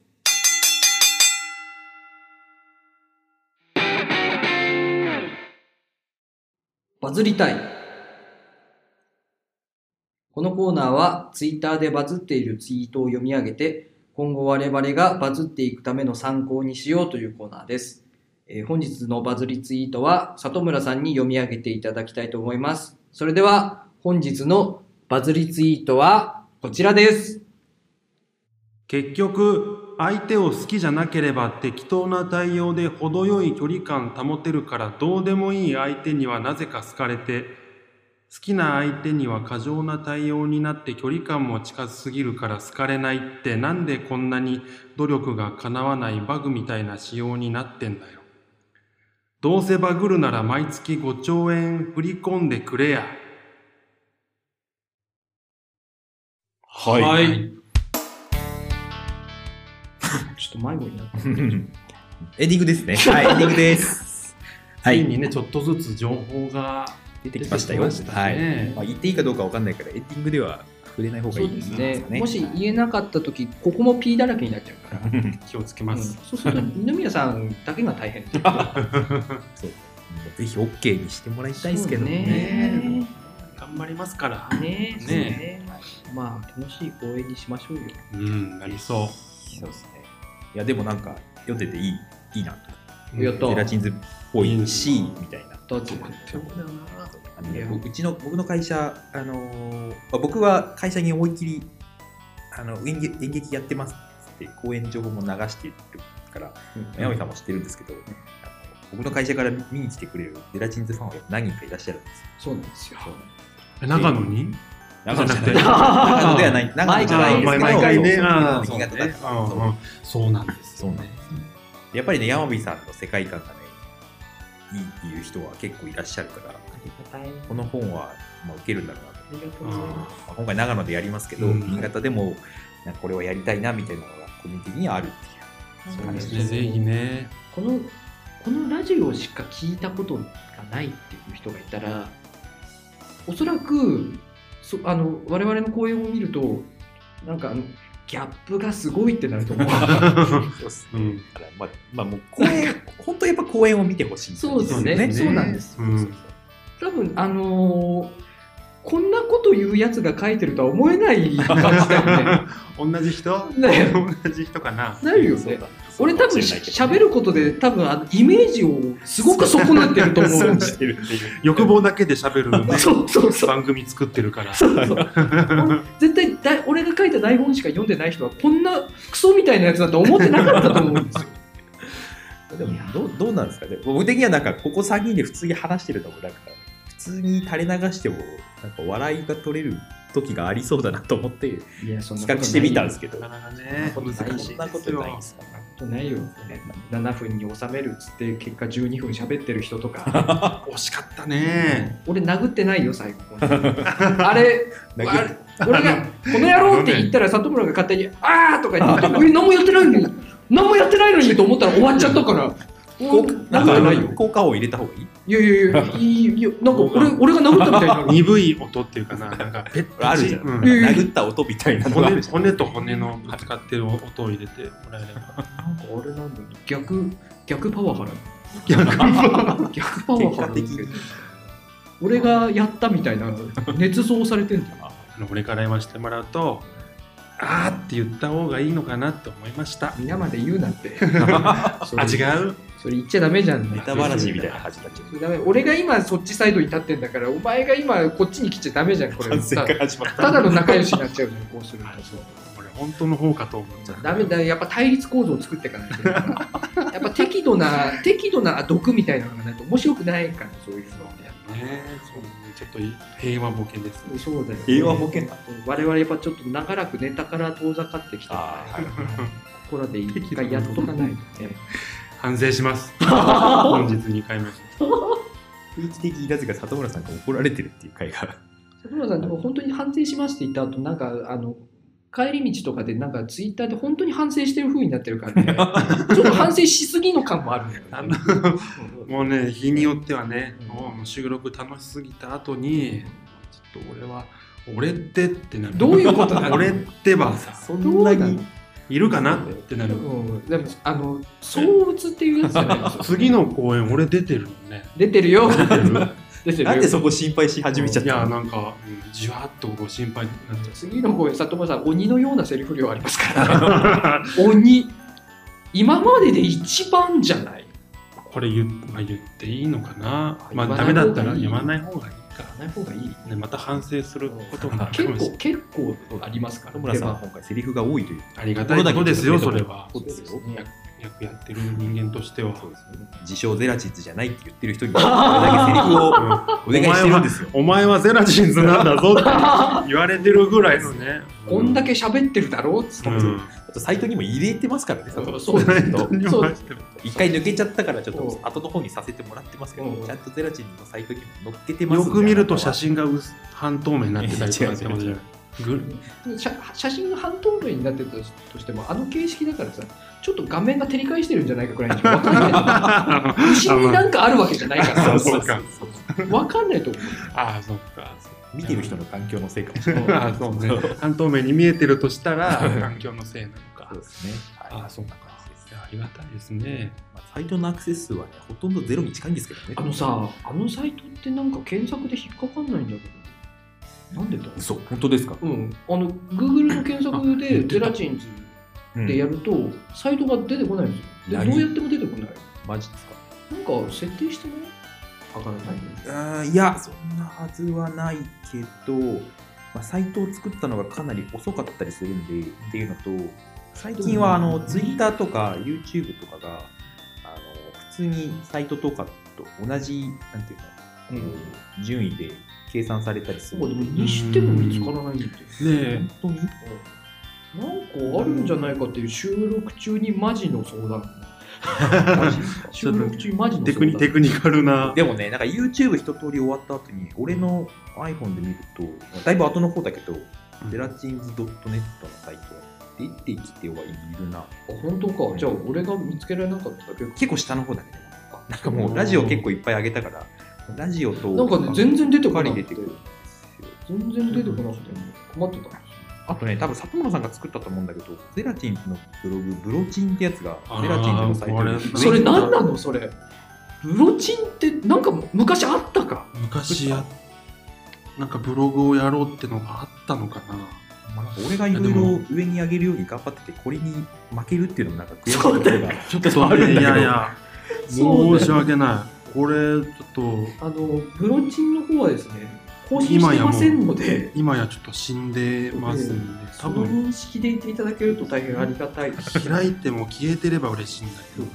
Speaker 2: バズりたい。このコーナーは、ツイッターでバズっているツイートを読み上げて、今後我々がバズっていくための参考にしようというコーナーです。えー本日のバズりツイートは、里村さんに読み上げていただきたいと思います。それでは、本日のバズりツイートは、こちらです。
Speaker 3: 結局相手を好きじゃなければ適当な対応で程よい距離感保てるからどうでもいい相手にはなぜか好かれて好きな相手には過剰な対応になって距離感も近すぎるから好かれないってなんでこんなに努力が叶わないバグみたいな仕様になってんだよどうせバグるなら毎月5兆円振り込んでくれや
Speaker 1: は
Speaker 2: ちょっと迷子になっ
Speaker 1: [laughs]
Speaker 2: た。
Speaker 1: エンディングですね。はい、エンディングです。 [laughs] は
Speaker 3: つい
Speaker 1: い。
Speaker 3: にねちょっとずつ情報が
Speaker 1: 出
Speaker 3: 出
Speaker 1: て
Speaker 3: て
Speaker 1: き
Speaker 3: き
Speaker 1: ま
Speaker 3: ま
Speaker 1: し
Speaker 3: したた
Speaker 1: よ。
Speaker 3: よ
Speaker 1: はい。まあ、言っていいかどうかわかんないから、エンディングでは触れない方がい
Speaker 2: そう
Speaker 1: いん
Speaker 2: で
Speaker 1: ですすか。
Speaker 2: ねもし言えなかった時ここも P だらけになっちゃうから。
Speaker 3: 気をつけます、
Speaker 2: そうすると二宮さんだけが大変
Speaker 1: そう [laughs] ぜひ OK にしてもらいたいですけど
Speaker 2: そう
Speaker 1: ね。
Speaker 2: ね
Speaker 3: 頑張りますから
Speaker 2: ねね
Speaker 3: え
Speaker 2: まあ楽しい公演にしましょうよ
Speaker 3: うん、なりそ
Speaker 1: そうですね。いや、でもなんか、読んでていい、いいなと。
Speaker 3: う。
Speaker 2: やった
Speaker 1: ゼラチンズっぽいし、
Speaker 3: いいな
Speaker 1: みたいな。
Speaker 2: どっち
Speaker 1: あのね
Speaker 2: いや
Speaker 1: 僕うちの僕の会社、あのーまあ僕は会社に思いっきりあの演劇演劇やってますって講演情報も流してるから、山美さんも知ってるんですけど、あの僕の会社から見に来てくれるゼラチンズファンは何人かいらっしゃるんですよ。
Speaker 2: そうなんですよ
Speaker 3: え長野に
Speaker 1: 長野じゃない。
Speaker 3: じゃな
Speaker 2: [laughs]
Speaker 3: くて
Speaker 1: 長野ではない。長野じゃないんですけ
Speaker 3: 毎
Speaker 1: ど、
Speaker 3: 毎回ね。ああ
Speaker 1: 新潟だった
Speaker 3: そうねうんうんそうなんです
Speaker 1: そうなんです。やっぱりね、山美さんの世界観がね、いいっていう人は結構いらっしゃるから、
Speaker 2: ありがたい
Speaker 1: この本は、まあ、受けるんだろうなと。
Speaker 2: ありがと
Speaker 3: う
Speaker 2: うござい
Speaker 3: ん
Speaker 2: ま
Speaker 1: まあ今回長野でやりますけど、
Speaker 3: うん
Speaker 1: 新潟でもなんかこれはやりたいなみたいなのが個人的にはあるって
Speaker 2: す
Speaker 3: そうです
Speaker 2: な
Speaker 3: ね、
Speaker 2: んか
Speaker 3: ぜひね。。
Speaker 2: このこのラジオしか聞いたことがないっていう人がいたらおそらくそあの我々の公演を見るとなんかあのギャップがすごいってなると思う
Speaker 1: いう。そううんだからまあ、まあ、もう公演、本当やっぱ公演を見てほしい、
Speaker 2: そうですね
Speaker 3: そうなん
Speaker 2: です
Speaker 3: うん
Speaker 2: 多分あのーこんなこと言うやつが書いてるとは思えない感じだよ
Speaker 1: [laughs]
Speaker 2: ね
Speaker 3: 同じ人
Speaker 2: ね
Speaker 3: 同じ人かな。
Speaker 2: なるよね俺多分しゃべ
Speaker 1: る
Speaker 2: ることで多分あのイメージをすごく損なってると思うんで
Speaker 1: てるっていう。
Speaker 3: 欲望だけで喋るね
Speaker 2: [laughs] そうそうそう
Speaker 3: 番組作ってるから。
Speaker 2: そうそう絶対だ俺が書いた台本しか読んでない人はこんなクソみたいなやつだと思ってなかったと思うんですよ
Speaker 1: でもどう、どうなんですかね。僕的にはなんか、ここ3人で普通に話してるのも、なんか、普通に垂れ流しても、なんか笑いが取れる時がありそうだなと思って、
Speaker 2: いや、そんな
Speaker 1: 比
Speaker 2: ことない
Speaker 1: 較してみたんですけど。
Speaker 3: なかなかね、
Speaker 2: そんなことないし
Speaker 1: そんなことないんすか
Speaker 2: そんなことないよ。7分に収めるっつって、結果12分喋ってる人
Speaker 1: [laughs]
Speaker 2: とか。
Speaker 3: 惜しかったね。
Speaker 2: [laughs] 俺殴ってないよ、最後。あれ、
Speaker 1: なん
Speaker 2: あ
Speaker 1: か
Speaker 2: れ俺が「この野郎」って言ったら里村が勝手に「あー」とか言って「え何もやってないのに何もやってないのに」と思ったら終わっちゃったから「お
Speaker 1: こ
Speaker 2: いう
Speaker 1: なん
Speaker 2: な
Speaker 1: ん
Speaker 2: か
Speaker 1: か
Speaker 2: な
Speaker 1: ないい
Speaker 2: よ
Speaker 1: よ効果音入れた方がいい
Speaker 2: いやいやいやいいいやなんか俺俺が殴ったみたいになる
Speaker 3: 鈍 [laughs] い音っていうかな、なんか、
Speaker 1: あるじゃん。
Speaker 3: うん
Speaker 2: えー
Speaker 1: 殴った音みたいなのがあ
Speaker 3: 骨
Speaker 1: るじゃん。
Speaker 3: 骨と骨のぶつかってる音を入れてもらえれば。
Speaker 2: なんかあれなんだよ逆逆パワハラ
Speaker 3: 逆
Speaker 2: 逆パワハラなんだけど
Speaker 1: 結果的
Speaker 2: 俺がやったみたいな捏造されてんだよ
Speaker 3: あの俺から言わせてもらうと、あーって言った方がいいのかなって思いました。
Speaker 2: 皆まで言うなってそ
Speaker 3: あ、
Speaker 2: れ
Speaker 3: 違う
Speaker 2: それ言っちゃダメじゃん
Speaker 1: ネタばらしみたいな感じになっちゃう。
Speaker 2: ダメ俺が今そっちサイドに立ってんだからお前が今こっちに来ちゃダメじゃんこれ
Speaker 1: 完成から始まった。
Speaker 2: ただの仲良しになっちゃうのよ、こうする
Speaker 3: あそう
Speaker 2: と。
Speaker 3: 俺、本当の方かと思っちゃった。
Speaker 2: ダメだよ、やっぱ対立構造を作っていかないといけないから。やっぱ適度な、適度な毒みたいなのがないと面白くないから、そういうのってやっぱ
Speaker 3: ねそうねちょっと平和ボケですね。
Speaker 2: り。そうだよ、
Speaker 1: 平和ボケな
Speaker 2: 我々やっぱちょっと長らくネタから遠ざかってきた
Speaker 1: あ
Speaker 2: か
Speaker 1: あ、はい。
Speaker 2: ら、ここらで一回やっとかないとね。
Speaker 3: 反省し [laughs] ます。本日2回目。
Speaker 1: 空気的なぜか里村さんが怒られてるっていう回が。
Speaker 2: 里村さん、でも本当に反省しますって言った後、なんか、あの、帰り道とかでなんかツイッターで本当に反省してる風になってるからね、ちょっと反省しすぎの感もあるんだよね
Speaker 3: あのもうね、日によってはね、もう収録楽しすぎた後に、ちょっと俺は、俺ってってなる。
Speaker 2: どういうことなの
Speaker 3: 俺ってばさ、
Speaker 1: そ
Speaker 2: ど
Speaker 1: ん
Speaker 2: う
Speaker 1: な
Speaker 2: なの
Speaker 1: に。
Speaker 3: いるかなってなる。
Speaker 2: うん、でもあの相打つっていうやつじゃないですよ
Speaker 3: [laughs] 次の公演、俺出てるのね。
Speaker 2: 出て
Speaker 3: [laughs]
Speaker 2: るよ
Speaker 3: 出てる
Speaker 2: 出てるよ
Speaker 1: なんでそこ心配し始めちゃっ
Speaker 3: い
Speaker 1: た
Speaker 3: や、
Speaker 1: の
Speaker 3: なんか、うんじわっとご心配になっちゃう。
Speaker 2: 次の声里村さん鬼のようなセリフ量ありますから [laughs] 鬼今までで一番じゃない
Speaker 3: これ言,、まあ、言っていいのかなまあ、
Speaker 2: 言
Speaker 3: ダ
Speaker 2: わな
Speaker 3: メだ
Speaker 2: い方がいい
Speaker 3: ったら言わない方がいいか。
Speaker 2: ない方がいい
Speaker 3: ね、また反省することがある
Speaker 2: 結
Speaker 3: かもしれな
Speaker 2: 構
Speaker 3: い。
Speaker 2: 結構ありますから
Speaker 1: 里村さんは
Speaker 2: で
Speaker 1: 今回セリフが多いという。
Speaker 3: ありがたいことですよ、それは。
Speaker 1: そうですよ。
Speaker 2: もね
Speaker 3: 役やってる人間としては。
Speaker 1: そうですよね自称ゼラチンズじゃないって言ってる人に、これだけセリフをお願いしてるんですよ。
Speaker 3: お前はゼラチンズなんだぞって言われてるぐらいのね。
Speaker 2: こんだけ喋ってるだろうっつって、
Speaker 3: うん、
Speaker 1: あとサイトにも入れてますからね、里村さ
Speaker 2: そうです
Speaker 1: ん
Speaker 2: ねそう
Speaker 1: 一回抜けちゃったから、ちょっと
Speaker 2: うん
Speaker 1: 後の方にさせてもらってますけど、
Speaker 2: うん
Speaker 1: ちゃんとゼラチンのサイトにも載っけてます
Speaker 3: よ
Speaker 1: んで
Speaker 3: く見ると写。真がうす半透明になってたりとかってことじゃないぐ
Speaker 2: 写写真が半透明になってたとしてもあの形式だからさちょっと画面が照り返してるんじゃないかくらい
Speaker 3: [laughs]
Speaker 2: にしか分からない
Speaker 3: あ
Speaker 2: 後ろになんかあるわけじゃないか
Speaker 1: あ
Speaker 2: ら
Speaker 1: の
Speaker 3: [laughs] そうか
Speaker 1: そうそう
Speaker 2: 分かんないと思う
Speaker 3: あ、そっか。
Speaker 1: 見てる人の環境のせいかもしれない。
Speaker 3: [laughs] ああ、そうね。半透明に見えてるとしたら、環境のせいなのか
Speaker 1: そう。ですね。はい
Speaker 3: ああ、そうか。いやありがたいですね。
Speaker 1: まあサイトのアクセス数はね、ほとんどゼロに近いんですけどね。
Speaker 2: あのさあのサイトってなんか検索で引っかかんないんだけどなんでだ
Speaker 1: そう、本当ですか。
Speaker 2: うんあの Google の検索
Speaker 3: あ言っ
Speaker 2: で
Speaker 3: てた
Speaker 2: ゼラチンズ
Speaker 1: うん
Speaker 2: でやるとサイトが出てこないんですよで
Speaker 1: 何
Speaker 2: どうやっても出てこない
Speaker 1: マジですか。
Speaker 2: なんか設定してないわからな
Speaker 1: あ
Speaker 2: い
Speaker 1: ーいや、そんなはずはないけど、まあ、サイトを作ったのがかなり遅かったりするんで、っていうのと、最近はあの、ツイッターとか YouTube とかが、あの、普通にサイトとかと同じ、なんていうか、順位で計算されたりす
Speaker 2: そう
Speaker 1: る
Speaker 2: かでもにしても見つからないんだよ
Speaker 3: ねえ
Speaker 1: 本当に
Speaker 2: なんかあるんじゃないかっていう収録中にマジ
Speaker 3: [laughs]
Speaker 2: の相談収録中にマジの
Speaker 3: テ
Speaker 2: 相
Speaker 3: ク
Speaker 2: 談
Speaker 3: ニテクニカルな。
Speaker 1: でもね、なんか YouTube 一通り終わった後に、俺の iPhone で見ると、だいぶ後の方だけど、ゼラチンズ .net のサイト、出てきてはいるな。
Speaker 2: あ本当か、じゃあ俺が見つけられなかっただけか
Speaker 1: 結構下の方だけど、なんかもうラジオ結構いっぱい上げたから、ラジオと、
Speaker 2: なんかね全然出てこな
Speaker 1: り
Speaker 2: く
Speaker 1: 出
Speaker 2: て
Speaker 1: てくるんですよ。
Speaker 2: 全然出てこなくて困ってた
Speaker 1: あとね、多分里村さんが作ったと思うんだけど、ゼラチンのブログ、ブロチンってやつが、
Speaker 3: あー
Speaker 1: ゼラチンのサイトに
Speaker 3: これ
Speaker 2: それ
Speaker 3: なん
Speaker 2: 何なのそれブロチンってなんか昔あったか
Speaker 3: 昔や、なんかブログをやろうってのがあったのかな。
Speaker 1: まあ俺がいろいろ上に上げるように頑張ってて、これに負けるっていうのもなんか悔しい
Speaker 2: そうだよ
Speaker 1: が
Speaker 3: ちょっと
Speaker 1: あるんだけど
Speaker 3: いやいや、
Speaker 2: そ
Speaker 3: 申
Speaker 2: うだ
Speaker 3: し
Speaker 2: よ
Speaker 3: 訳ない。これ、ちょっと、
Speaker 2: あのブロチンの方はですね更新してませんので
Speaker 3: 今やちょっと死んでますんで、多
Speaker 2: その
Speaker 3: 分
Speaker 2: 認識でいていただけると大変ありがたいです
Speaker 3: 開いても消えてれば嬉しいんだけど。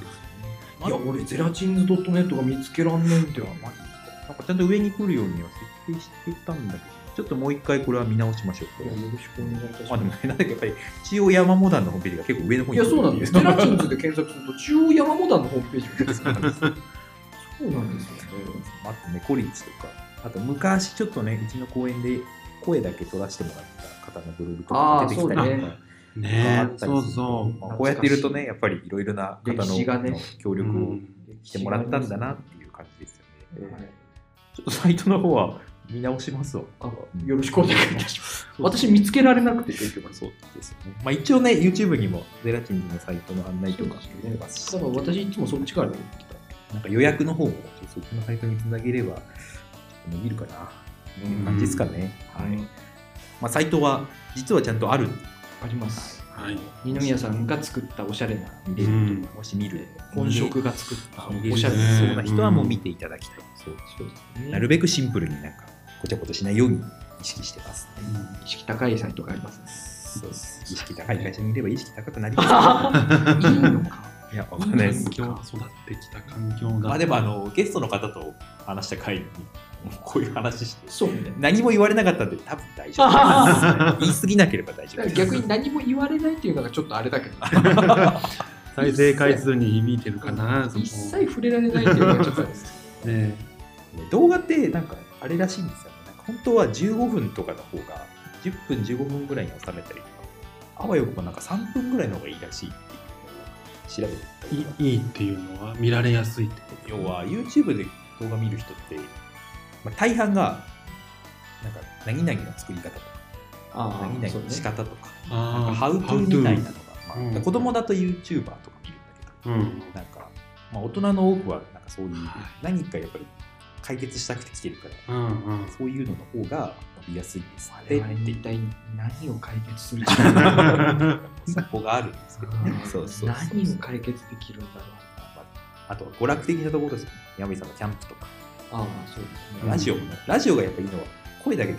Speaker 2: いや俺ゼラチンズ .net が見つけらんないんだよマジ
Speaker 1: なんかちゃんと上に来るようには設定していたんだけど、ちょっともう一回これは見直しましょう。
Speaker 2: いやよろしくお願いいたし
Speaker 1: まあ
Speaker 2: ま
Speaker 1: でもね、なんだかやっぱり、中央山モダンのホームページが結構上の方
Speaker 2: す。い
Speaker 1: に
Speaker 2: や、そうなんです。テラチ
Speaker 1: そ
Speaker 2: ンズで検索すると、中央山モダンのホームページが出てく
Speaker 1: うなんです。
Speaker 2: る。そうなんです [laughs] よね。
Speaker 1: あとね、コリッチとか、あと昔ちょっとね、うちの公園で声だけ取らせてもらった方のブログとか出てきたりと
Speaker 2: あ
Speaker 1: か
Speaker 2: ーそうね
Speaker 1: あ
Speaker 3: ね
Speaker 1: ったりす
Speaker 3: え、
Speaker 1: る
Speaker 3: そうそう。
Speaker 1: まあこうやっているとね、やっぱりいろいろな方
Speaker 2: 歴史が
Speaker 1: の,、
Speaker 2: ね
Speaker 1: 協
Speaker 3: う
Speaker 1: 力を
Speaker 3: ん
Speaker 1: してもらったんだなっていう感じですよね。
Speaker 2: はい。
Speaker 1: ちょっとサイトの方は見直しますわ。
Speaker 2: あよろしくお願いいたします。私 [laughs] 見つけられなくて、結局。
Speaker 1: そうですね。まあ一応ね、YouTube にもゼラチンズのサイトの案内とか出てますし
Speaker 2: だから私いつもそっちから見てた。
Speaker 1: なんか予約の方もそっちのサイトにつなげれば伸びるかな。
Speaker 3: うん
Speaker 1: 感じですかね。
Speaker 2: はい。
Speaker 1: まあサイトは実はちゃんとある。
Speaker 2: あります。
Speaker 3: はい。
Speaker 2: 二宮さんが作ったおしゃれな、
Speaker 1: 見れ
Speaker 3: う
Speaker 1: る
Speaker 3: ん。
Speaker 1: もし見る。
Speaker 2: 本職が作った
Speaker 3: うん
Speaker 2: おしゃれな
Speaker 1: そ
Speaker 3: ね
Speaker 1: う
Speaker 2: [laughs]
Speaker 1: な人はもう見ていただきたい。そうなるべくシンプルになんか、ごちゃごちゃしないように意識してます、ね。
Speaker 2: 意識高いサイトがあります。
Speaker 1: そうです。意識高い会社にいれば意識高くなりま
Speaker 2: いいのか。
Speaker 1: す。いや、わかんないです
Speaker 3: 環。境育ってきた環境が。
Speaker 1: まあでも
Speaker 3: [laughs]
Speaker 1: あの、ゲストの方と話した回に、こういう話して、
Speaker 2: そうね。
Speaker 1: 何も言われなかったんで多分大丈夫 [laughs] です。言い過ぎなければ大丈夫
Speaker 2: だか
Speaker 1: で
Speaker 2: ら
Speaker 1: す。
Speaker 2: 逆に何も言われないっていうのがちょっとあれだけど、
Speaker 3: 再生回数に響いてるかな、そこ
Speaker 2: 一切触れられないっていうのがちょっとあれです。
Speaker 3: ね
Speaker 1: 動画ってなんかあれらしいんですよね。なんか本当は15分とかの方が10分15分ぐらいに収めたりとか、あわよくばなんか3分ぐらいの方がいいらしいっていうのを調べてみたりとか
Speaker 3: いいいっていうのは見られやすいってこと。
Speaker 1: 要は YouTube で動画見る人って、まあ、大半がなんか何々の作り方とか、
Speaker 2: あ
Speaker 1: 何々の仕方とか、なんか
Speaker 3: あ
Speaker 1: ハウトゥーみたいなのが、ま
Speaker 3: う
Speaker 1: あ
Speaker 3: ん
Speaker 1: 子供だと YouTuber とか見るんだけど、
Speaker 3: うん。
Speaker 1: なんか、まあ、大人の多くはなんかそういう
Speaker 3: はい
Speaker 1: 何かやっぱり解決したくて来てるから、
Speaker 3: うんうん。
Speaker 1: そういうのの方が伸びやすいんですっ
Speaker 2: あ
Speaker 1: て
Speaker 2: れ
Speaker 1: っ
Speaker 2: は
Speaker 1: て
Speaker 2: 一
Speaker 1: 言っ
Speaker 2: 体何を解決するんだろう
Speaker 1: てそこがあるんですけどね。 [laughs] そうそうそう
Speaker 2: 何を解決できるんだろう。
Speaker 1: あとは娯楽的なところですよね。山井さんのキャンプとか、
Speaker 2: ああ、そうですね。
Speaker 1: ラジオもね、ラジオがやっぱいいのは声だけで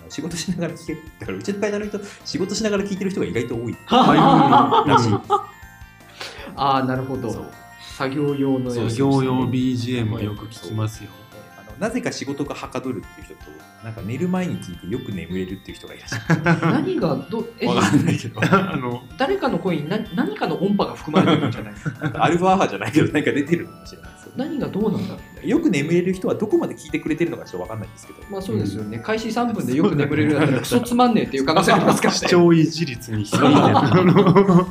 Speaker 1: あの仕事しながら聞ける。だからうちの会社の人、仕事しながら聞いてる人が意外と多い
Speaker 3: あ
Speaker 1: らしい。
Speaker 2: ああ、なるほど。
Speaker 1: そう
Speaker 2: 作業用の
Speaker 3: そう
Speaker 2: やつ
Speaker 3: 作業用 BGM はよく聞きますよ。
Speaker 1: あのなぜか仕事がはかどるっていう人と、なんか寝る前に聞いてよく眠れるっていう人がいらっしゃ
Speaker 2: 何がどえ
Speaker 1: る。わかんないけど。
Speaker 3: あの、
Speaker 2: 誰かの声に何何かの音波が含まれてるんじゃな
Speaker 1: [laughs]
Speaker 2: いですか
Speaker 1: アルファ波じゃないけど、なんか出てるかもしれないですよね。
Speaker 2: 何がどうなんだろうね
Speaker 1: よく眠れる人はどこまで聞いてくれてるのかちょっとわかんないんですけど、
Speaker 2: まあそうですよね、開始3分でよく眠れるだったらクソつまんねえっていう可能性あ
Speaker 1: [laughs]
Speaker 2: りますから
Speaker 3: 視
Speaker 2: ね
Speaker 3: 聴維持率に響いてる。あの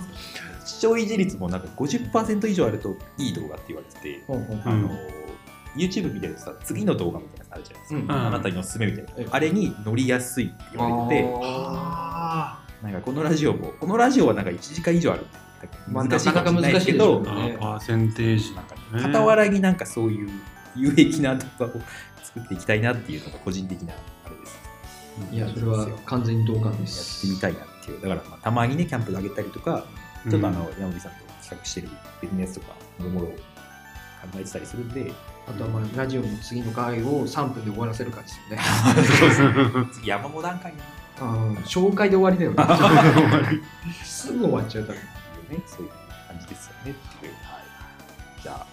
Speaker 1: 視聴維持率もなんか50%以上あるといい動画って言われてて、
Speaker 2: ほんほんほ
Speaker 3: うんん
Speaker 1: あの YouTube みたいなさ次の動画みたいなやつあるじゃないですか、
Speaker 2: うん
Speaker 1: あなたにおすすめみたいな、
Speaker 2: ええ
Speaker 1: あれに乗りやすいって言われてて
Speaker 2: あ
Speaker 3: あ
Speaker 1: なんかこのラジオもこのラジオはなんか1時間以上あるって
Speaker 2: ーまあ
Speaker 1: 難しいかもしれないですけど、
Speaker 2: なかなか難しい
Speaker 3: ー
Speaker 2: でしょうね
Speaker 3: パーセンテージ
Speaker 1: なんか
Speaker 3: ね
Speaker 1: 傍らになんかそういう有益な動画を作っていきたいなっていうのが個人的なあれです。
Speaker 2: ーいやそれは
Speaker 1: やっ
Speaker 2: 完全に同感で
Speaker 1: て
Speaker 2: す
Speaker 1: みたいなっていうだからまあたまにねキャンプであげたりとかちょっとあの、山口さんと企画してるビジネスとか、もろもろ考えてたりするん
Speaker 2: [laughs]
Speaker 1: で、
Speaker 2: あとはまあラジオの次の回を3分で終わらせるかです [laughs] よね
Speaker 1: 次、山も段階にな
Speaker 2: あー紹介で終わりだよね [laughs] すぐ終わっちゃうから
Speaker 1: るよね、そういう感じですよねっていう。はい、じゃあ、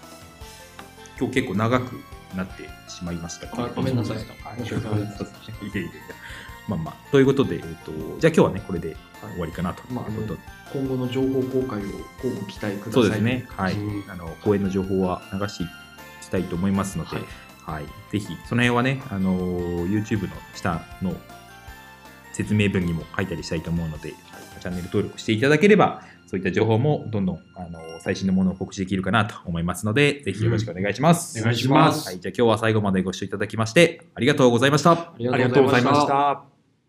Speaker 1: 今日結構長くなってしまいましたけど
Speaker 2: あごめんなさい
Speaker 1: はい
Speaker 2: 申し訳ございません
Speaker 1: いえいえいえまあまあ、ということで、えっと、じゃあ今日はね、これで終わりかなという
Speaker 2: まああ
Speaker 1: こ
Speaker 2: の
Speaker 1: とで、
Speaker 2: 今後の情報公開をこうご期待ください
Speaker 1: そうですね、はい
Speaker 3: うん
Speaker 1: あの、公演の情報は流していきたいと思いますので、
Speaker 2: はい
Speaker 1: はい、ぜひ、その辺はね、あのー YouTube の下の説明文にも書いたりしたいと思うので、チャンネル登録していただければ、そういった情報もどんどん、あのー最新のものを告知できるかなと思いますので、ぜひよろしくお願いします。
Speaker 3: うんお願いします
Speaker 1: はい、じゃあ今日は最後までご視聴いただきまして、ありがとうございました。
Speaker 2: ありがとうございました
Speaker 1: た。